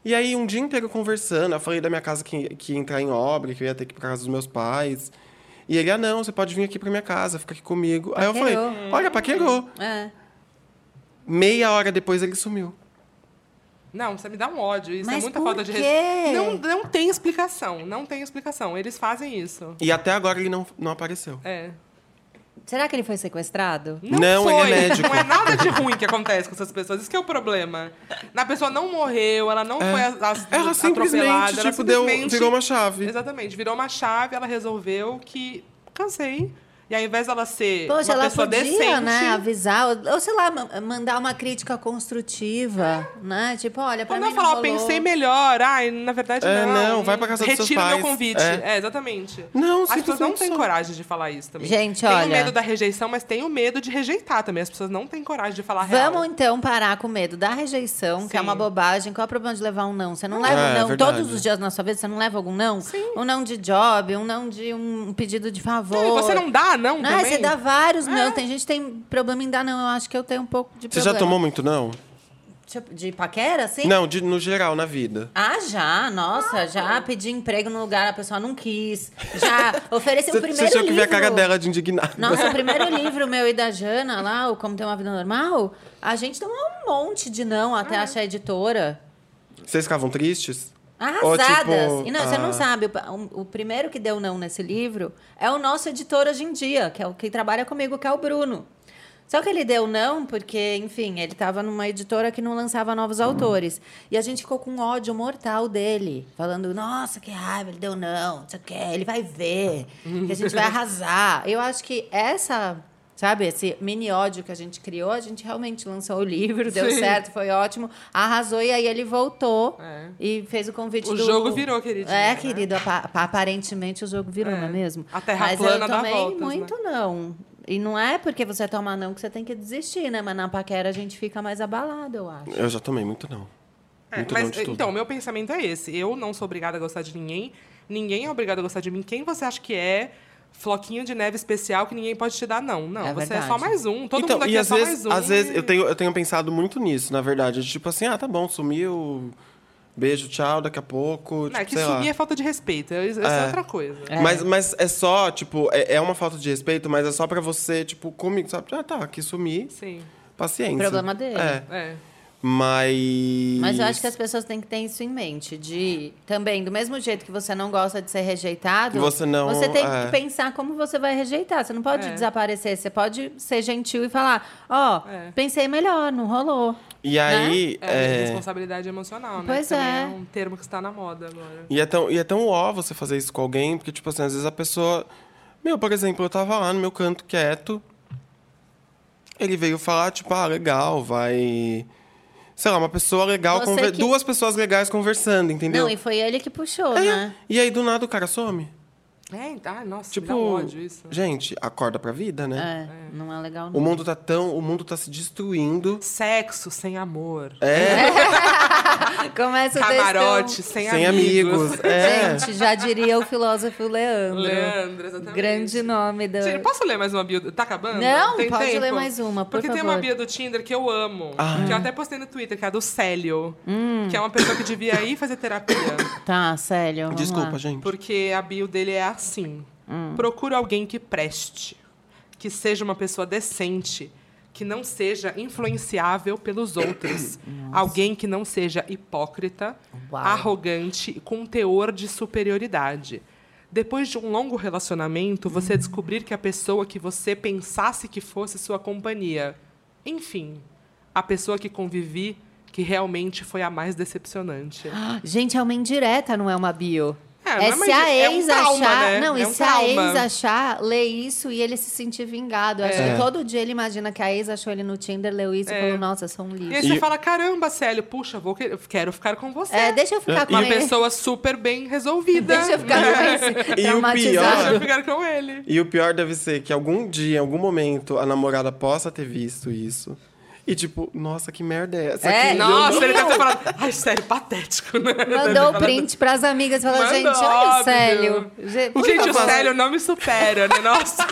[SPEAKER 2] E aí, um dia inteiro conversando, eu falei da minha casa que, que ia entrar em obra, que eu ia ter que ir pra casa dos meus pais. E ele, ah, não, você pode vir aqui pra minha casa, fica aqui comigo. Aí eu falei,
[SPEAKER 1] Paquerou.
[SPEAKER 3] Hum.
[SPEAKER 2] olha, paquerou.
[SPEAKER 1] É.
[SPEAKER 2] Meia hora depois ele sumiu.
[SPEAKER 3] Não, você me dá um ódio. Isso
[SPEAKER 1] Mas
[SPEAKER 3] é muita
[SPEAKER 1] por
[SPEAKER 3] falta de res-
[SPEAKER 1] quê?
[SPEAKER 3] Não, não tem explicação. Não tem explicação. Eles fazem isso.
[SPEAKER 2] E até agora ele não, não apareceu.
[SPEAKER 3] É.
[SPEAKER 1] Será que ele foi sequestrado?
[SPEAKER 3] Não,
[SPEAKER 2] Não,
[SPEAKER 3] foi.
[SPEAKER 2] ele é médico.
[SPEAKER 3] Não é nada de ruim que acontece com essas pessoas. Isso que é o problema. A pessoa não morreu, ela não foi as, as-
[SPEAKER 2] É. Ela simplesmente,
[SPEAKER 3] atropelada.
[SPEAKER 2] tipo,
[SPEAKER 3] ela
[SPEAKER 2] deu,
[SPEAKER 3] simplesmente-
[SPEAKER 2] virou uma chave.
[SPEAKER 3] Exatamente, virou uma chave, ela resolveu que cansei. E ao invés dela ser
[SPEAKER 1] Poxa,
[SPEAKER 3] uma
[SPEAKER 1] ela
[SPEAKER 3] pessoa
[SPEAKER 1] podia,
[SPEAKER 3] decente,
[SPEAKER 1] né, avisar, ou, ou sei lá, ma- mandar uma crítica construtiva, né? Tipo, olha, pra
[SPEAKER 3] É. quando
[SPEAKER 1] mim
[SPEAKER 3] ela falar,
[SPEAKER 1] não
[SPEAKER 3] eu
[SPEAKER 1] rolou.
[SPEAKER 3] pensei melhor, ai, na verdade
[SPEAKER 2] É,
[SPEAKER 3] não.
[SPEAKER 2] não, vai pra casa dos
[SPEAKER 3] Retiro
[SPEAKER 2] seus
[SPEAKER 3] meu
[SPEAKER 2] pais.
[SPEAKER 3] convite.
[SPEAKER 2] É.
[SPEAKER 3] É, exatamente.
[SPEAKER 2] Não,
[SPEAKER 3] As pessoas não
[SPEAKER 2] simplesmente
[SPEAKER 3] têm
[SPEAKER 2] só.
[SPEAKER 3] coragem de falar isso também.
[SPEAKER 1] Gente,
[SPEAKER 3] tem
[SPEAKER 1] olha-
[SPEAKER 3] o medo da rejeição, mas tem o medo de rejeitar também. As pessoas não têm coragem de falar real.
[SPEAKER 1] Vamos então parar com o medo da rejeição, que é
[SPEAKER 3] Sim.
[SPEAKER 1] uma bobagem. Qual é o problema de levar um não? Você não leva
[SPEAKER 2] É,
[SPEAKER 1] um não
[SPEAKER 2] verdade.
[SPEAKER 1] todos os dias na sua vida? Você não leva algum não? Sim. Um não de job, um não de um pedido de favor.
[SPEAKER 3] Não, e você não dá, não,
[SPEAKER 1] Não,
[SPEAKER 3] também? É.
[SPEAKER 1] você dá vários não. Tem gente que tem problema em dar não. Eu acho que eu tenho um pouco de
[SPEAKER 2] Você
[SPEAKER 1] problema.
[SPEAKER 2] já tomou muito, não?
[SPEAKER 1] Tipo, De paquera, assim?
[SPEAKER 2] Não, de- no geral, na vida.
[SPEAKER 1] Ah, já, nossa, já pedi emprego no lugar, a pessoa não quis. Já ofereci é o
[SPEAKER 2] Você
[SPEAKER 1] primeiro
[SPEAKER 2] você tinha que
[SPEAKER 1] livro.
[SPEAKER 2] ver a cara dela de indignada.
[SPEAKER 1] Nossa, o primeiro livro meu e da Jana lá, o Como Ter Uma Vida Normal, a gente tomou um monte de não
[SPEAKER 2] É.
[SPEAKER 1] até achar a editora.
[SPEAKER 2] Vocês ficavam tristes? Ou,
[SPEAKER 1] Arrasadas.
[SPEAKER 2] tipo,
[SPEAKER 1] e não, você não
[SPEAKER 2] ah,
[SPEAKER 1] sabe, o, pa- um, o- o primeiro que deu não nesse livro é o nosso editor hoje em dia, que é o que trabalha comigo, que é o Bruno. Só que ele deu não porque, enfim, ele estava numa editora que não lançava novos autores. E a gente ficou com um ódio mortal dele, falando: nossa, que raiva, ele deu não, não sei o quê, ele vai ver, que a gente vai arrasar. Eu acho que essa Sabe, esse mini ódio que a gente criou, a gente realmente lançou o livro, deu certo, foi ótimo, arrasou, e aí ele voltou
[SPEAKER 3] É.
[SPEAKER 1] e fez o convite
[SPEAKER 3] O
[SPEAKER 1] do-
[SPEAKER 3] jogo virou, queridinha,
[SPEAKER 1] É,
[SPEAKER 3] né?
[SPEAKER 1] querido, apa- aparentemente o jogo virou, não é mesmo?
[SPEAKER 3] A terra
[SPEAKER 1] Mas
[SPEAKER 3] plana
[SPEAKER 1] eu
[SPEAKER 3] dá
[SPEAKER 1] tomei
[SPEAKER 3] voltas, né?
[SPEAKER 1] muito não. E não é porque você toma não que você tem que desistir, né? Mas na paquera a gente fica mais abalado, eu acho.
[SPEAKER 2] Eu já tomei muito, não.
[SPEAKER 3] É,
[SPEAKER 2] muito não
[SPEAKER 3] mas,
[SPEAKER 2] de tudo.
[SPEAKER 3] então, meu pensamento é esse. Eu não sou obrigada a gostar de ninguém. Ninguém é obrigado a gostar de mim. Quem você acha que é? Floquinho de neve especial que ninguém pode te dar, não. Não,
[SPEAKER 1] É
[SPEAKER 3] você
[SPEAKER 1] verdade.
[SPEAKER 3] é só mais um. Todo
[SPEAKER 2] então,
[SPEAKER 3] mundo aqui
[SPEAKER 2] e
[SPEAKER 3] é
[SPEAKER 2] às
[SPEAKER 3] só
[SPEAKER 2] vezes,
[SPEAKER 3] mais um.
[SPEAKER 2] às vezes
[SPEAKER 3] e-
[SPEAKER 2] eu tenho, eu tenho pensado muito nisso, na verdade. De, Tipo assim, ah, tá bom, sumiu. Beijo, tchau, daqui a pouco.
[SPEAKER 3] Não, é
[SPEAKER 2] tipo,
[SPEAKER 3] que
[SPEAKER 2] sei lá.
[SPEAKER 3] sumir é falta de respeito. Isso isso é, outra coisa.
[SPEAKER 2] Mas, mas é só, tipo, é, é uma falta de respeito, mas é só pra você, tipo, comigo, sabe? Ah, tá, que sumi,
[SPEAKER 3] Sim.
[SPEAKER 2] paciência.
[SPEAKER 1] Problema dele.
[SPEAKER 2] É.
[SPEAKER 3] É.
[SPEAKER 2] Mas.
[SPEAKER 1] Mas eu acho que é as pessoas têm que ter isso em mente, de também, do mesmo jeito que você não gosta de ser rejeitado,
[SPEAKER 2] Que você não-
[SPEAKER 1] você tem
[SPEAKER 2] é.
[SPEAKER 1] que pensar como você vai rejeitar. Você não pode
[SPEAKER 3] É.
[SPEAKER 1] desaparecer, você pode ser gentil e falar, ó,
[SPEAKER 3] É.
[SPEAKER 1] pensei melhor, não rolou.
[SPEAKER 2] E aí.
[SPEAKER 1] né?
[SPEAKER 3] É,
[SPEAKER 2] é,
[SPEAKER 3] responsabilidade emocional, né?
[SPEAKER 1] Pois
[SPEAKER 3] Que também
[SPEAKER 1] é.
[SPEAKER 3] é um termo que está na moda agora.
[SPEAKER 2] E é, tão, e é tão ó você fazer isso com alguém, porque, tipo assim, às vezes a pessoa. Meu, por exemplo, eu tava lá no meu canto quieto. Ele veio falar, tipo, ah, legal, vai. Sei lá, uma pessoa legal.
[SPEAKER 1] Você
[SPEAKER 2] conver-
[SPEAKER 1] que-
[SPEAKER 2] Duas pessoas legais conversando, entendeu?
[SPEAKER 1] Não, e foi ele que puxou,
[SPEAKER 2] É.
[SPEAKER 1] né?
[SPEAKER 2] E aí, do nada, o cara some.
[SPEAKER 3] É, tá, nossa, me
[SPEAKER 2] Tipo.
[SPEAKER 3] dá um ódio isso.
[SPEAKER 2] Gente, acorda pra vida, né?
[SPEAKER 1] É, não é legal
[SPEAKER 2] O
[SPEAKER 1] não.
[SPEAKER 2] mundo tá tão. O mundo tá se destruindo.
[SPEAKER 3] Sexo sem amor.
[SPEAKER 2] É.
[SPEAKER 1] Ah, Começa o
[SPEAKER 3] Camarote,
[SPEAKER 1] textão.
[SPEAKER 3] sem,
[SPEAKER 2] Sem amigos. É.
[SPEAKER 1] Gente, já diria o filósofo Leandro.
[SPEAKER 3] Leandro, exatamente.
[SPEAKER 1] Grande nome da.
[SPEAKER 3] Gente, posso ler mais uma bio? do- Tá acabando?
[SPEAKER 1] Não,
[SPEAKER 3] Tem
[SPEAKER 1] pode
[SPEAKER 3] tempo?
[SPEAKER 1] ler mais uma, por
[SPEAKER 3] Porque tem
[SPEAKER 1] favor.
[SPEAKER 3] uma bio do Tinder que eu amo.
[SPEAKER 2] Ah.
[SPEAKER 3] Que eu até postei no Twitter, que é a do Célio.
[SPEAKER 1] Hum.
[SPEAKER 3] Que é uma pessoa que devia ir fazer terapia.
[SPEAKER 1] Tá, Célio. vamos
[SPEAKER 2] Desculpa,
[SPEAKER 1] lá.
[SPEAKER 2] gente.
[SPEAKER 3] Porque a bio dele é assim. Procura alguém que preste. Que seja uma pessoa decente. Que não seja influenciável pelos outros. alguém que não seja hipócrita,
[SPEAKER 1] Uau.
[SPEAKER 3] arrogante e com um teor de superioridade. Depois de um longo relacionamento, você descobrir que a pessoa que você pensasse que fosse sua companhia. Enfim, a pessoa que convivi que realmente foi a mais decepcionante.
[SPEAKER 1] Gente, é uma indireta, não é uma bio.
[SPEAKER 3] É, não
[SPEAKER 1] É,
[SPEAKER 3] é uma
[SPEAKER 1] se a
[SPEAKER 3] indi- é um
[SPEAKER 1] ex
[SPEAKER 3] trauma,
[SPEAKER 1] achar.
[SPEAKER 3] né?
[SPEAKER 1] Não, e
[SPEAKER 3] É um
[SPEAKER 1] se a
[SPEAKER 3] trauma.
[SPEAKER 1] ex achar, lê isso e ele se sentir vingado. Eu Acho
[SPEAKER 2] É.
[SPEAKER 1] que todo dia ele imagina que a ex achou ele no Tinder, leu isso
[SPEAKER 3] É.
[SPEAKER 1] e falou: Nossa, sou um lixo.
[SPEAKER 3] E aí você
[SPEAKER 2] E-
[SPEAKER 3] fala, caramba, Célio, puxa, vou que- eu quero ficar com você.
[SPEAKER 1] É, deixa eu ficar com
[SPEAKER 3] Uma
[SPEAKER 1] ele.
[SPEAKER 3] pessoa super bem resolvida.
[SPEAKER 1] Deixa eu ficar com esse
[SPEAKER 2] E o
[SPEAKER 3] Deixa
[SPEAKER 1] traumatizado.
[SPEAKER 3] eu ficar com ele.
[SPEAKER 2] E o pior deve ser que algum dia, em algum momento, a namorada possa ter visto isso. E tipo, nossa, que merda é essa?
[SPEAKER 1] É,
[SPEAKER 2] Que-
[SPEAKER 3] Nossa, ele deve ter falado, ai, Célio, patético, né?
[SPEAKER 1] Mandou o print pras amigas e falou:
[SPEAKER 3] Mandou,
[SPEAKER 1] Gente, olha o
[SPEAKER 3] óbvio.
[SPEAKER 1] Célio. Ge- por
[SPEAKER 3] Gente, o
[SPEAKER 1] favor.
[SPEAKER 3] Célio não me supera, né? Nossa,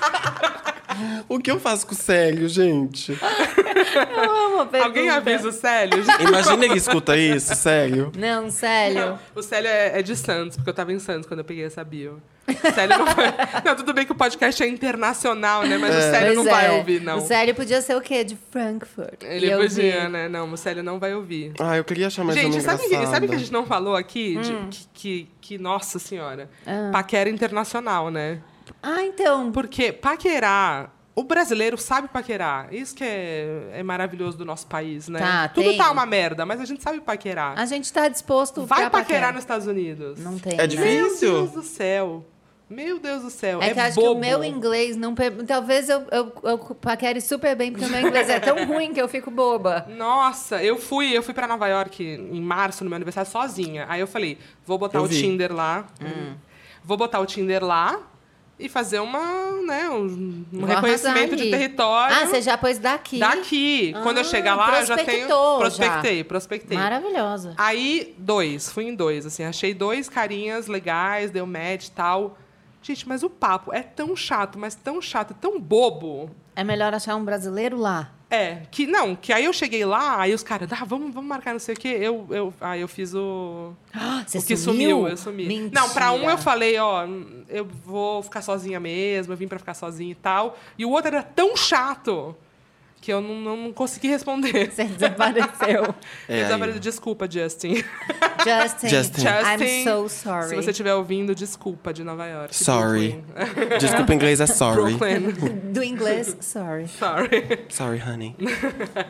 [SPEAKER 2] O que eu faço com o Célio, gente?
[SPEAKER 1] Eu amo a pergunta.
[SPEAKER 3] alguém avisa o Célio? gente?
[SPEAKER 2] Imagina ele escuta isso, Célio.
[SPEAKER 1] Não, Célio.
[SPEAKER 3] O Célio é, é de Santos, porque eu tava em Santos quando eu peguei essa bio. O Célio não foi... Não, tudo bem que o podcast é internacional, né? Mas o Célio não
[SPEAKER 1] Pois
[SPEAKER 3] vai
[SPEAKER 1] é.
[SPEAKER 3] ouvir, não.
[SPEAKER 1] O Célio podia ser o quê? De Frankfurt.
[SPEAKER 3] Ele
[SPEAKER 1] E eu
[SPEAKER 3] podia,
[SPEAKER 1] vi.
[SPEAKER 3] né? Não, o Célio não vai ouvir.
[SPEAKER 2] Ah, eu queria achar mais uma
[SPEAKER 3] gente, sabe, que-
[SPEAKER 2] engraçada.
[SPEAKER 3] sabe que a gente não falou aqui? de-
[SPEAKER 1] Hum.
[SPEAKER 3] que, que, que, nossa senhora, paquera é internacional, né?
[SPEAKER 1] Ah, então.
[SPEAKER 3] Porque paquerar, o brasileiro sabe paquerar. Isso que é, é maravilhoso do nosso país, né?
[SPEAKER 1] Tá,
[SPEAKER 3] Tudo
[SPEAKER 1] tem.
[SPEAKER 3] tá uma merda, mas a gente sabe paquerar.
[SPEAKER 1] A gente tá disposto
[SPEAKER 3] Vai
[SPEAKER 1] pra
[SPEAKER 3] paquerar nos Estados Unidos.
[SPEAKER 1] Não tem.
[SPEAKER 2] É
[SPEAKER 1] né?
[SPEAKER 2] difícil.
[SPEAKER 3] Meu Deus do céu. Meu Deus do céu.
[SPEAKER 1] É,
[SPEAKER 3] É,
[SPEAKER 1] que eu acho
[SPEAKER 3] bobo.
[SPEAKER 1] que o meu inglês não. per- Talvez eu, eu, eu paquere super bem, porque o meu inglês é tão ruim que eu fico boba.
[SPEAKER 3] Nossa, eu fui, eu fui para Nova York em março no meu aniversário sozinha. Aí eu falei, vou botar
[SPEAKER 2] Eu
[SPEAKER 3] o
[SPEAKER 2] vi.
[SPEAKER 3] Tinder lá.
[SPEAKER 1] Hum.
[SPEAKER 3] Vou botar o Tinder lá e fazer uma, né, um, um
[SPEAKER 1] Vou
[SPEAKER 3] reconhecimento
[SPEAKER 1] arrasar
[SPEAKER 3] de
[SPEAKER 1] ali.
[SPEAKER 3] território.
[SPEAKER 1] Ah, você já pôs daqui.
[SPEAKER 3] Daqui.
[SPEAKER 1] Ah,
[SPEAKER 3] Quando eu chegar lá, eu já tenho
[SPEAKER 1] prospectou já.
[SPEAKER 3] prospectei, prospectei.
[SPEAKER 1] Maravilhosa.
[SPEAKER 3] Aí, dois. Fui em dois, assim. Achei dois carinhas legais, deu match e tal. Gente, mas o papo é tão chato, mas tão chato, tão bobo.
[SPEAKER 1] É melhor achar um brasileiro lá.
[SPEAKER 3] É, que não, que aí eu cheguei lá, aí os caras, ah, vamos, vamos marcar não sei o quê. Eu, eu, aí eu fiz o.
[SPEAKER 1] Ah, Você
[SPEAKER 3] o que
[SPEAKER 1] sumiu?
[SPEAKER 3] eu sumi.
[SPEAKER 1] Mentira.
[SPEAKER 3] Não, pra um eu falei, ó, eu vou ficar sozinha mesmo, eu vim pra ficar sozinha e tal. E o outro era tão chato que eu não, não, não consegui responder.
[SPEAKER 1] Você desapareceu.
[SPEAKER 2] É,
[SPEAKER 3] eu tava
[SPEAKER 2] aí.
[SPEAKER 3] falando, desculpa, Justin.
[SPEAKER 1] Justin.
[SPEAKER 2] Justin.
[SPEAKER 1] I'm
[SPEAKER 3] Justin,
[SPEAKER 1] so sorry.
[SPEAKER 3] Se você estiver ouvindo, desculpa de Nova York.
[SPEAKER 2] Sorry.
[SPEAKER 3] Brooklyn.
[SPEAKER 2] Desculpa, em inglês é sorry.
[SPEAKER 3] Brooklyn.
[SPEAKER 1] Do inglês, sorry.
[SPEAKER 3] Sorry.
[SPEAKER 2] Sorry, honey.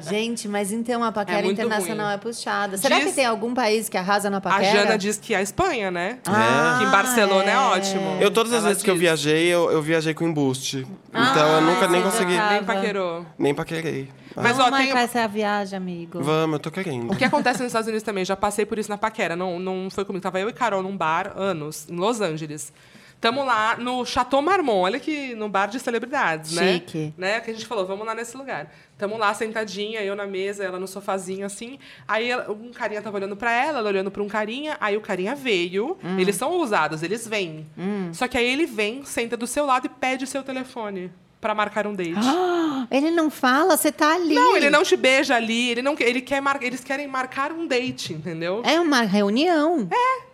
[SPEAKER 1] Gente, mas então a paquera
[SPEAKER 3] É muito
[SPEAKER 1] internacional
[SPEAKER 3] ruim.
[SPEAKER 1] é puxada. Será
[SPEAKER 3] Diz-
[SPEAKER 1] que tem algum país que arrasa na
[SPEAKER 3] A
[SPEAKER 1] paquera?
[SPEAKER 3] Jana diz que a Espanha, né?
[SPEAKER 1] Ah,
[SPEAKER 3] que em Barcelona é,
[SPEAKER 1] é.
[SPEAKER 3] ótimo.
[SPEAKER 2] Eu, todas as
[SPEAKER 3] Ela
[SPEAKER 2] vezes que eu
[SPEAKER 3] diz. Ah,
[SPEAKER 2] viajei, eu, eu viajei com embuste. então eu nunca nem
[SPEAKER 1] você
[SPEAKER 2] consegui,
[SPEAKER 1] já tá.
[SPEAKER 3] Nem paquerou.
[SPEAKER 2] nem paquerei. Ah,
[SPEAKER 3] Mas, ó,
[SPEAKER 1] Vamos
[SPEAKER 3] tem, um
[SPEAKER 1] marcar essa viagem, amigo.
[SPEAKER 2] Vamos, eu tô querendo.
[SPEAKER 3] O que acontece nos Estados Unidos também, já passei por isso na paquera, não, não foi comigo. Tava eu e Carol num bar, anos, em Los Angeles. Tamo lá no Chateau Marmont, olha que no bar de celebridades, né?
[SPEAKER 1] Chique.
[SPEAKER 3] né? Que a gente falou, vamos lá nesse lugar. Tamo lá sentadinha, eu na mesa, ela no sofazinho, assim. Aí ela- um carinha tava olhando pra ela, ela olhando pra um carinha. Aí o carinha veio,
[SPEAKER 1] Hum.
[SPEAKER 3] eles são ousados, eles vêm. Só que aí ele vem, senta do seu lado e pede o seu telefone pra marcar um date.
[SPEAKER 1] Ah, Ele não fala, você tá ali.
[SPEAKER 3] Não, ele não te beija ali, ele não que- ele quer mar- eles querem marcar um date, entendeu?
[SPEAKER 1] É uma reunião.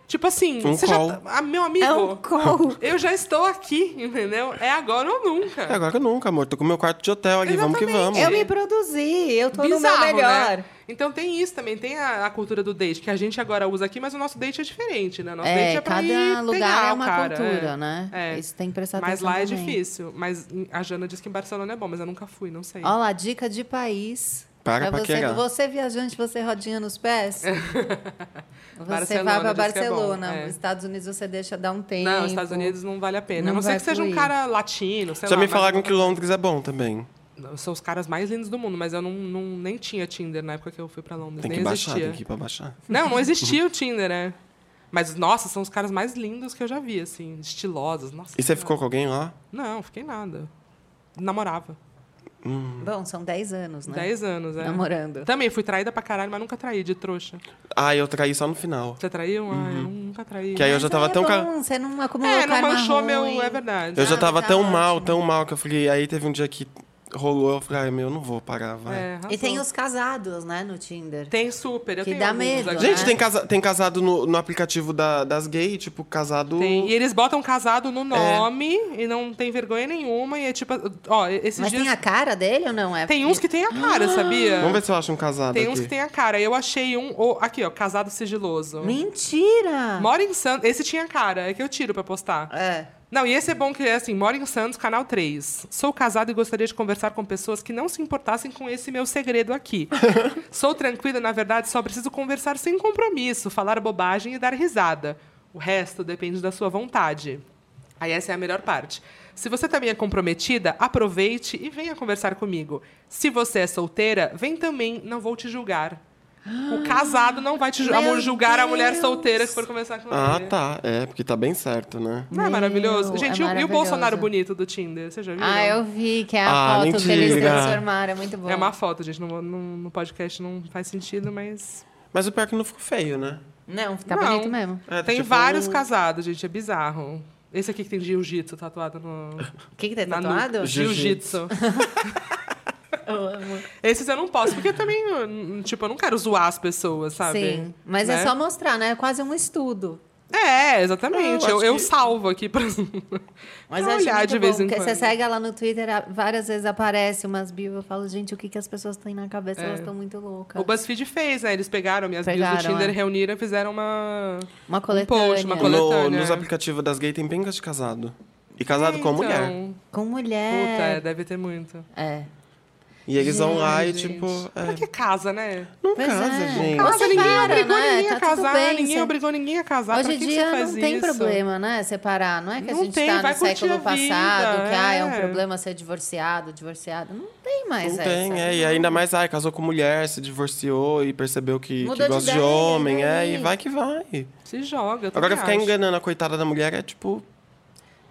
[SPEAKER 3] Tipo assim,
[SPEAKER 2] Um
[SPEAKER 3] você
[SPEAKER 2] call.
[SPEAKER 3] já tá, ah, meu amigo,
[SPEAKER 1] É um call.
[SPEAKER 3] eu já estou aqui, entendeu? É agora ou
[SPEAKER 2] É,
[SPEAKER 3] nunca.
[SPEAKER 2] agora nunca, amor. Tô com meu quarto de hotel aqui. Vamos que vamos.
[SPEAKER 3] Exatamente.
[SPEAKER 1] Eu me produzi, eu tô no meu
[SPEAKER 3] Bizarro,
[SPEAKER 1] melhor.
[SPEAKER 3] né? Então tem isso também, tem a, a cultura do date que a gente agora usa aqui, mas o nosso date é diferente, né? Nosso
[SPEAKER 1] É,
[SPEAKER 3] date é pra ir
[SPEAKER 1] cada lugar
[SPEAKER 3] pegar
[SPEAKER 1] é
[SPEAKER 3] o
[SPEAKER 1] uma
[SPEAKER 3] cara,
[SPEAKER 1] cultura,
[SPEAKER 3] é.
[SPEAKER 1] né?
[SPEAKER 3] É.
[SPEAKER 1] Isso tem que prestar
[SPEAKER 3] Mas
[SPEAKER 1] atenção
[SPEAKER 3] lá é
[SPEAKER 1] também.
[SPEAKER 3] difícil. Mas em- a Jana diz que em Barcelona é bom, mas eu nunca fui, não sei.
[SPEAKER 1] Olha lá, dica de país.
[SPEAKER 2] Para
[SPEAKER 1] pra você,
[SPEAKER 2] paquerar.
[SPEAKER 1] você viajante, você rodinha nos pés. Você vai
[SPEAKER 3] Barcelona,
[SPEAKER 1] pra
[SPEAKER 3] diz que é bom,
[SPEAKER 1] Barcelona.
[SPEAKER 3] é.
[SPEAKER 1] Os Estados Unidos você deixa dar um tempo.
[SPEAKER 3] não, os Estados Unidos não vale a pena.
[SPEAKER 1] Não
[SPEAKER 3] a não ser
[SPEAKER 1] vai
[SPEAKER 3] que seja um
[SPEAKER 1] fluir.
[SPEAKER 3] cara latino, sei
[SPEAKER 2] Já
[SPEAKER 3] lá.
[SPEAKER 2] me
[SPEAKER 3] mas-
[SPEAKER 2] falaram que Londres é bom também.
[SPEAKER 3] Não, São os caras mais lindos do mundo, mas eu não, não- nem tinha Tinder na época que eu fui pra Londres.
[SPEAKER 2] Tem
[SPEAKER 3] nem
[SPEAKER 2] que baixar,
[SPEAKER 3] existia.
[SPEAKER 2] tem que ir pra baixar.
[SPEAKER 3] Não, não existia o Tinder, né? Mas, nossa, são os caras mais lindos que eu já vi, assim, estilosos. Nossa,
[SPEAKER 2] E você
[SPEAKER 3] senhora.
[SPEAKER 2] ficou com alguém lá?
[SPEAKER 3] Não, fiquei nada. Namorava.
[SPEAKER 1] Bom, são 10 anos, né?
[SPEAKER 3] 10 anos, é.
[SPEAKER 1] Namorando.
[SPEAKER 3] Também fui traída pra caralho, mas nunca traí de trouxa.
[SPEAKER 2] Ah, eu traí só no final.
[SPEAKER 3] Você traiu? Ah, eu nunca traí.
[SPEAKER 2] Uhum. Que aí eu já
[SPEAKER 1] Mas
[SPEAKER 2] tava
[SPEAKER 1] é
[SPEAKER 2] tão.
[SPEAKER 1] bom,
[SPEAKER 2] ca-
[SPEAKER 1] Você não acumulou
[SPEAKER 3] É, não
[SPEAKER 1] karma
[SPEAKER 3] manchou
[SPEAKER 1] ruim.
[SPEAKER 3] meu. É verdade.
[SPEAKER 2] Eu já
[SPEAKER 1] Ah,
[SPEAKER 2] tava
[SPEAKER 1] tá
[SPEAKER 2] tão mal,
[SPEAKER 1] ótimo.
[SPEAKER 2] tão mal que eu falei. Aí teve um dia que rolou, eu falei, ai meu, eu não vou parar, vai.
[SPEAKER 3] É,
[SPEAKER 1] E tem
[SPEAKER 3] arrasou.
[SPEAKER 1] os casados, né, no Tinder.
[SPEAKER 3] Tem super. Eu
[SPEAKER 1] Que
[SPEAKER 3] tenho
[SPEAKER 1] dá
[SPEAKER 3] alguns
[SPEAKER 1] medo,
[SPEAKER 3] aqui.
[SPEAKER 2] Gente,
[SPEAKER 1] né?
[SPEAKER 2] tem, casa, tem casado no, no aplicativo da- das gays, tipo, casado.
[SPEAKER 3] Tem. E eles botam um casado
[SPEAKER 2] É.
[SPEAKER 3] no nome e não tem vergonha nenhuma. E é tipo, ó, esses
[SPEAKER 1] Mas
[SPEAKER 3] dias.
[SPEAKER 1] tem a cara dele ou não? É
[SPEAKER 3] tem um uns que tem a cara, sabia?
[SPEAKER 2] Vamos ver se eu acho um casado
[SPEAKER 3] Tem
[SPEAKER 2] aqui.
[SPEAKER 3] uns que tem a cara. Eu achei um. o- aqui, ó, casado sigiloso.
[SPEAKER 1] Mentira!
[SPEAKER 3] Mora em Santos. Esse tinha cara, é que eu tiro pra postar.
[SPEAKER 1] É.
[SPEAKER 3] Não, e esse é bom que é assim, moro em Santos, canal 3. Sou casado e gostaria de conversar com pessoas que não se importassem com esse meu segredo aqui. Sou tranquila, na verdade, só preciso conversar sem compromisso, falar bobagem e dar risada. O resto depende da sua vontade. Aí essa é a melhor parte. Se você também é comprometida, aproveite e venha conversar comigo. Se você é solteira, vem também, não vou te julgar. O casado não vai te ju-
[SPEAKER 1] Ah, Meu
[SPEAKER 3] amor, julgar a mulher
[SPEAKER 1] Deus.
[SPEAKER 3] solteira que for conversar com
[SPEAKER 2] Ah,
[SPEAKER 3] ele.
[SPEAKER 2] tá. É, porque tá bem certo, né?
[SPEAKER 3] Não é
[SPEAKER 1] Meu,
[SPEAKER 3] maravilhoso?
[SPEAKER 1] é
[SPEAKER 3] Gente, e o- e o
[SPEAKER 1] maravilhoso.
[SPEAKER 3] Bolsonaro bonito do Tinder? Você já viu?
[SPEAKER 1] Ah, eu vi que é a
[SPEAKER 2] Ah,
[SPEAKER 1] foto que eles
[SPEAKER 2] mentira.
[SPEAKER 1] transformaram. É muito bom.
[SPEAKER 3] É uma foto, gente. No, no- no podcast não faz sentido, mas.
[SPEAKER 2] Mas o pior é que não ficou feio, né?
[SPEAKER 1] Não, tá
[SPEAKER 3] Não.
[SPEAKER 1] bonito mesmo.
[SPEAKER 2] É,
[SPEAKER 3] tem
[SPEAKER 2] tipo,
[SPEAKER 3] vários
[SPEAKER 2] um-
[SPEAKER 3] casados, gente. É bizarro. Esse aqui que tem jiu-jitsu tatuado no.
[SPEAKER 1] O que, que tá
[SPEAKER 3] na
[SPEAKER 1] tatuado?
[SPEAKER 3] nuca. Jiu-jitsu.
[SPEAKER 1] Eu amo.
[SPEAKER 3] Esses eu não posso, porque também, eu, tipo, eu não quero zoar as pessoas, sabe?
[SPEAKER 1] Sim, mas
[SPEAKER 3] Né?
[SPEAKER 1] é só mostrar, né? É quase um estudo.
[SPEAKER 3] É, exatamente.
[SPEAKER 2] Eu
[SPEAKER 3] Eu,
[SPEAKER 2] acho
[SPEAKER 3] eu
[SPEAKER 2] que-
[SPEAKER 3] salvo aqui pra,
[SPEAKER 1] Mas
[SPEAKER 3] pra
[SPEAKER 1] eu acho
[SPEAKER 3] olhar
[SPEAKER 1] muito
[SPEAKER 3] de vez
[SPEAKER 1] bom,
[SPEAKER 3] em
[SPEAKER 1] porque
[SPEAKER 3] quando.
[SPEAKER 1] Você segue lá no Twitter, a- várias vezes aparece umas bios. Eu falo, gente, o que, que as pessoas têm na cabeça? Elas estão muito loucas.
[SPEAKER 3] É. O BuzzFeed fez, né? Eles pegaram minhas
[SPEAKER 1] Pegaram,
[SPEAKER 3] views do Tinder,
[SPEAKER 1] é.
[SPEAKER 3] reuniram e fizeram uma.
[SPEAKER 1] Uma
[SPEAKER 3] um post,
[SPEAKER 1] coletânea.
[SPEAKER 3] uma
[SPEAKER 2] No-
[SPEAKER 3] Coletânea. é.
[SPEAKER 2] nos aplicativos das gays tem pencas de casado. E casado com a mulher.
[SPEAKER 3] Então,
[SPEAKER 1] Com
[SPEAKER 3] Puta, é,
[SPEAKER 1] mulher.
[SPEAKER 3] deve ter muito.
[SPEAKER 1] é.
[SPEAKER 2] E eles vão lá e,
[SPEAKER 1] Gente.
[SPEAKER 2] tipo.
[SPEAKER 3] Pra
[SPEAKER 2] É,
[SPEAKER 3] que casa, né?
[SPEAKER 2] não
[SPEAKER 1] Pois
[SPEAKER 2] casa,
[SPEAKER 1] é.
[SPEAKER 2] gente.
[SPEAKER 1] Casa-
[SPEAKER 3] Nossa,
[SPEAKER 1] Você
[SPEAKER 3] ninguém
[SPEAKER 1] para,
[SPEAKER 3] obrigou
[SPEAKER 1] né?
[SPEAKER 3] ninguém
[SPEAKER 1] Tá
[SPEAKER 3] a
[SPEAKER 1] tudo
[SPEAKER 3] casar,
[SPEAKER 1] bem,
[SPEAKER 3] ninguém
[SPEAKER 1] você-
[SPEAKER 3] obrigou ninguém a casar.
[SPEAKER 1] Hoje
[SPEAKER 3] pra
[SPEAKER 1] em
[SPEAKER 3] que que
[SPEAKER 1] dia
[SPEAKER 3] você faz
[SPEAKER 1] não tem
[SPEAKER 3] isso?
[SPEAKER 1] problema, né? Separar. Não é que a
[SPEAKER 3] Não
[SPEAKER 1] gente
[SPEAKER 3] tem,
[SPEAKER 1] tá
[SPEAKER 3] vai
[SPEAKER 1] no
[SPEAKER 3] curtir
[SPEAKER 1] século
[SPEAKER 3] a
[SPEAKER 1] passado,
[SPEAKER 3] vida,
[SPEAKER 1] que ah, é um
[SPEAKER 3] é.
[SPEAKER 1] problema ser divorciado, divorciado. Não tem mais
[SPEAKER 2] Não
[SPEAKER 1] essa. né?
[SPEAKER 2] tem, é. E ainda mais, ai, casou com mulher, se divorciou e percebeu que,
[SPEAKER 1] Mudou
[SPEAKER 2] que
[SPEAKER 1] de
[SPEAKER 2] gosta de,
[SPEAKER 1] ideia,
[SPEAKER 2] homem,
[SPEAKER 1] né?
[SPEAKER 2] é, e vai que vai.
[SPEAKER 3] Se joga. eu também
[SPEAKER 2] Agora ficar
[SPEAKER 3] acho.
[SPEAKER 2] enganando a coitada da mulher é tipo.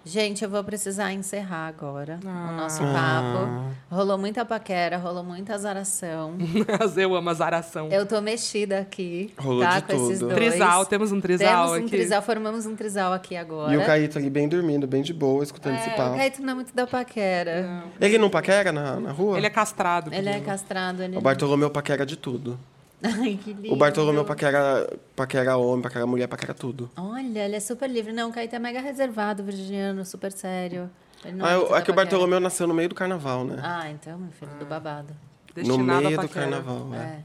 [SPEAKER 1] Gente, eu vou precisar encerrar agora
[SPEAKER 3] Ah.
[SPEAKER 1] o nosso papo. Rolou muita paquera, rolou muita azaração.
[SPEAKER 3] Mas eu amo azaração.
[SPEAKER 1] Eu tô mexida aqui,
[SPEAKER 2] Rolou
[SPEAKER 1] tá?
[SPEAKER 2] de
[SPEAKER 1] com esses dois.
[SPEAKER 2] tudo.
[SPEAKER 3] Trisal, temos um trisal
[SPEAKER 1] Temos um
[SPEAKER 3] aqui.
[SPEAKER 1] trisal, formamos um trisal aqui agora.
[SPEAKER 2] E o Caíto ali bem dormindo, bem de boa, escutando esse
[SPEAKER 1] é, o
[SPEAKER 2] papo.
[SPEAKER 1] Caíto não é muito da paquera.
[SPEAKER 2] Ele não paquera na, na rua?
[SPEAKER 3] Ele é castrado.
[SPEAKER 1] Ele é
[SPEAKER 3] menino.
[SPEAKER 1] castrado, ele...
[SPEAKER 2] O Bartolomeu paquera de tudo.
[SPEAKER 1] Ai, que lindo.
[SPEAKER 2] O Bartolomeu paquera, paquera homem, paquera mulher, paquera tudo.
[SPEAKER 1] Olha, ele é super livre. Não, o Caíto é mega reservado, virginiano, super sério. Ele não
[SPEAKER 2] Ah,
[SPEAKER 1] é,
[SPEAKER 2] eu-
[SPEAKER 1] muito
[SPEAKER 2] é
[SPEAKER 1] da
[SPEAKER 2] que
[SPEAKER 1] paquera.
[SPEAKER 2] o Bartolomeu nasceu no meio do carnaval, né?
[SPEAKER 1] Ah, então, meu filho, do babado.
[SPEAKER 2] no
[SPEAKER 3] Destinado
[SPEAKER 2] meio
[SPEAKER 3] à
[SPEAKER 2] do
[SPEAKER 3] paquera.
[SPEAKER 2] carnaval, é.
[SPEAKER 1] É.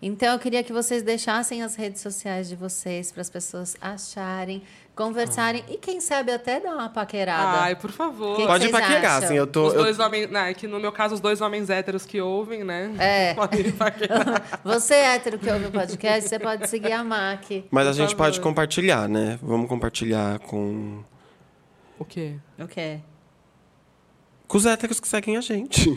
[SPEAKER 1] Então, eu queria que vocês deixassem as redes sociais de vocês para as pessoas acharem, conversarem e, quem sabe, até dar uma paquerada.
[SPEAKER 3] Ah. Ai, por favor.
[SPEAKER 1] Que-
[SPEAKER 2] Pode
[SPEAKER 1] vocês
[SPEAKER 2] paquerar,
[SPEAKER 1] acham?
[SPEAKER 2] assim, eu tô...
[SPEAKER 3] Os
[SPEAKER 2] eu-
[SPEAKER 3] dois homens. Não, é que no meu caso, os dois homens héteros que ouvem, né?
[SPEAKER 1] É.
[SPEAKER 3] Podem paquerar.
[SPEAKER 1] Você, é hétero que ouve o podcast, você pode seguir a MAC.
[SPEAKER 2] Mas a
[SPEAKER 3] Por
[SPEAKER 2] gente
[SPEAKER 3] favor.
[SPEAKER 2] pode compartilhar, né? Vamos compartilhar com...
[SPEAKER 3] O quê?
[SPEAKER 1] O quê?
[SPEAKER 2] Com os héteros que seguem a gente.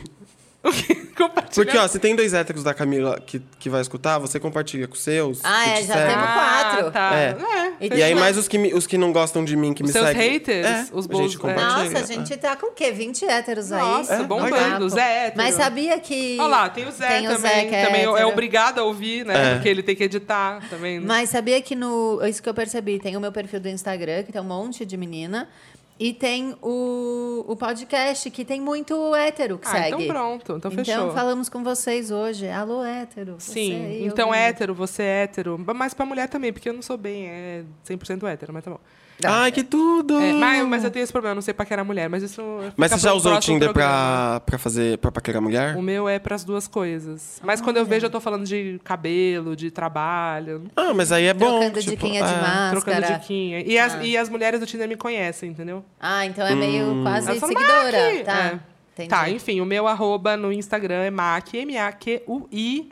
[SPEAKER 3] O quê? Compartilhar.
[SPEAKER 2] Porque, ó, se tem dois héteros da Camila que, que vai escutar, você compartilha com os seus.
[SPEAKER 1] Ah,
[SPEAKER 2] que
[SPEAKER 1] é,
[SPEAKER 2] te
[SPEAKER 1] já
[SPEAKER 2] seguem.
[SPEAKER 1] temos quatro.
[SPEAKER 3] Ah, tá.
[SPEAKER 2] É.
[SPEAKER 3] É.
[SPEAKER 2] E aí, mais os que, me- os que não gostam de mim, que
[SPEAKER 3] Os
[SPEAKER 2] me
[SPEAKER 3] seus
[SPEAKER 2] seguem.
[SPEAKER 3] haters?
[SPEAKER 2] É,
[SPEAKER 3] Os
[SPEAKER 2] a
[SPEAKER 3] bons- né?
[SPEAKER 2] gente compartilha.
[SPEAKER 1] Nossa, a gente tá com o quê? 20 héteros aí.
[SPEAKER 3] Nossa,
[SPEAKER 2] É,
[SPEAKER 1] no
[SPEAKER 3] bombando,
[SPEAKER 1] papo.
[SPEAKER 3] Zé hétero.
[SPEAKER 1] Mas sabia que...
[SPEAKER 3] Olha lá, tem o Zé
[SPEAKER 1] Tem o
[SPEAKER 3] também.
[SPEAKER 1] Zé que é
[SPEAKER 3] também é
[SPEAKER 1] hétero.
[SPEAKER 3] obrigado a ouvir, né?
[SPEAKER 2] É.
[SPEAKER 3] Porque ele tem que editar também. né?
[SPEAKER 1] Mas sabia que no. é Isso que eu percebi, tem o meu perfil do Instagram, que tem um monte de menina. E tem o, o podcast, que tem muito hétero que
[SPEAKER 3] ah,
[SPEAKER 1] segue.
[SPEAKER 3] então pronto, então fechou.
[SPEAKER 1] Então falamos com vocês hoje. Alô, hétero. você
[SPEAKER 3] Sim,
[SPEAKER 1] aí,
[SPEAKER 3] então
[SPEAKER 1] ouvindo.
[SPEAKER 3] hétero, você é hétero. Mas pra mulher também, porque eu não sou bem, é 100% hétero, mas tá bom.
[SPEAKER 2] Ai, que tudo!
[SPEAKER 1] Hum.
[SPEAKER 3] É, mas, mas eu tenho esse problema, eu não sei paquerar mulher, mas isso.
[SPEAKER 2] Mas
[SPEAKER 3] fica
[SPEAKER 2] você já
[SPEAKER 3] pro
[SPEAKER 2] usou o
[SPEAKER 3] próximo
[SPEAKER 2] Tinder
[SPEAKER 3] programa.
[SPEAKER 2] pra, pra fazer pra paquerar mulher?
[SPEAKER 3] O meu é pras duas coisas. Mas quando eu vejo, eu tô falando de cabelo, de trabalho,
[SPEAKER 2] Ah, mas aí é bom.
[SPEAKER 1] Trocando
[SPEAKER 2] tipo,
[SPEAKER 1] diquinha de
[SPEAKER 2] é.
[SPEAKER 1] máscara.
[SPEAKER 3] trocando diquinha. E as, e as mulheres do Tinder me conhecem, entendeu?
[SPEAKER 1] Ah, então é meio quase
[SPEAKER 3] Elas falam,
[SPEAKER 1] seguidora.
[SPEAKER 3] "Maqui!"
[SPEAKER 1] Tá.
[SPEAKER 3] É.
[SPEAKER 1] Entendi.
[SPEAKER 3] Tá, enfim, o meu arroba no Instagram é mac, M-A-Q-U-I,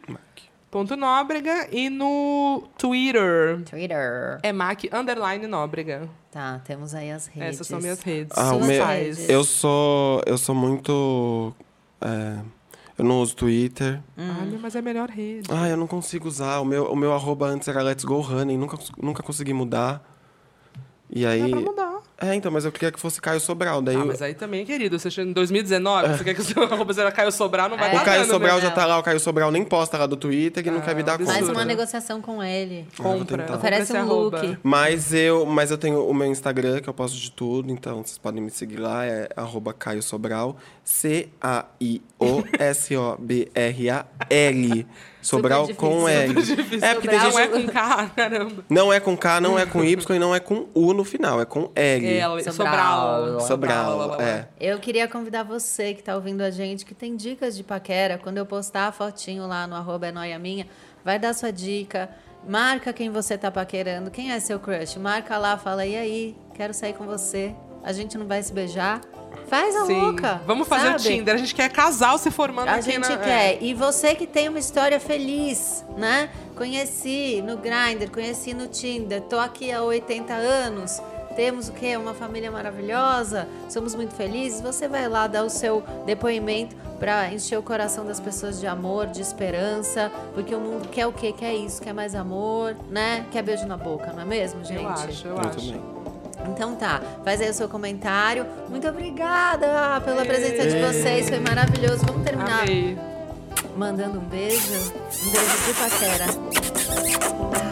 [SPEAKER 3] ponto Nóbrega, e no Twitter
[SPEAKER 1] Twitter.
[SPEAKER 3] é mac, underline Nóbrega.
[SPEAKER 1] Tá, temos aí as redes.
[SPEAKER 3] Essas são minhas redes
[SPEAKER 2] Ah, o meu,
[SPEAKER 3] sociais.
[SPEAKER 1] Redes.
[SPEAKER 2] eu sou. Eu sou muito. é, eu não uso Twitter.
[SPEAKER 1] Hum.
[SPEAKER 3] Olha, mas é a melhor rede.
[SPEAKER 2] Ah, eu não consigo usar. O meu, o meu arroba antes era Let's Go Running, nunca, cons- nunca consegui mudar. E aí.
[SPEAKER 3] Dá pra mudar.
[SPEAKER 2] É, então, mas eu queria que fosse Caio Sobral. Daí
[SPEAKER 3] Ah,
[SPEAKER 2] eu- Ah.
[SPEAKER 3] mas aí também, querido, você chega em 2019, você quer que o seu arroba seja Caio Sobral, não vai
[SPEAKER 1] É.
[SPEAKER 3] dar
[SPEAKER 2] O Caio
[SPEAKER 3] dando,
[SPEAKER 2] Sobral
[SPEAKER 3] né?
[SPEAKER 2] já tá lá, o Caio Sobral nem posta lá do Twitter e não quer me dar
[SPEAKER 3] absurdo.
[SPEAKER 2] conta.
[SPEAKER 1] Faz uma
[SPEAKER 3] Jura?
[SPEAKER 1] negociação com ele.
[SPEAKER 2] Eu vou
[SPEAKER 3] Compra.
[SPEAKER 2] tentar.
[SPEAKER 1] Oferece
[SPEAKER 3] compra esse
[SPEAKER 1] um look.
[SPEAKER 3] arroba.
[SPEAKER 2] Mas eu, mas eu tenho o meu Instagram, que eu posto de tudo, então vocês podem me seguir lá, é arroba Caio Sobral, C-A-I-O-S-O-B-R-A-L. Sobral
[SPEAKER 1] difícil,
[SPEAKER 2] com L. É porque tem
[SPEAKER 3] Não
[SPEAKER 2] gente.
[SPEAKER 3] é com K, caramba.
[SPEAKER 2] Não é com K, não é com Y e não é com U no final, é com L.
[SPEAKER 3] É, ela-
[SPEAKER 1] Sobral.
[SPEAKER 3] Sobral.
[SPEAKER 2] Sobral,
[SPEAKER 3] um. blá, blá, blá.
[SPEAKER 2] é.
[SPEAKER 1] Eu queria convidar você que tá ouvindo a gente, que tem dicas de paquera. Quando eu postar a fotinho lá no arroba é noia minha, vai dar sua dica. Marca quem você tá paquerando, quem é seu crush. Marca lá, fala, e aí, quero sair com você. A gente não vai se beijar. Faz a
[SPEAKER 3] Sim.
[SPEAKER 1] louca.
[SPEAKER 3] Vamos fazer
[SPEAKER 1] sabe?
[SPEAKER 3] o Tinder. A gente quer casal se formando
[SPEAKER 1] A
[SPEAKER 3] aqui
[SPEAKER 1] gente
[SPEAKER 3] na...
[SPEAKER 1] quer. E você que tem uma história feliz, né? Conheci no Grindr, conheci no Tinder, tô aqui há 80 anos. Temos o quê? Uma família maravilhosa, somos muito felizes. Você vai lá dar o seu depoimento para encher o coração das pessoas de amor, de esperança, porque o mundo quer o quê? Quer isso, quer mais amor, né? Quer beijo na boca, não é mesmo, gente?
[SPEAKER 3] Eu acho, eu,
[SPEAKER 2] Eu
[SPEAKER 3] acho.
[SPEAKER 2] também.
[SPEAKER 1] Então tá, faz aí o seu comentário. Muito obrigada pela presença de vocês, foi maravilhoso. Vamos terminar
[SPEAKER 3] Amei.
[SPEAKER 1] mandando um beijo. Um beijo de paquera.